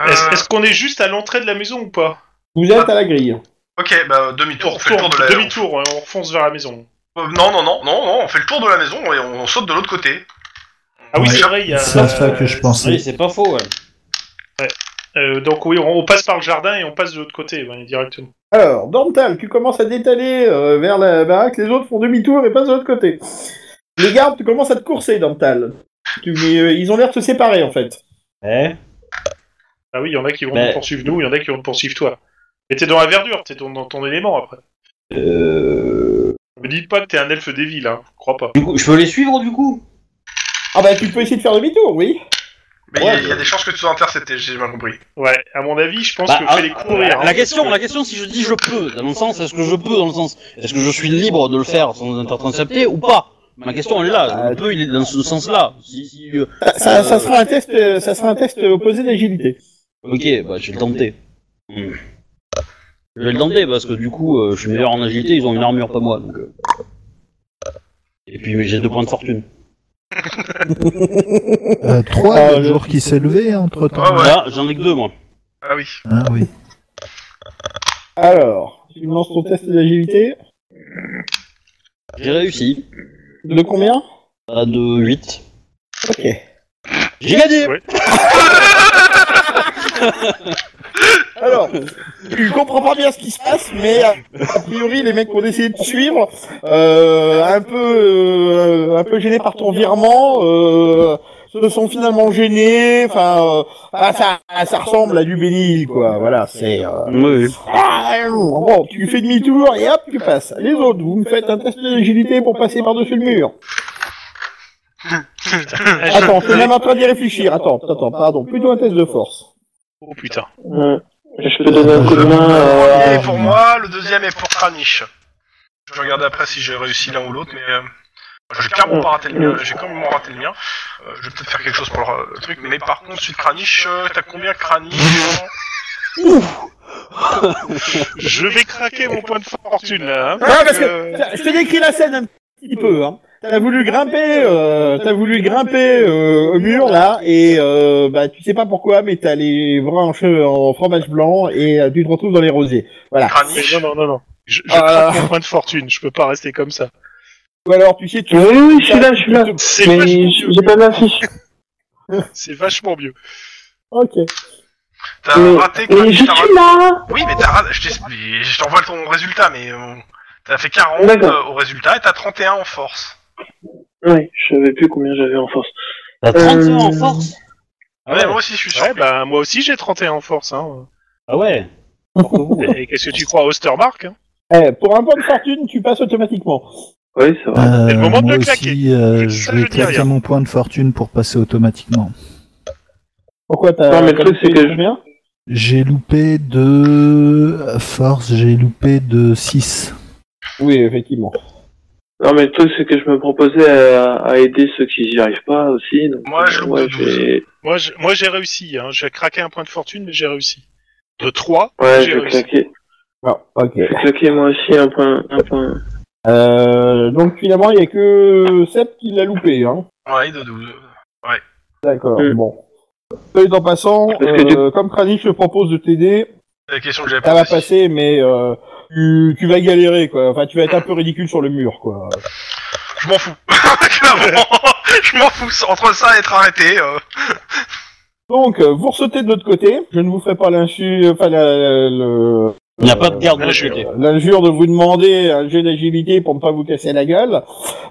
Euh, Est-ce est-ce qu'on est juste à l'entrée de la maison ou pas Vous êtes à la grille. ok, bah demi-tour, on fait le tour Tourne, de la maison. Demi-tour, hein, on fonce vers la maison. Non, non, non, non, non, on fait le tour de la maison et on, on saute de l'autre côté. Ah oui, Ouais. c'est vrai, il y a. C'est à ça que je pensais. Oui, c'est pas faux, ouais. Euh, donc oui, on, on passe par le jardin et on passe de l'autre côté, ben, directement. Alors, Dorntal, tu commences à détaler euh, vers la baraque, les autres font demi-tour et passent de l'autre côté. Les gardes, tu commences à te courser, Dorntal. Tu, mais, euh, ils ont l'air de se séparer, en fait. Eh Ah oui, il y en a qui vont Ben. nous poursuivre nous, il y en a qui vont nous poursuivre toi. Mais t'es dans la verdure, t'es dans, dans ton élément après. euh... Me dites pas que t'es un elfe des villes, hein, je crois pas. Du coup, je peux les suivre du coup Ah bah, tu peux essayer de faire demi-tour, oui. Mais il y a- Ouais, il y, a des chances que tu sois intercepté, j'ai mal compris. Ouais, à mon avis, je pense Bah, que ah, fais les courir. hein. La question, la question, si je dis je peux, dans le sens, est-ce que je peux, dans le sens, est-ce que je suis libre de le faire sans être intercepté ou pas Ma question, elle est là. Je peux, il est dans ce sens-là. Si, si, euh, Ça, Ah, ça- ça sera un test, euh, ça sera un test opposé d'agilité. Ok, bah je vais le tenter. Hmm. Je vais le tenter parce que du coup, euh, je suis meilleur en agilité, ils ont une armure, pas moi. Donc, euh. Et puis j'ai deux points de fortune. Euh, trois Ah, le je- jour qui s'est levé entre temps. Ah ouais. Là, j'en ai que deux, moi. Ah oui. Ah oui. Alors, tu me lances ton test d'agilité. J'ai réussi. De combien À de 8. Ok. J'ai gagné Ouais. Alors, tu comprends pas bien ce qui se passe, mais a, a priori les mecs qu'on essayé de te suivre, euh, un peu, euh, un peu gênés par ton virement, euh, se sont finalement gênés. Enfin, euh, ah, ça, ça ressemble à du béni, quoi. Voilà, c'est. euh, Oui. ah, bon, tu fais demi-tour et hop, tu passes. Les autres, vous me faites un test d'agilité pour passer par-dessus le mur. Attends, je suis même en train d'y réfléchir. Attends, attends, pardon. Plutôt un test de force. Oh putain. Ouais. Je peux donner un coup de main Le euh, premier est pour moi, le deuxième est pour Kranich. Je vais regarder après si j'ai réussi l'un ou l'autre, mais euh, j'ai clairement pas raté le mien. J'ai clairement raté le mien. Euh, je vais peut-être faire quelque chose pour le, le truc, mais par contre, celui de Kranich, euh, t'as combien Kranich Je vais craquer mon point de fortune là. hein. Ouais, parce que tiens, je te décris la scène un petit peu. Hein. T'as voulu grimper, euh, t'as voulu grimper euh, au mur là, et euh, bah tu sais pas pourquoi, mais t'as les branches euh, en fromage blanc et euh, tu te retrouves dans les rosiers. Voilà. Mais Kranich Non, non, non, non. Je, je Ah. craque mon point de fortune, je peux pas rester comme ça. Ou alors tu sais, tu Oui, oui, je suis là, je suis Ah. là. C'est Mais vachement j- mieux. j'ai pas ma fiche. C'est vachement mieux. ok. T'as Mais- raté Mais Kranich je t'as suis là ra- Oui, mais t'as raté. Je t'es- mais je t'envoie ton résultat, mais euh, t'as fait 40 D'accord. euh, au résultat et t'as 31 en force. Ouais, je savais plus combien j'avais en force. T'as 31 en Euh. force Ah Ouais, moi aussi, je suis sûr. Ouais, bah moi aussi j'ai 31 en force. Hein. Ah ouais Et qu'est-ce que tu crois, Ostermark hein Eh, pour un point de fortune, tu passes automatiquement. Oui, c'est vrai. Euh, le moment de moi le claquer. aussi, euh, Je- je ça, vais je dis rien. claquer mon point de fortune pour passer automatiquement. Pourquoi t'as Non, mais le truc, c'est que je- viens. J'ai loupé de force, j'ai loupé de 6. Oui, effectivement. Non, mais le truc, c'est que je me proposais à, à aider ceux qui n'y arrivent pas aussi. Donc, Moi, je euh, le ouais, propose. j'ai- Moi j'ai moi, j'ai réussi. Hein. J'ai craqué un point de fortune, mais j'ai réussi. De 3, Ouais, j'ai je vais réussi. claquer. Bon, Ah, ok. Je vais claquer moi aussi un point. Un point. Euh, donc finalement, il y a que Seb qui l'a loupé. Hein. bah. Ouais, de 12. D'accord. Mm. Bon. Soit en passant, Parce que tu- euh, comme Kranich te propose de t'aider, C'est la question que j'avais Ça va posée. passer, mais euh, tu, tu vas galérer, quoi. Enfin, tu vas être un peu ridicule sur le mur, quoi. Je m'en fous. Clairement, je m'en fous. Entre ça et être arrêté. euh, Donc, euh, vous ressautez de l'autre côté. Je ne vous ferai pas l'insu... Enfin, la- la- le- Il n'y a pas de garde de Euh, l'autre côté. l'injure de vous demander un jeu d'agilité pour ne pas vous casser la gueule.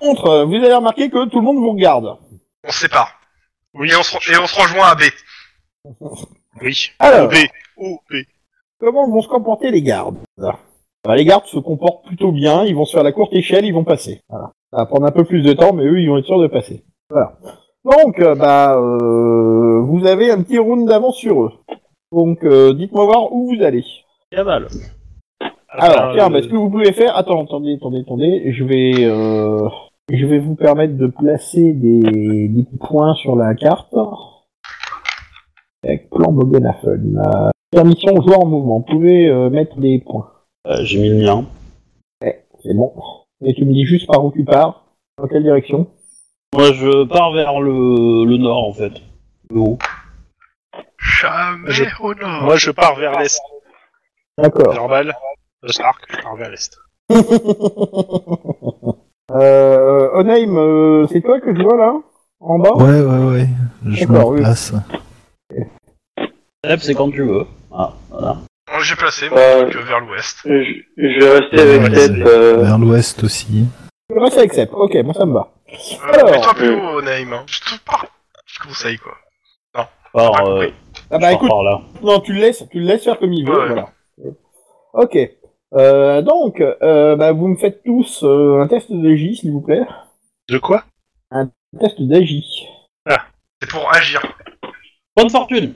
Contre, euh, vous allez remarquer que tout le monde vous regarde. on se sépare. Oui. Et on se, re- et on se rejoint à B. Oui. Alors, Ah. OP. OP. comment vont se comporter les gardes Bah, Les gardes se comportent plutôt bien, ils vont se faire la courte échelle, ils vont passer. Voilà. Ça va prendre un peu plus de temps, mais eux, ils vont être sûrs de passer. Voilà. Donc, euh, bah, euh, vous avez un petit round d'avance sur eux. Donc, euh, dites-moi voir où vous allez. Cavale. Alors, tiens, euh, bah, ce que vous pouvez faire, attends, attendez, attendez, attendez, je vais, euh, je vais vous permettre de placer des, des petits points sur la carte. Avec plan Bogenhafen. Euh, permission joueur en mouvement. Vous pouvez euh, mettre des points. Euh, J'ai mis le mien. C'est bon. Et tu me dis juste par où tu pars, dans quelle direction. Moi, je pars vers le, le nord, en fait. Le haut. Jamais Je- au nord. Moi, je pars vers l'est. D'accord. Normal. Je pars, je pars vers l'est. Euh, Onaim, euh, c'est toi que je vois là, en bas. Ouais, ouais, ouais. Je me Ah. D'accord, oui. replace. Step, c'est quand tu veux. Ah, voilà. Moi, J'ai placé mon Euh, truc vers l'ouest. Je, je vais rester Ouais, avec vas-y. Seb. euh, Vers l'ouest aussi. Je reste avec Sepp. Ok, moi ça me va. alors, Euh, Mets-toi plus euh, haut, Naïm. hein. Je te parle. Je te conseille, quoi. Par, Ah, euh, oui. je Ah bah pars écoute, par là. non, tu le laisses, tu le laisses faire comme il veut. Ouais. Voilà. Ok. Euh, donc, euh, bah, vous me faites tous euh, un test d'agi, s'il vous plaît. De quoi Un test d'agi. C'est pour agir. Bonne fortune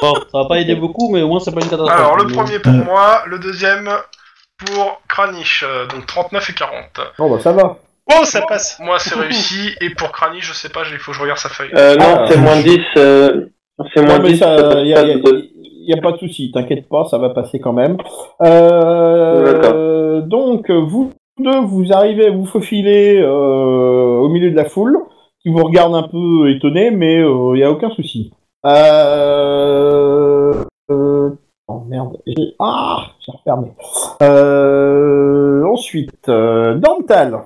Bon, ça va pas aider beaucoup, mais au moins c'est pas une catastrophe. Alors, le premier pour Euh. moi, le deuxième pour Kranich, euh, donc 39 et 40. Bon bah ça va. Oh, ça passe Moi, c'est réussi, et pour Kranich, je sais pas, j'ai- il faut que je regarde sa feuille. euh, non, Ah, c'est je- moins 10. Euh, c'est moins Non, mais 10. ça, euh, ça passe y a, pas y a- de- y a pas de souci, t'inquiète pas, ça va passer quand même. Euh, D'accord. euh, donc, vous deux, vous arrivez à vous faufiler euh, au milieu de la foule, qui vous regarde un peu étonné, mais il n'y a aucun souci. Euh... euh, Oh merde, j'ai... Ah, j'ai refermé. Euh, ensuite, euh, Dantal.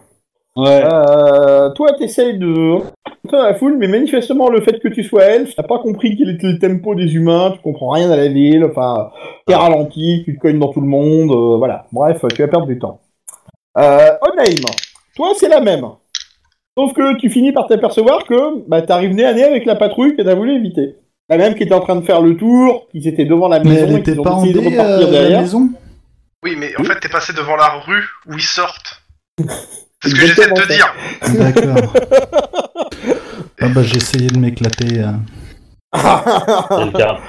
Ouais. Euh, toi, t'essayes de rentrer dans la foule, mais manifestement, le fait que tu sois elfe, t'as pas compris quel était le tempo des humains, tu comprends rien à la ville, enfin, Ah. t'es ralenti, tu te cognes dans tout le monde, euh, voilà. Bref, tu vas perdre du temps. Euh, Onaim, toi, c'est la même. Sauf que tu finis par t'apercevoir que bah, t'arrives nez à nez avec la patrouille que t'as voulu éviter. La même qui était en train de faire le tour, qu'ils étaient devant la Mais maison, elle et qu'ils était ont pas en essayé de D, repartir euh, la derrière. maison Oui, mais en fait, t'es passé devant la rue où ils sortent. C'est ce que j'essaie de Exactement te ça. dire. D'accord. ah bah j'essayais de m'éclater. euh. C'est le cas.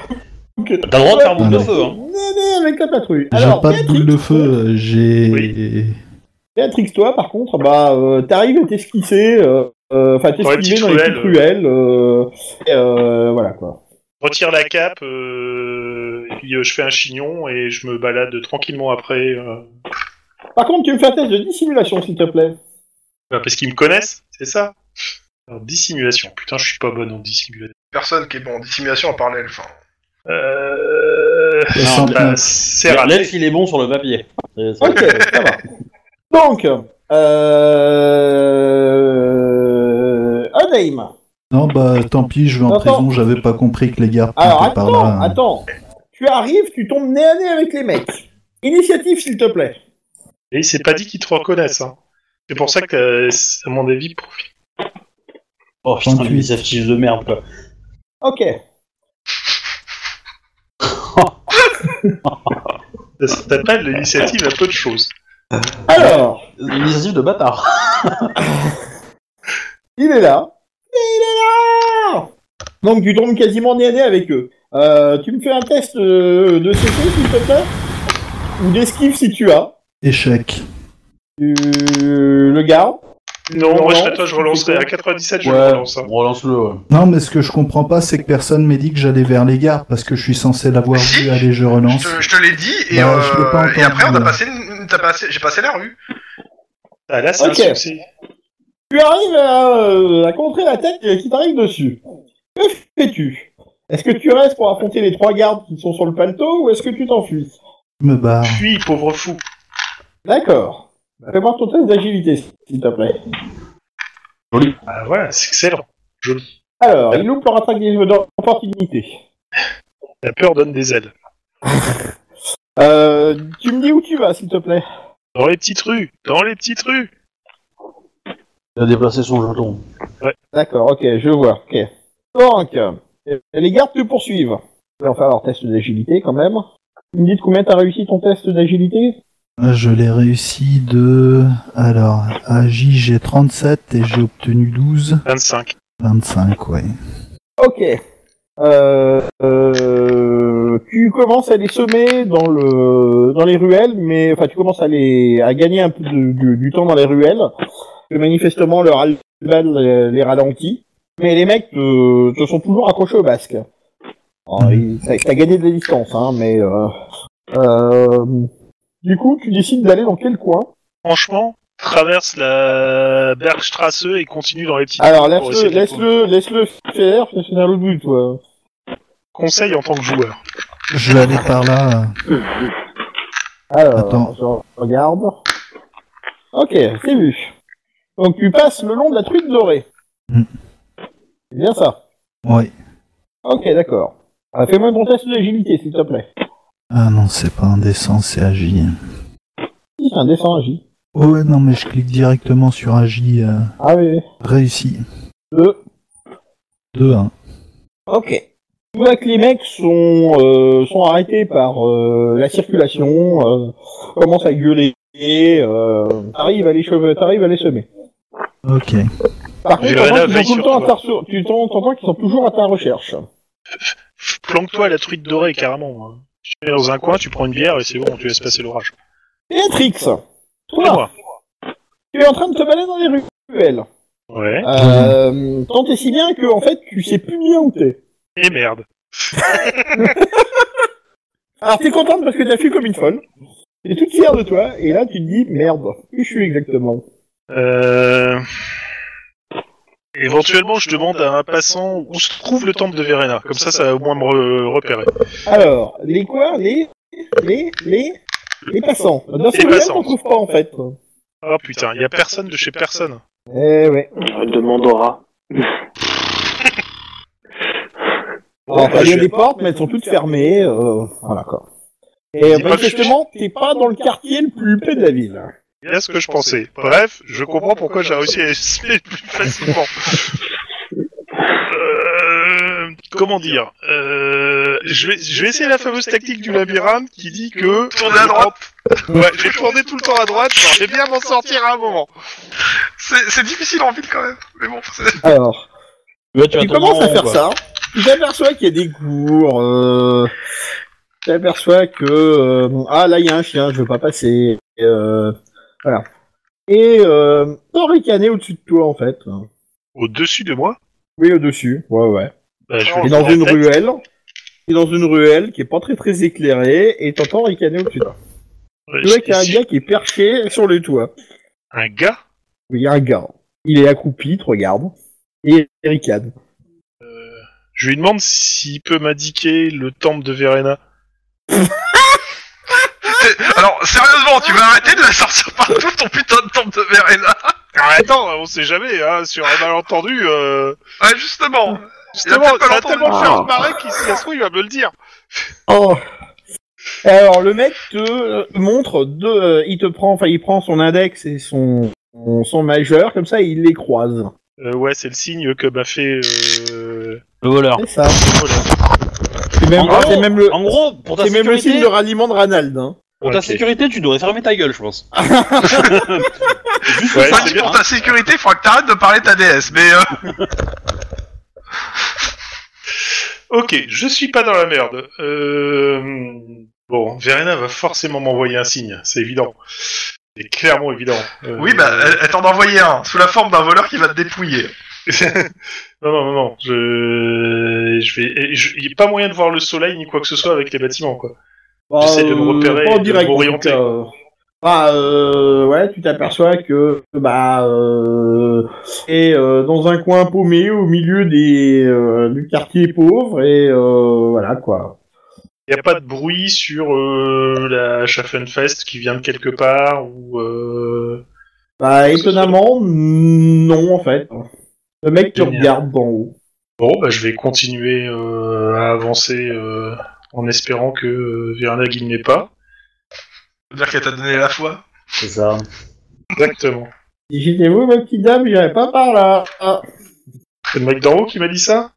Ok. T'as le droit de faire boule Ah, de non. feu, hein. Nez à nez avec la patrouille. J'ai Alors, pas de boule de Béatrix, feu, euh, j'ai... Béatrix, toi, par contre, bah, euh, t'arrives à t'esquisser, euh, euh, enfin, Dans les t'esquiver petites dans les petites ruelles, ruelles, euh, et, euh, voilà, quoi. Retire la cape, euh, et puis euh, je fais un chignon et je me balade tranquillement après. euh. Par contre, tu me fais un test de dissimulation, s'il te plaît. Bah, parce qu'ils me connaissent, c'est ça Alors, dissimulation. Putain, je suis pas bonne en dissimulation. Personne qui est bon en dissimulation à part l'elfe. hein. Euh... Ah, Non, bah, bah, c'est raté. L'elfe, il est bon sur le papier. C'est- c'est- Ok, ça va. Donc, euh... Onaim. Non bah tant pis, je vais en Attends. prison, j'avais pas compris que les gardes Alors, étaient par là. hein. attends, attends. Tu arrives, tu tombes nez à nez avec les mecs. Initiative, s'il te plaît. Et c'est pas dit qu'ils te reconnaissent. Hein. C'est pour ça que, euh, c'est- à mon avis, pour... Oh putain, 38. les affiches de merde, quoi. Ok. ça s'appelle l'initiative à peu de choses. Alors, Les affiches de bâtard. Il est là. Il est là Donc tu tombes quasiment nez à nez avec eux. Euh, tu me fais un test euh, de CC s'il te plaît Ou d'esquive si tu as. Échec. Tu le gardes. Non, Non, moi, non, je, toi, je c'est relancerai. quoi À 97, je Ouais. relance. hein. On relance le, ouais. Non mais ce que je comprends pas, c'est que personne m'ait dit que j'allais vers les gardes, parce que je suis censé l'avoir Ah, Si. vu, allez je Je relance. te, je te l'ai dit, et, Bah, euh, je l'ai pas entendu, et après, on a là. passé, une- t'as passé- j'ai passé la rue. Ah, là, c'est Ok. un succès. Tu arrives à, euh, à contrer la tête qui t'arrive dessus. Que fais-tu Est-ce que tu restes pour affronter les trois gardes qui sont sur le paletot ou est-ce que tu t'enfuis Je me barre. Fuis, pauvre fou. D'accord. Fais-moi ton test d'agilité s'il te plaît. Ah, voilà, c'est excellent. Alors, il loupe le rattrapage d'opportunité. La peur donne des ailes. Euh, tu me dis où tu vas s'il te plaît Dans les petites rues, dans les petites rues. Il a déplacé son jeton. D'accord, ok, je vois. Ok. Donc, Et Les gardes te poursuivent. Ils vont faire leur test d'agilité quand même. Vous me dites combien t'as réussi ton test d'agilité Ah, Je l'ai réussi de... Alors, AJ, j'ai 37 et j'ai obtenu 12. 25. 25, ouais. Ok. Euh, euh, tu commences à les semer dans le dans les ruelles, mais enfin tu commences à les à gagner un peu de- du, du temps dans les ruelles. Que manifestement leur albal les, les ralentit, mais les mecs te, te sont toujours accrochés au basque. Alors, ils- T'as t'as gagné de la distance, hein, mais euh, euh, du coup tu décides d'aller dans quel coin Franchement, traverse la Bergstrasse et continue dans les petites. Alors pour essayer laisse-le, de les prendre. laisse-le, laisse-le faire, parce que c'est dans le but, toi. Conseil en tant que joueur. Je vais aller par là. Alors, Attends. je regarde. Ok, c'est vu. Donc tu passes le long de la truite dorée. Hmm. C'est bien ça. Ouais. Ok, d'accord. Ah, Fais-moi ton test d'agilité, s'il te plaît. Ah non, c'est pas indécent, c'est hein. AJ. Si, c'est un dessin J. Oh ouais, non, mais je clique directement sur AJ. euh, Ah oui, oui. réussi. Deux. 2-1. Ok. Tu vois que les mecs sont, euh, sont arrêtés par euh, la circulation, euh, commencent à gueuler, euh, t'arrives à les cheveux, t'arrives à les semer. Ok. Par contre, J'ai t'entends rien à qu'ils veille sont tout le sur temps à toi. ta recherche- tu t'en- t'entends qu'ils sont toujours à ta recherche. Planque-toi à la truite dorée carrément. moi. Tu es dans un coin, tu prends une bière et c'est bon, tu laisses passer l'orage. Béatrix, C'est toi, moi. tu es en train de te balader dans les ruelles. Ouais. Euh, tant et si bien que, en fait, tu sais plus bien où t'es. Et merde. Alors, t'es contente parce que t'as fui comme une folle. T'es toute fière de toi, et là, tu te dis, merde, qui je suis exactement Euh... Éventuellement, je demande à un passant où se trouve le temple de Verena. Comme ça, ça va au moins me re- repérer. Alors, les quoi Les... Les... Les... Les passants. Dans ces Les ruelles, passants. on trouve pas, en fait. Oh putain, il y a personne de chez personne. Eh ouais. Demandera. Alors, bah, il y a je- des portes, mais elles sont toutes fermées, euh, voilà, quoi. Et Dis pas que je- manifestement, t'es pas dans le quartier le plus huppé de la ville. Il y a ce que je pensais. Bref, je comprends pourquoi j'ai réussi à esquiver plus facilement. Euh, comment dire Euh, je, vais, je vais essayer la fameuse tactique du labyrinthe qui dit que... Tourner à droite. Ouais, j'ai tourné tout le temps à droite, je vais bien m'en sortir à un moment. C'est c'est difficile en ville quand même. Mais bon, c'est- Alors, Ouais, tu vas tu tomber commences à en, faire quoi. ça, tu t'aperçois qu'il y a des cours, euh, tu t'aperçois que, euh, ah là il y a un chien, je veux pas passer, euh, voilà. Et euh, t'en ricanais au-dessus de toi en fait. hein. Au-dessus de moi Oui, au-dessus, ouais, ouais. bah, je Et vais dans en une tête. ruelle, et dans une ruelle qui est pas très très éclairée, et t'entends ricaner au-dessus de toi. Ouais, Tu vois qu'il y a un si- gars qui est perché sur le toit. un gars Oui, il y a un gars. Il est accroupi, il te regarde. Et il ricane. Je lui demande s'il peut m'indiquer le temple de Verena. c'est- Alors, sérieusement, tu vas arrêter de la sortir partout ton putain de temple de Verena Ah, attends, on sait jamais, hein, sur un malentendu. Euh... Ouais, justement. Justement, peut-être ça pas va l'entendu. tellement le Ah. faire marrer qu'il si ça se trouve, il va me le dire. Oh Alors, le mec te euh, montre deux. euh, il te prend, enfin, il prend son index et son, son, son majeur, comme ça, il les croise. Euh, ouais, c'est le signe que m'a fait. Euh... Le voleur. C'est ça. Voilà. C'est même, En gros, c'est même le. En gros, pour ta C'est même le sécurité, signe de ralliement de Ranald. Hein. pour ta Ok. sécurité, tu devrais fermer ta gueule, je pense. Juste Ouais, ça, Enfin, c'est dis hein. pour ta sécurité, il faudra que t'arrêtes de parler de ta déesse. Mais euh, Ok, je suis pas dans la merde. Euh... Bon, Verena va forcément m'envoyer un signe, c'est évident. C'est clairement évident. Euh, oui, bah, elle, elle t'en a envoyé un, sous la forme d'un voleur qui va te dépouiller. non, non, non, non. Je, je vais. je- Il n'y a pas moyen de voir le soleil ni quoi que ce soit avec les bâtiments, quoi. J'essaie de le Bah, euh, repérer pas en et de direct, m'orienter, donc, euh, bah, euh, ouais, tu t'aperçois que bah euh, est euh, dans un coin paumé au milieu des euh, du quartier pauvre et euh, voilà quoi. Il n'y a pas de bruit sur euh, la Schaffenfest qui vient de quelque part ou. Euh... Bah étonnamment non en fait. Le mec te Génial. regarde d'en haut. Bon, bah, je vais continuer euh, à avancer euh, en espérant que euh, Verena guide mes pas. C'est-à-dire qu'elle t'a donné la foi. C'est ça. Exactement. Si j'étais vous ma petite dame, j'irais pas par là. Ah. C'est le mec d'en haut qui m'a dit ça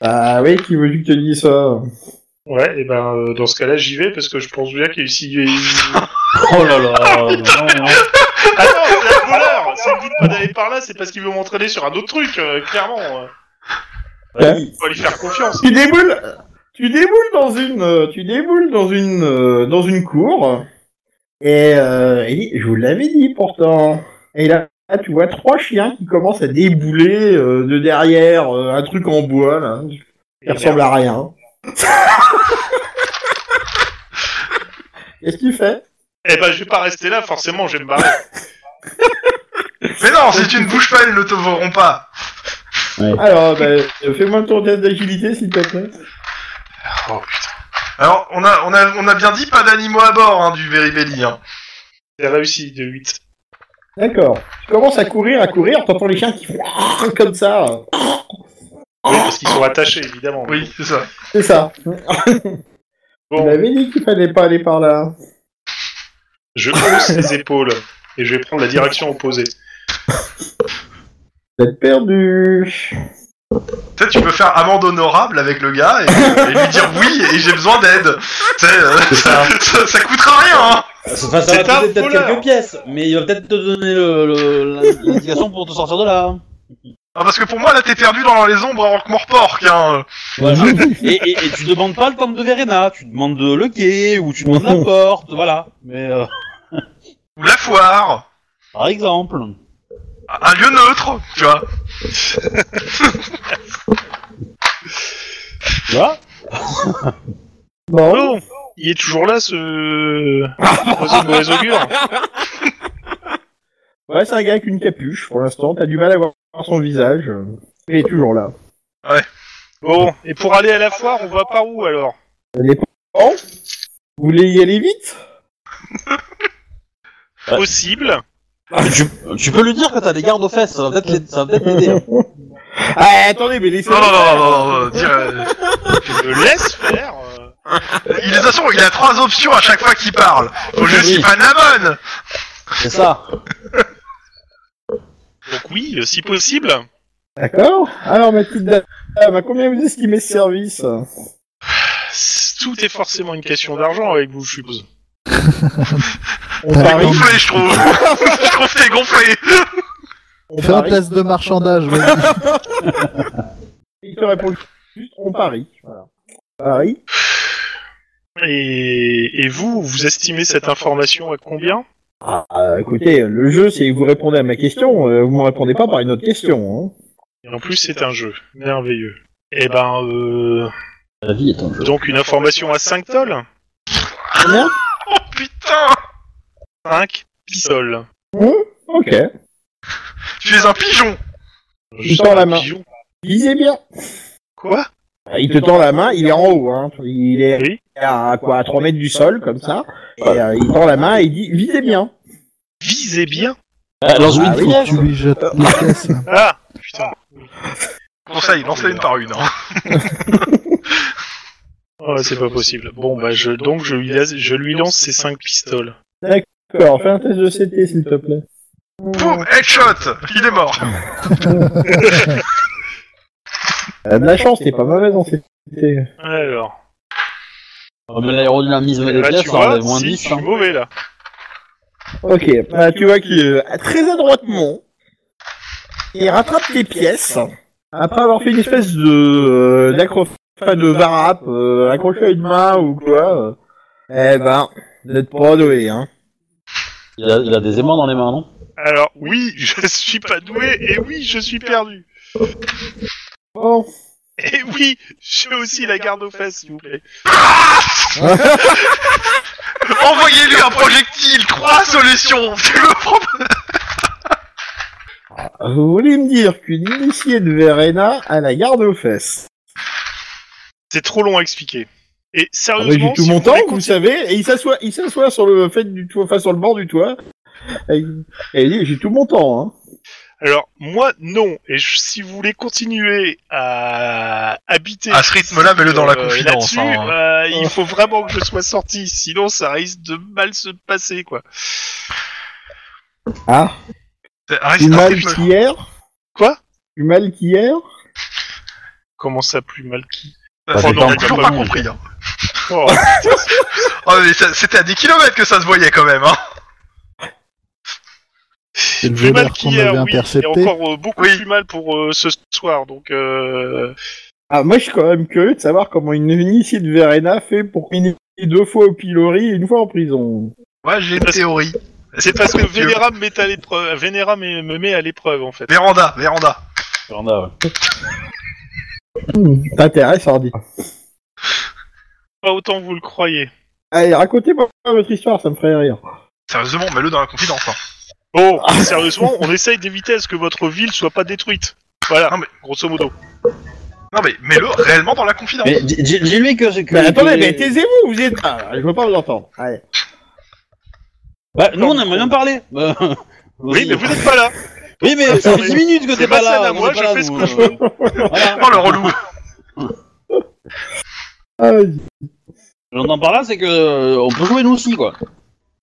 Ah oui, qui veut que te dise ça Ouais, et ben euh, dans ce cas-là, j'y vais parce que je pense bien qu'il y a eu si- Oh là là non, non. Ah non, c'est un voleur S'il ne doute pas d'aller par là, c'est parce qu'il veut m'entraîner sur un autre truc, euh, clairement. euh. Ouais. Faut lui faire confiance. Tu déboules, tu déboules dans une, euh, tu déboules dans une, euh, dans une cour. Et euh, il dit, je vous l'avais dit pourtant. Et là, là, tu vois trois chiens qui commencent à débouler euh, de derrière euh, un truc en bois là. Et Il ressemble à rien. Qu'est-ce que tu fais Eh ben, je vais pas rester là, forcément, je vais me barrer. Mais non, si tu ne bouges pas, ils ne te verront pas. Alors, bah, fais-moi ton test d'agilité, s'il te plaît. Oh putain. Alors, on a, on a, on a bien dit pas d'animaux à bord hein, du Veribelli. Hein. J'ai réussi de 8. D'accord. Tu commences à courir, à courir, t'entends les chiens qui font comme ça. Oui, parce qu'ils sont attachés, évidemment. Oui, c'est ça. C'est ça. Bon. On avait dit qu'il fallait pas aller par là. Je hausse les épaules et je vais prendre la direction opposée. Vous êtes perdu. Peut-être tu peux faire amende honorable avec le gars et, euh, et lui dire oui et j'ai besoin d'aide. Tu sais, euh, ça, ça, ça coûtera rien. Hein. Enfin, ça C'est va un coûter peut-être voleur. quelques pièces, mais il va peut-être te donner le- le- l'indication pour te sortir de là. Ah, parce que pour moi là t'es perdu dans les ombres en remorque. Hein. Voilà. et, et, et tu demandes pas le temple de Verena, tu demandes de le quai ou tu demandes la porte, voilà. Mais euh, Ou la foire. par exemple. Un lieu neutre, tu vois. Tu vois Bon. Oh Il est toujours là, ce. oiseau de mauvais augure Ouais, c'est un gars avec une capuche pour l'instant. T'as du mal à voir son visage. Il est toujours là. Bon, et pour aller à la foire, on va par où alors Ça dépend. Vous voulez y aller vite Ouais. Possible. Ah, tu, tu peux lui dire que t'as des gardes aux fesses, ça va peut-être l'aid- ça va peut-être l'aider. hein. Ah, attendez, mais laissez Non, non, non, non, non, non, dire, euh, Je me laisse faire. euh. il, de toute façon, il a trois options à chaque fois qu'il parle. Faut juste qu'il prenne la bonne. C'est ça. Donc oui, euh, si possible. D'accord. Alors, ma petite dame, à combien vous estimez ce service Tout est forcément une question d'argent avec vous, je suppose. On T'as parie, Gonflé, je trouve. je trouve que t'es gonflé. on Fais un parie. test de marchandage, Ah vas-y. Il te répond juste, on parie. Voilà. Paris. Et, et vous, vous estimez cette information à combien Ah, écoutez, le jeu, c'est vous répondez à ma question, euh, vous me répondez pas par une autre question. Hein. Et en plus, c'est un jeu. Merveilleux. Eh ben, euh, La vie est un jeu. donc une information à 5 tolles Oh putain. 5 pistoles. Ok. Tu es un pigeon. Je tends la main. Pigeon. Lisez bien. Bah, Quoi Il te tend la main, il est en haut, hein. il est Oui. à quoi, à 3 mètres du sol, comme ça. Et euh, il tend la main et il dit, visez bien. Visez bien. Alors, je Ah lui oui, dis, Tu lui jettes les caisses. Ah, putain. Conseil, lance-les une par une. Hein. Ouais, Oh, c'est pas possible. Bon, bah, je, donc je lui, laisse- je lui lance ces 5 pistoles. D'accord, fais un test de CT, s'il te plaît. Boum, headshot. Il est mort. Euh, de la chance, t'es pas mauvaise en CT. Alors, euh, mais l'aérodynamisme des là, pièces, Bah, tu ça enlève vois, moins si, je 10. suis hein. mauvais, là. Ok, bah, tu vois qu'il est très adroitement, il rattrape tes pièces, après avoir fait une espèce de, euh, d'accro- enfin, de varap, euh, accroché à une main ou quoi. euh. Eh ben, n'êtes pas doué, hein. Il a, il a des aimants dans les mains, non Alors, oui, je suis pas doué, et oui, je suis perdu. Bon. Et oui, j'ai aussi la garde aux fesses, s'il vous plaît. Envoyez-lui un projectile. Trois solutions. Tu me prends Vous voulez me dire qu'une initiée de Verena a la garde aux fesses C'est trop long à expliquer. Ah, Et J'ai sérieusement, tout si mon vous temps, voulez vous continuer- savez, et il s'assoit, il s'assoit sur le fait du toit, enfin sur le bord du toit. Et et il dit j'ai tout mon temps. Hein. alors moi non. Et je- si vous voulez continuer à habiter À ce rythme-là, mets-le dans la confidence, là-dessus, hein. euh, il faut vraiment que je sois sorti, sinon ça risque de mal se passer quoi. Ah, Reste plus un mal rythme. qu'hier. Quoi Plus mal qu'hier. Comment ça, plus mal qui Bah, Oh j'ai non, pas- mais toujours t'as pas pas compris. Hein. Oh, Oh, mais ça- c'était à des kilomètres que ça se voyait quand même. Hein. C'est le plus mal vénère qu'on qu'hier, avait oui, intercepté. et encore euh, beaucoup Oui. plus mal pour euh, ce soir, donc... Euh... Ah, moi, je suis quand même curieux de savoir comment une initiée de Verena fait pour finir deux fois au pilori et une fois en prison. Moi, j'ai une Parce- théorie. C'est parce que Dieu. Vénéra me met à l'épreuve. Vénéra me me met à l'épreuve en fait. Véranda, Véranda. Véranda, ouais. T'intéresse, Hardy. Pas autant vous le croyez. Allez, racontez-moi votre histoire, ça me ferait rire. Sérieusement, mets-le dans la confidence. Hein. Oh, sérieusement, on essaye d'éviter à ce que votre ville soit pas détruite. Voilà, Non, mais- grosso modo. Non, mais mets-le réellement dans la confidence. Mais di- di- dis-lui que c'est que. Mais attendez, que- mais taisez-vous, vous êtes... Ah, je veux pas vous entendre. Allez. Bah, nous, on aimerait bien parler. Bah, Oui, mais vous n'êtes pas là. Oui, mais ça fait 10 minutes que t'es C'est pas ma scène là. à on moi, est pas je là, fais ce nous, que je euh, voilà. Oh, le relou. Aïe. J'entends par là, c'est que euh, on peut jouer nous aussi, quoi.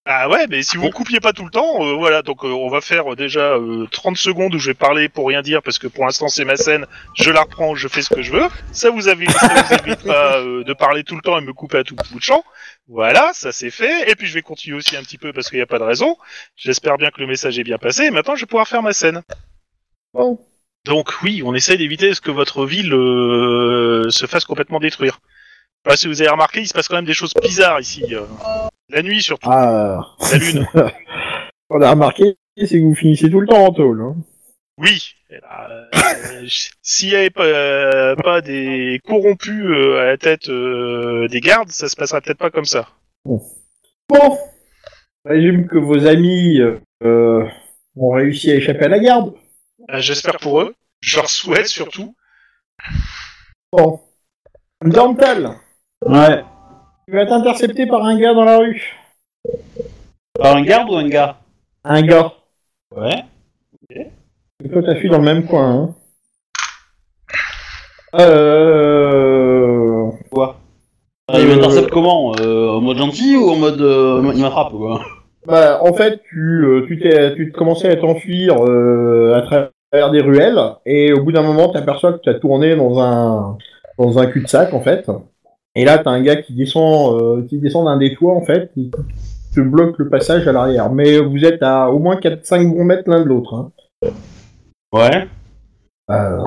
Ah ouais, mais si vous me coupiez pas tout le temps, euh, voilà. Donc euh, on va faire euh, déjà euh, 30 secondes où je vais parler pour rien dire parce que pour l'instant c'est ma scène. Je la reprends, je fais ce que je veux. Ça vous, avez, ça vous évitera euh, de parler tout le temps et me couper à tout bout de champ. Voilà, ça c'est fait. Et puis je vais continuer aussi un petit peu parce qu'il n'y a pas de raison. J'espère bien que le message est bien passé. Et maintenant je vais pouvoir faire ma scène. Bon. Donc oui, on essaie d'éviter ce que votre ville euh, se fasse complètement détruire. Enfin, si vous avez remarqué, il se passe quand même des choses bizarres ici. euh. La nuit surtout, Ah. la lune. On a remarqué, c'est que vous finissez tout le temps en tôle. Hein. Oui. Et là, euh, je- S'il n'y avait pas, euh, pas des corrompus euh, à la tête euh, des gardes, ça se passerait peut-être pas comme ça. Bon. Résume que vos amis euh, ont réussi à échapper à la garde. Euh, J'espère pour eux. Je leur souhaite surtout. Bon. Dental, Ouais. tu vas t'intercepter par un gars dans la rue. Par un garde ou un gars Un gars. Ouais. Et toi, t'as fui dans le même coin. Hein. Euh... Ah, il m'intercepte comment euh, En mode gentil ou en mode euh, il m'attrape, quoi Bah, en fait, tu, euh, tu t'es, tu commençais à t'enfuir euh, à travers des ruelles, et au bout d'un moment, t'aperçois que t'as tourné dans un, dans un cul-de-sac, en fait. Et là, t'as un gars qui descend, euh, qui descend d'un des toits, en fait, et qui te bloque le passage à l'arrière. Mais vous êtes à au moins 4-5 bons mètres l'un de l'autre. hein. Ouais. Euh,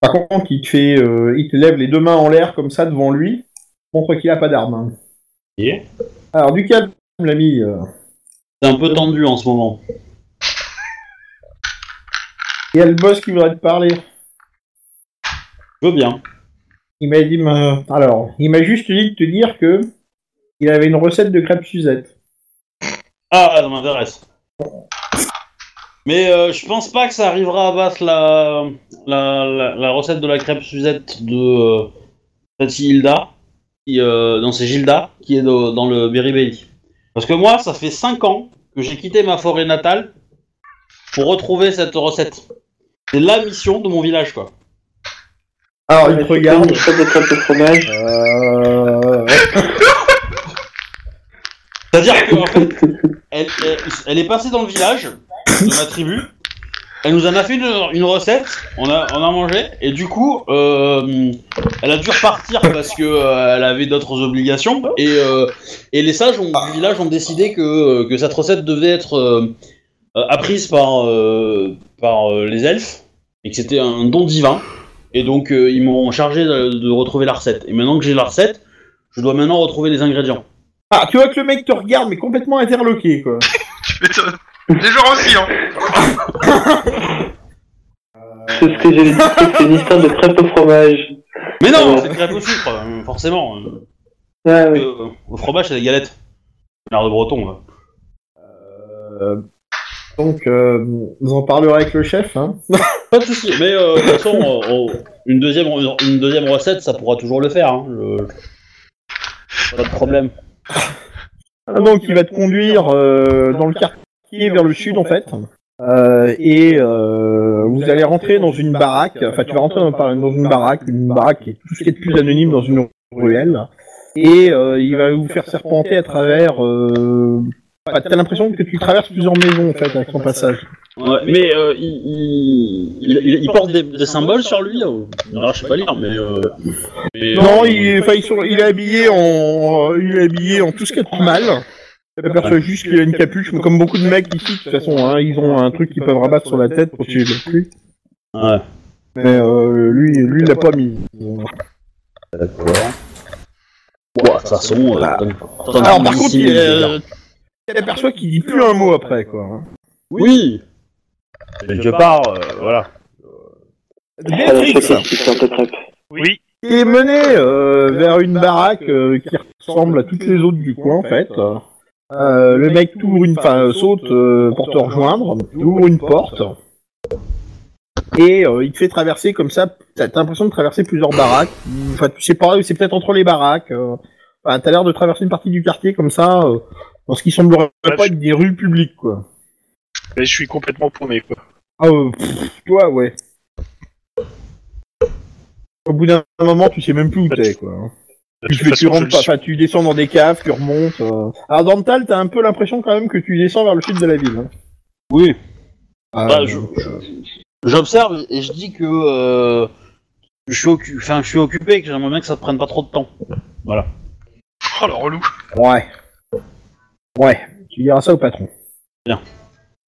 Par contre, il te fait, euh, il te lève les deux mains en l'air comme ça devant lui, montre qu'il a pas d'arme. hein. Yeah. Alors, du calme, l'ami. euh. C'est un peu tendu en ce moment. Il y a le boss qui voudrait te parler. Je veux bien. Il m'a dit, m'a- alors, il m'a juste dit de te dire que il avait une recette de crêpes Suzette. Ah, ça m'intéresse. Mais euh, je pense pas que ça arrivera à battre la, la, la, la recette de la crêpe Suzette de euh, Tati Hilda, qui, euh, non c'est Gilda, qui est de- dans le Beriberi. Parce que moi, ça fait 5 ans que j'ai quitté ma forêt natale pour retrouver cette recette. C'est la mission de mon village, quoi. Alors, il te Ah, regarde. Une sorte de crêpe au fromage. euh, C'est-à-dire qu'en fait, elle, elle- elle est passée dans le village de ma tribu. Elle nous en a fait une, une recette, on a, on a mangé, et du coup, euh, elle a dû repartir parce que euh, elle avait d'autres obligations, et, euh, et les sages ont- du village ont décidé que, que cette recette devait être euh, euh, apprise par, euh, par euh, les elfes, et que c'était un don divin, et donc euh, ils m'ont chargé de, de retrouver la recette. Et maintenant que j'ai la recette, je dois maintenant retrouver les ingrédients. Ah, tu vois que le mec te regarde, mais complètement interloqué, quoi. Tu m'étonnes. Les gens aussi, hein. C'est ce que j'allais dire, c'est une histoire de crêpe au fromage. Mais non, Euh. c'est une crêpe au sucre, euh, forcément. euh, Ah oui. euh, au fromage, c'est des galettes. L'air de breton, là. Euh, Donc, euh, vous en parlerez avec le chef, hein. Pas de soucis, mais euh, de toute façon, euh, on- une, deuxième, une deuxième recette, ça pourra toujours le faire. hein, le- Pas de problème. Ah, Donc, il va te conduire euh, dans le quartier vers le sud, en fait. Euh, et euh, vous allez rentrer dans une baraque. Enfin, tu vas rentrer dans, par- dans une baraque, une baraque qui est tout ce qui est de plus anonyme dans une ruelle. Et euh, il va vous faire serpenter à travers. Euh, bah, T'as l'impression que tu traverses plusieurs maisons en fait avec ton passage. Ouais, mais euh, il, il, il, il- il porte des, des symboles sur lui. euh, Alors, je sais pas lire, mais. euh, mais, Non, euh, il est, enfin, ils sont- il est habillé en, il est habillé en tout ce qu'il y a de mal. J'aperçois juste qu'il a une capuche, mais comme beaucoup de mecs ici, de toute façon, hein, ils ont un truc qu'ils peuvent rabattre sur la tête pour tuer le pluie. Ouais. Mais euh, lui, lui, il l'a pas mis. D'accord. Ouais, de toute façon. euh, t'en- t'en- Alors, par t'en- contre, t'en- il, euh, t'aperçois qu'il dit plus un mot après, quoi. hein. Oui Quelque part, euh, voilà. Béatrix Oui. qui est menée euh, vers une baraque euh, qui ressemble à toutes les autres du coin, en fait. hein. Euh, le mec ouvre une, enfin, euh, saute euh, pour te rejoindre, ouvre une porte, et euh, il te fait traverser comme ça, t'as t'as l'impression de traverser plusieurs baraques, enfin tu sais pas, c'est peut-être entre les baraques, euh, enfin, t'as l'air de traverser une partie du quartier comme ça, euh, dans ce qui semblerait Ouais, pas je- être des rues publiques, quoi. Mais je suis complètement paumé, quoi. Ah, euh, pff, toi, ouais. Au bout d'un moment, tu sais même plus où t'es, quoi. hein. De Tu, toute fais- tu façon, je rentres le pas, suis. enfin, tu descends dans des caves, tu remontes. euh. Alors, dans le Tal, t'as un peu l'impression quand même que tu descends vers le sud de la ville. hein. Oui. Ah, Bah, je- J'observe et je dis que. euh, je, suis occu- enfin, je suis occupé et que j'aimerais bien que ça te prenne pas trop de temps. Oh, le relou. Ouais. Ouais. Tu diras ça au patron. Bien.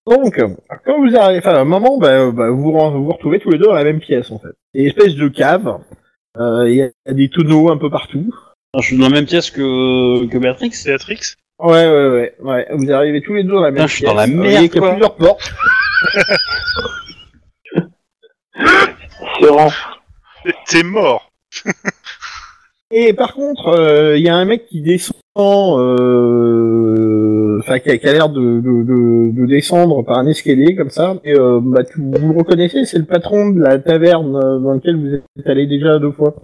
Donc, euh, quand vous arrivez, enfin, à un moment, bah, euh, bah, vous ren- vous vous retrouvez tous les deux dans la même pièce, en fait. C'est une espèce de cave. euh, Il y, a- il y a des tonneaux un peu partout. Enfin, je suis dans la même pièce que, que Béatrix. Béatrix Ouais, ouais, ouais, ouais. Vous arrivez tous les deux dans la Putain, même je pièce. suis dans la Vous merde, voyez qu'il y a quoi. plusieurs portes. C'est rang. T'es mort. Et par contre, euh, il y a un mec qui descend, euh, enfin qui a, qui a l'air de, de, de- de descendre par un escalier comme ça. Et euh, bah, tu- vous le reconnaissez, c'est le patron de la taverne euh, dans laquelle vous êtes allé déjà deux fois.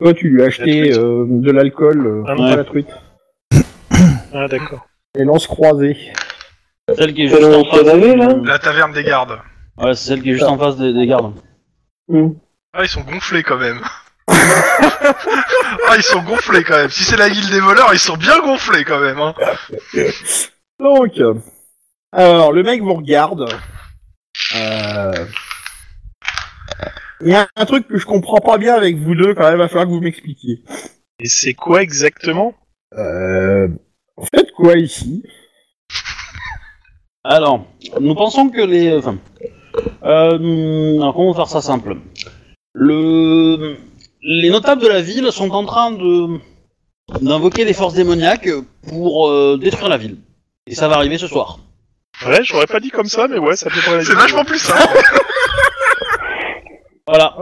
Toi, tu lui as acheté truite. euh, de l'alcool, euh, Ah, pas ouais. la truite, Ah, d'accord. les lances croisées. Celle qui est Celle juste où en on s'est face. lavé, là La taverne des gardes. Ouais, c'est celle qui est juste en face des, des gardes. Ah, ils sont gonflés quand même. ah, ils sont gonflés quand même. Si c'est la guilde des voleurs, ils sont bien gonflés quand même. Hein. Donc, euh, alors le mec vous regarde. Euh, Il y a un truc que je comprends pas bien avec vous deux quand même. Va falloir que vous m'expliquiez. Et c'est quoi exactement Euh... Vous faites quoi ici Alors, nous pensons que les. Enfin, euh, alors comment faire ça simple Le, Les notables de la ville sont en train de d'invoquer des forces démoniaques pour euh, détruire la ville. Et ça va arriver ce soir. Ouais, j'aurais pas dit comme ça, mais ouais, ça peut pas C'est vachement plus simple. Voilà.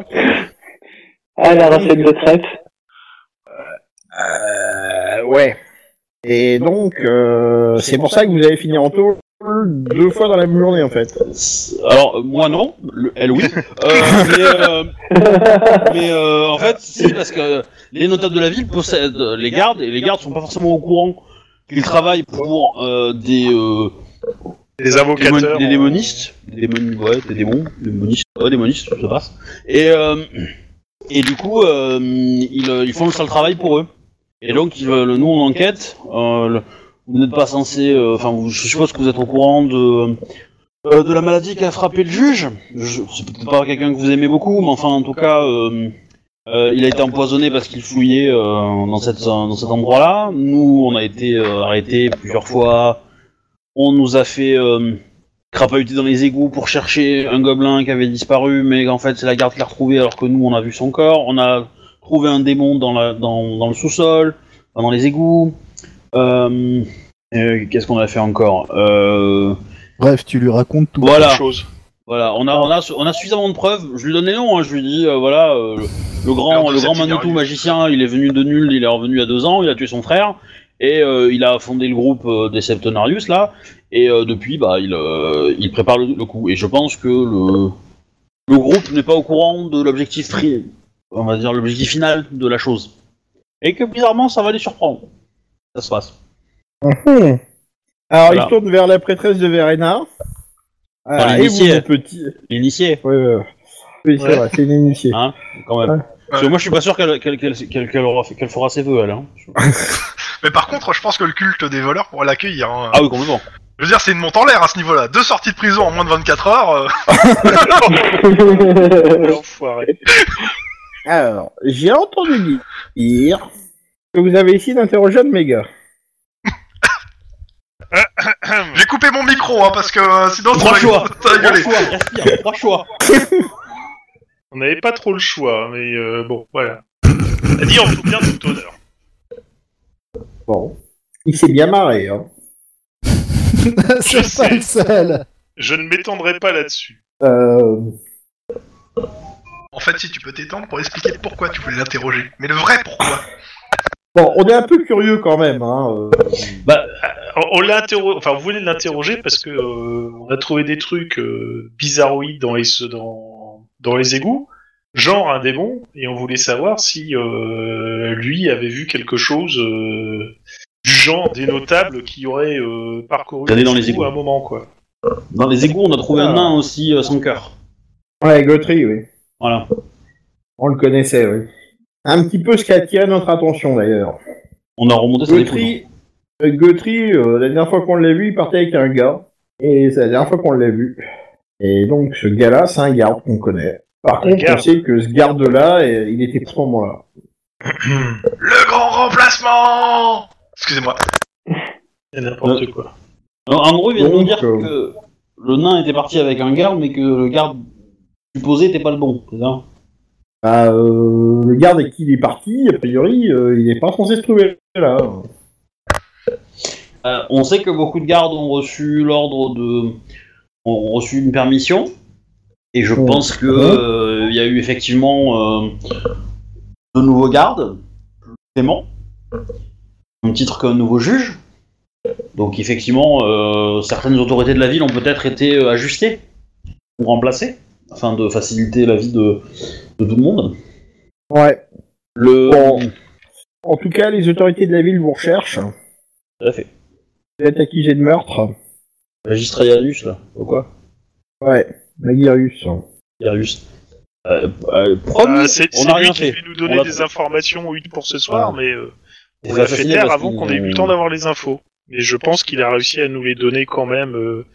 Ah, la recette de traite. euh, Ouais. Et donc, euh, c'est pour ça que vous avez fini en tôle deux fois dans la même journée en fait. C'est- Alors, euh, moi non, le- elle oui. Euh, mais euh, mais, euh, en fait, c'est parce que les notables de la ville possèdent les gardes et les gardes sont pas forcément au courant qu'ils travaillent pour euh, des. euh, Des Des, avocateurs. des démonistes, des démon- ouais, des démons, des démonistes, ouais, démonistes, ça passe. Et, euh, et du coup, euh, ils, euh, ils font le sale travail pour eux. Et donc, ils veulent- nous, on enquête. euh, le- vous n'êtes pas censé, euh, enfin, vous- je suppose que vous êtes au courant de, euh, de la maladie qui a frappé le juge. Je- C'est peut-être pas quelqu'un que vous aimez beaucoup, mais enfin, en tout cas, euh, euh, il a été empoisonné parce qu'il fouillait euh, dans, cette, dans cet endroit-là. Nous, on a été euh, arrêtés plusieurs fois. On nous a fait euh, crapahuter dans les égouts pour chercher un gobelin qui avait disparu, mais en fait c'est la garde qui l'a retrouvé alors que nous on a vu son corps. On a trouvé un démon dans, la, dans, dans le sous-sol, enfin, dans les égouts. Euh, euh, Qu'est-ce qu'on a fait encore Euh, Bref, tu lui racontes tout. Voilà, Chose. voilà. On a, on a, su- on a suffisamment de preuves. Je lui donne les noms. hein. Je lui dis euh, voilà, euh, le, le Alors, grand, de le grand cette Manitou interview. magicien, il est venu de nul, il est revenu à deux ans, il a tué son frère et euh, il a fondé le groupe euh, des Septonarius là. Et euh, depuis, bah, il, euh, il prépare le, le coup. Et je pense que le, le groupe n'est pas au courant de l'objectif pri- on va dire l'objectif final de la chose. Et que bizarrement, ça va les surprendre. Ça se passe. Alors, Voilà. il se tourne vers la prêtresse de Verena. Ah, et vous, l'initié. mon petit. L'initié, Ouais, ouais, ouais. Oui, c'est Ouais. vrai, c'est une initiée. quand même. Ouais. Parce que moi, je suis pas sûr qu'elle qu'elle- qu'elle- qu'elle- qu'elle aura fait- qu'elle fera ses vœux, elle. hein. Mais par contre, je pense que le culte des voleurs pourrait l'accueillir. hein. Ah oui, complètement. Je Je veux dire, c'est une monte en l'air à ce niveau-là. Deux sorties de prison en moins de 24 heures. euh, Euh, Oh, L'enfoiré. Alors, j'ai entendu dire que vous avez essayé d'interroger un de mes gars. J'ai coupé mon micro, hein, parce que euh, sinon Trois t'aurais- choix. t'aurais Trois gueulé. choix, respire, trois choix. On n'avait pas trop le choix, mais euh, bon, voilà. À dire en tout cas tout honneur. Bon. Il s'est bien marré, hein. C'est pas sais. le seul. Je ne m'étendrai pas là-dessus. Euh... En fait, si tu peux t'étendre pour expliquer pourquoi tu voulais l'interroger. Mais le vrai pourquoi. Bon, on est un peu curieux quand même, hein. euh. On, on l'a interro- enfin, vous voulez l'interroger parce que euh, on a trouvé des trucs euh, bizarroïdes dans les ce- dans, dans les égouts, genre un démon, et on voulait savoir si euh, lui avait vu quelque chose euh, du genre des notables qui auraient euh, parcouru D'aller dans les égouts. à un moment quoi. Dans les égouts, on a trouvé un nain aussi euh, sans cœur. Ouais, Guthrie, oui. Voilà. On le connaissait, oui. Un petit peu ce qui a attiré notre attention, d'ailleurs. On a remonté ça des coups. Guthrie, euh, Guthrie, euh, la dernière fois qu'on l'a vu, il partait avec un gars. Et c'est la dernière fois qu'on l'a vu. Et donc, ce gars-là, c'est un garde qu'on connaît. Par Un contre, garde. on sait que ce garde-là, euh, il était à ce moment-là. Le grand remplacement Excusez-moi. C'est n'importe quoi. Non, en gros, il vient de nous Donc, dire que euh, le nain était parti avec un garde, mais que le garde supposé était pas le bon, c'est ça Bah, euh, le garde avec qui il est parti, a priori, euh, il n'est pas censé se trouver là. hein. Euh, On sait que beaucoup de gardes ont reçu l'ordre de. ont reçu une permission, et je Ouais. pense que euh, il y a eu effectivement euh, de nouveaux gardes, plus clément, au même titre qu'un nouveau juge. Donc effectivement, euh, certaines autorités de la ville ont peut-être été euh, ajustées ou remplacées, afin de faciliter la vie de, de tout le monde. Ouais. Le... Bon. En tout cas, les autorités de la ville vous recherchent. Tout à fait. Vous êtes accusé de meurtre. Magistrat Yarius, là. Ou quoi Ouais, Magirius. Yarius. Euh, euh, promis, Ah, c'est on c'est n'a lui rien qui fait. fait nous On donner l'a des fait. informations oui, pour ce soir, mais euh, on l'a fait assassiné taire parce avant qu'on ait eu le temps d'avoir les infos. Mais je pense qu'il a réussi à nous les donner quand même euh,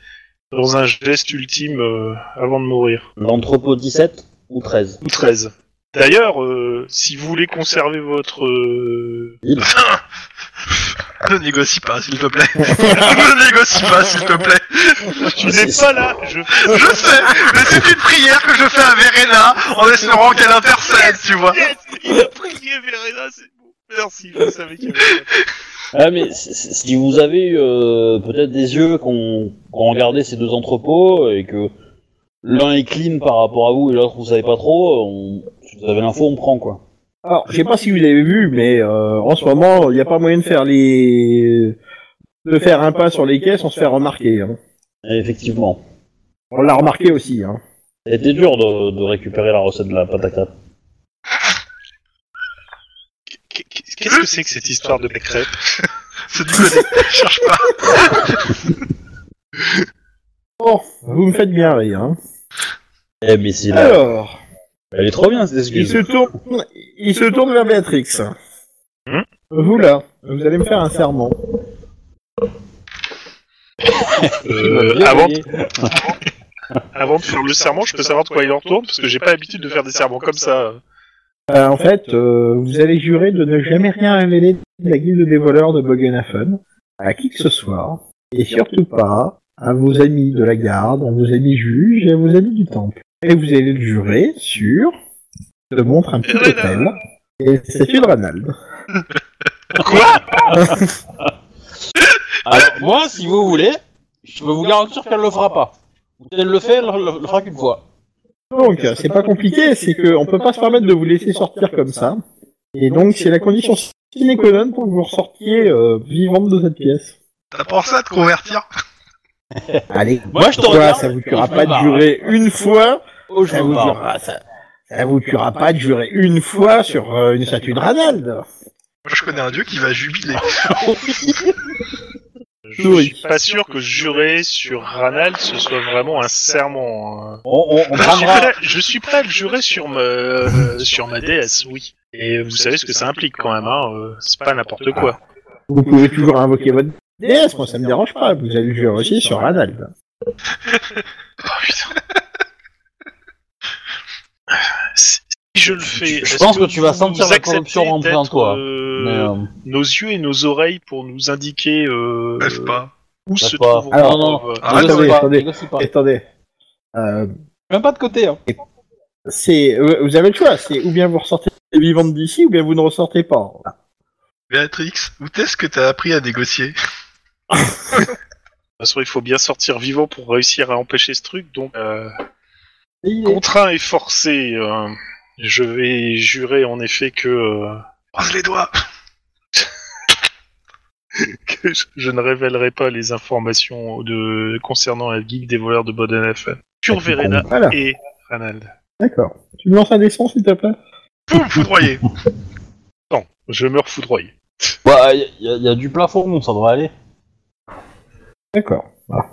dans un geste ultime euh, avant de mourir. L'entrepôt 17 ou 13. Ou 13. D'ailleurs, euh, si vous voulez conserver votre... euh, Ne négocie pas, s'il te plaît. ne négocie pas, s'il te plaît. Ah, Tu n'es pas là je... Je sais, mais c'est une prière que je fais à Verena en espérant qu'elle intercède, tu vois. Yes Il a prié Verena, c'est bon. Merci, je savais qu'il y avait- Ah, mais si- si si vous avez euh, peut-être des yeux qu'on qu'on regardait ces deux entrepôts et que l'un est clean par rapport à vous et l'autre vous savez pas trop, on- si vous avez l'info, on prend quoi. Alors, je sais pas si vous l'avez vu, mais euh, en ce moment, il n'y a pas moyen de faire les, de faire un pas sur les quais sans se faire remarquer. hein. Et effectivement. On l'a remarqué aussi. Hein. C'était dur de, de récupérer la recette de la pâte à crêpes. Qu'est-ce que c'est que cette histoire de crêpes C'est du côté. Cherche pas. Bon, vous me faites bien rire. Hein. Eh, mais c'est là. Alors. Elle est trop bien cette Il excuse. se tourne, il se tourne vers Béatrix. Hmm vous là, vous allez me faire un serment. euh, avant, avant de faire le serment, je peux savoir de quoi il en retourne, parce que j'ai pas l'habitude de faire des serments comme ça. Euh, en fait, euh, vous allez jurer de ne jamais rien révéler de la guilde des voleurs de Bogenhafen à qui que ce soit, et surtout pas à vos amis de la garde, à vos amis juges et à vos amis du temple. Et vous allez le jurer sur, je te montre un petit hôtel, et c'est une Ranald. Alors, moi, si vous voulez, je peux vous garantir qu'elle le fera pas. Ou si Elle le fait, elle le, le fera qu'une fois. Donc, c'est pas compliqué, c'est qu'on peut pas se permettre de vous laisser sortir comme ça. Et donc, c'est la condition sine qua non pour que vous ressortiez euh, vivante de cette pièce. T'as pensé à te convertir Allez, Moi, je te quoi, regarde. ça vous et tuera je me pas de barre. jurer une fois, Oh, je ça me vous barre. tuera, ça, ça vous tuera pas de jurer une fois sur euh, une statue de Ranald. Moi, je connais un dieu qui va jubiler. Je Oui. suis pas sûr que jurer sur Ranald ce soit vraiment un serment. hein. On, on, on Je suis prendra- prêt, je suis prêt à le jurer sur ma, euh, sur ma déesse, oui. Et vous savez ce que ça implique quand même, hein. euh, C'est pas hein, n'importe quoi. Vous pouvez toujours invoquer votre DS, moi, ça me dérange pas. Vous avez vu aussi sur Radal. Oh, putain. si si je le fais, Je est-ce pense que tu vas vous sentir la acceptez corruption rentrer en d'être, toi. euh, Mais, euh, Nos yeux et nos oreilles pour nous indiquer euh, N'est-ce pas où N'est-ce se pas trouve. Alors, Randov. Ah, négocie attendez, pas, attendez. négocie pas. Attendez. Euh, Même pas de côté. Hein. c'est, euh, vous avez le choix. C'est ou bien vous ressortez vivante d'ici, ou bien vous ne ressortez pas. Ah, Béatrix, où est-ce que t'as appris à négocier De toute façon, il faut bien sortir vivant pour réussir à empêcher ce truc. Donc, euh, contraint et forcé, euh, je vais jurer en effet que, euh, Croise les doigts que je- je ne révélerai pas les informations de, concernant la geek des voleurs de Bodenhafen. Sur Verena Voilà. et Ranald. D'accord. Tu me lances un dessin, s'il te plaît. Poum, foudroyé Non, je meurs foudroyé. Bah, il y, a- y a du plafond, ça devrait aller. D'accord. Voilà.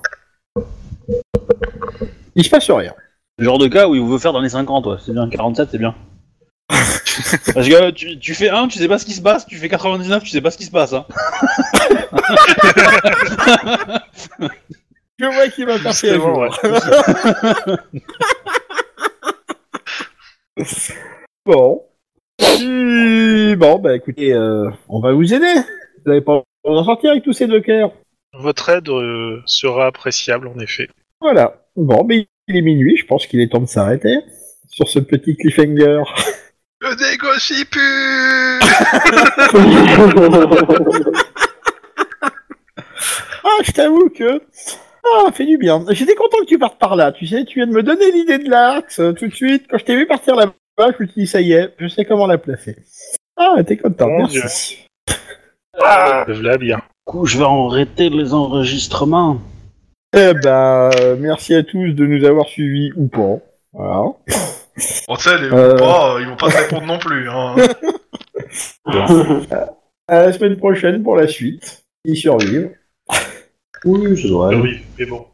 Il se passe rien. Le genre de cas où il veut faire dans les 50, ouais. C'est bien, 47, c'est bien. Parce que euh, tu, tu fais 1, tu sais pas ce qui se passe, tu fais 99, tu sais pas ce qui se passe. Hein. Je vois qu'il va passer un jour. Bon. Et Bon, bah écoutez, euh, on va vous aider. Vous n'allez pas en sortir avec tous ces deux cœurs. Votre aide euh, sera appréciable en effet. Voilà. Bon, mais il est minuit, je pense qu'il est temps de s'arrêter sur ce petit cliffhanger. Je négocie plus Ah, je t'avoue que... Ah, fait du bien. J'étais content que tu partes par là, tu sais, tu viens de me donner l'idée de l'axe euh, tout de suite. Quand je t'ai vu partir là-bas, je me suis dit, ça y est, je sais comment la placer. Ah, t'es content, Mon merci. Dieu. Voilà bien. Du coup, je vais arrêter les enregistrements. Eh ben, euh, merci à tous de nous avoir suivis ou pas. Voilà. Bon, tu sais, les- Euh. oh, ils vont pas te répondre non plus. Hein. À la semaine prochaine pour la suite. Ils survivent. Oui, ça devrait Ah Oui, mais bon.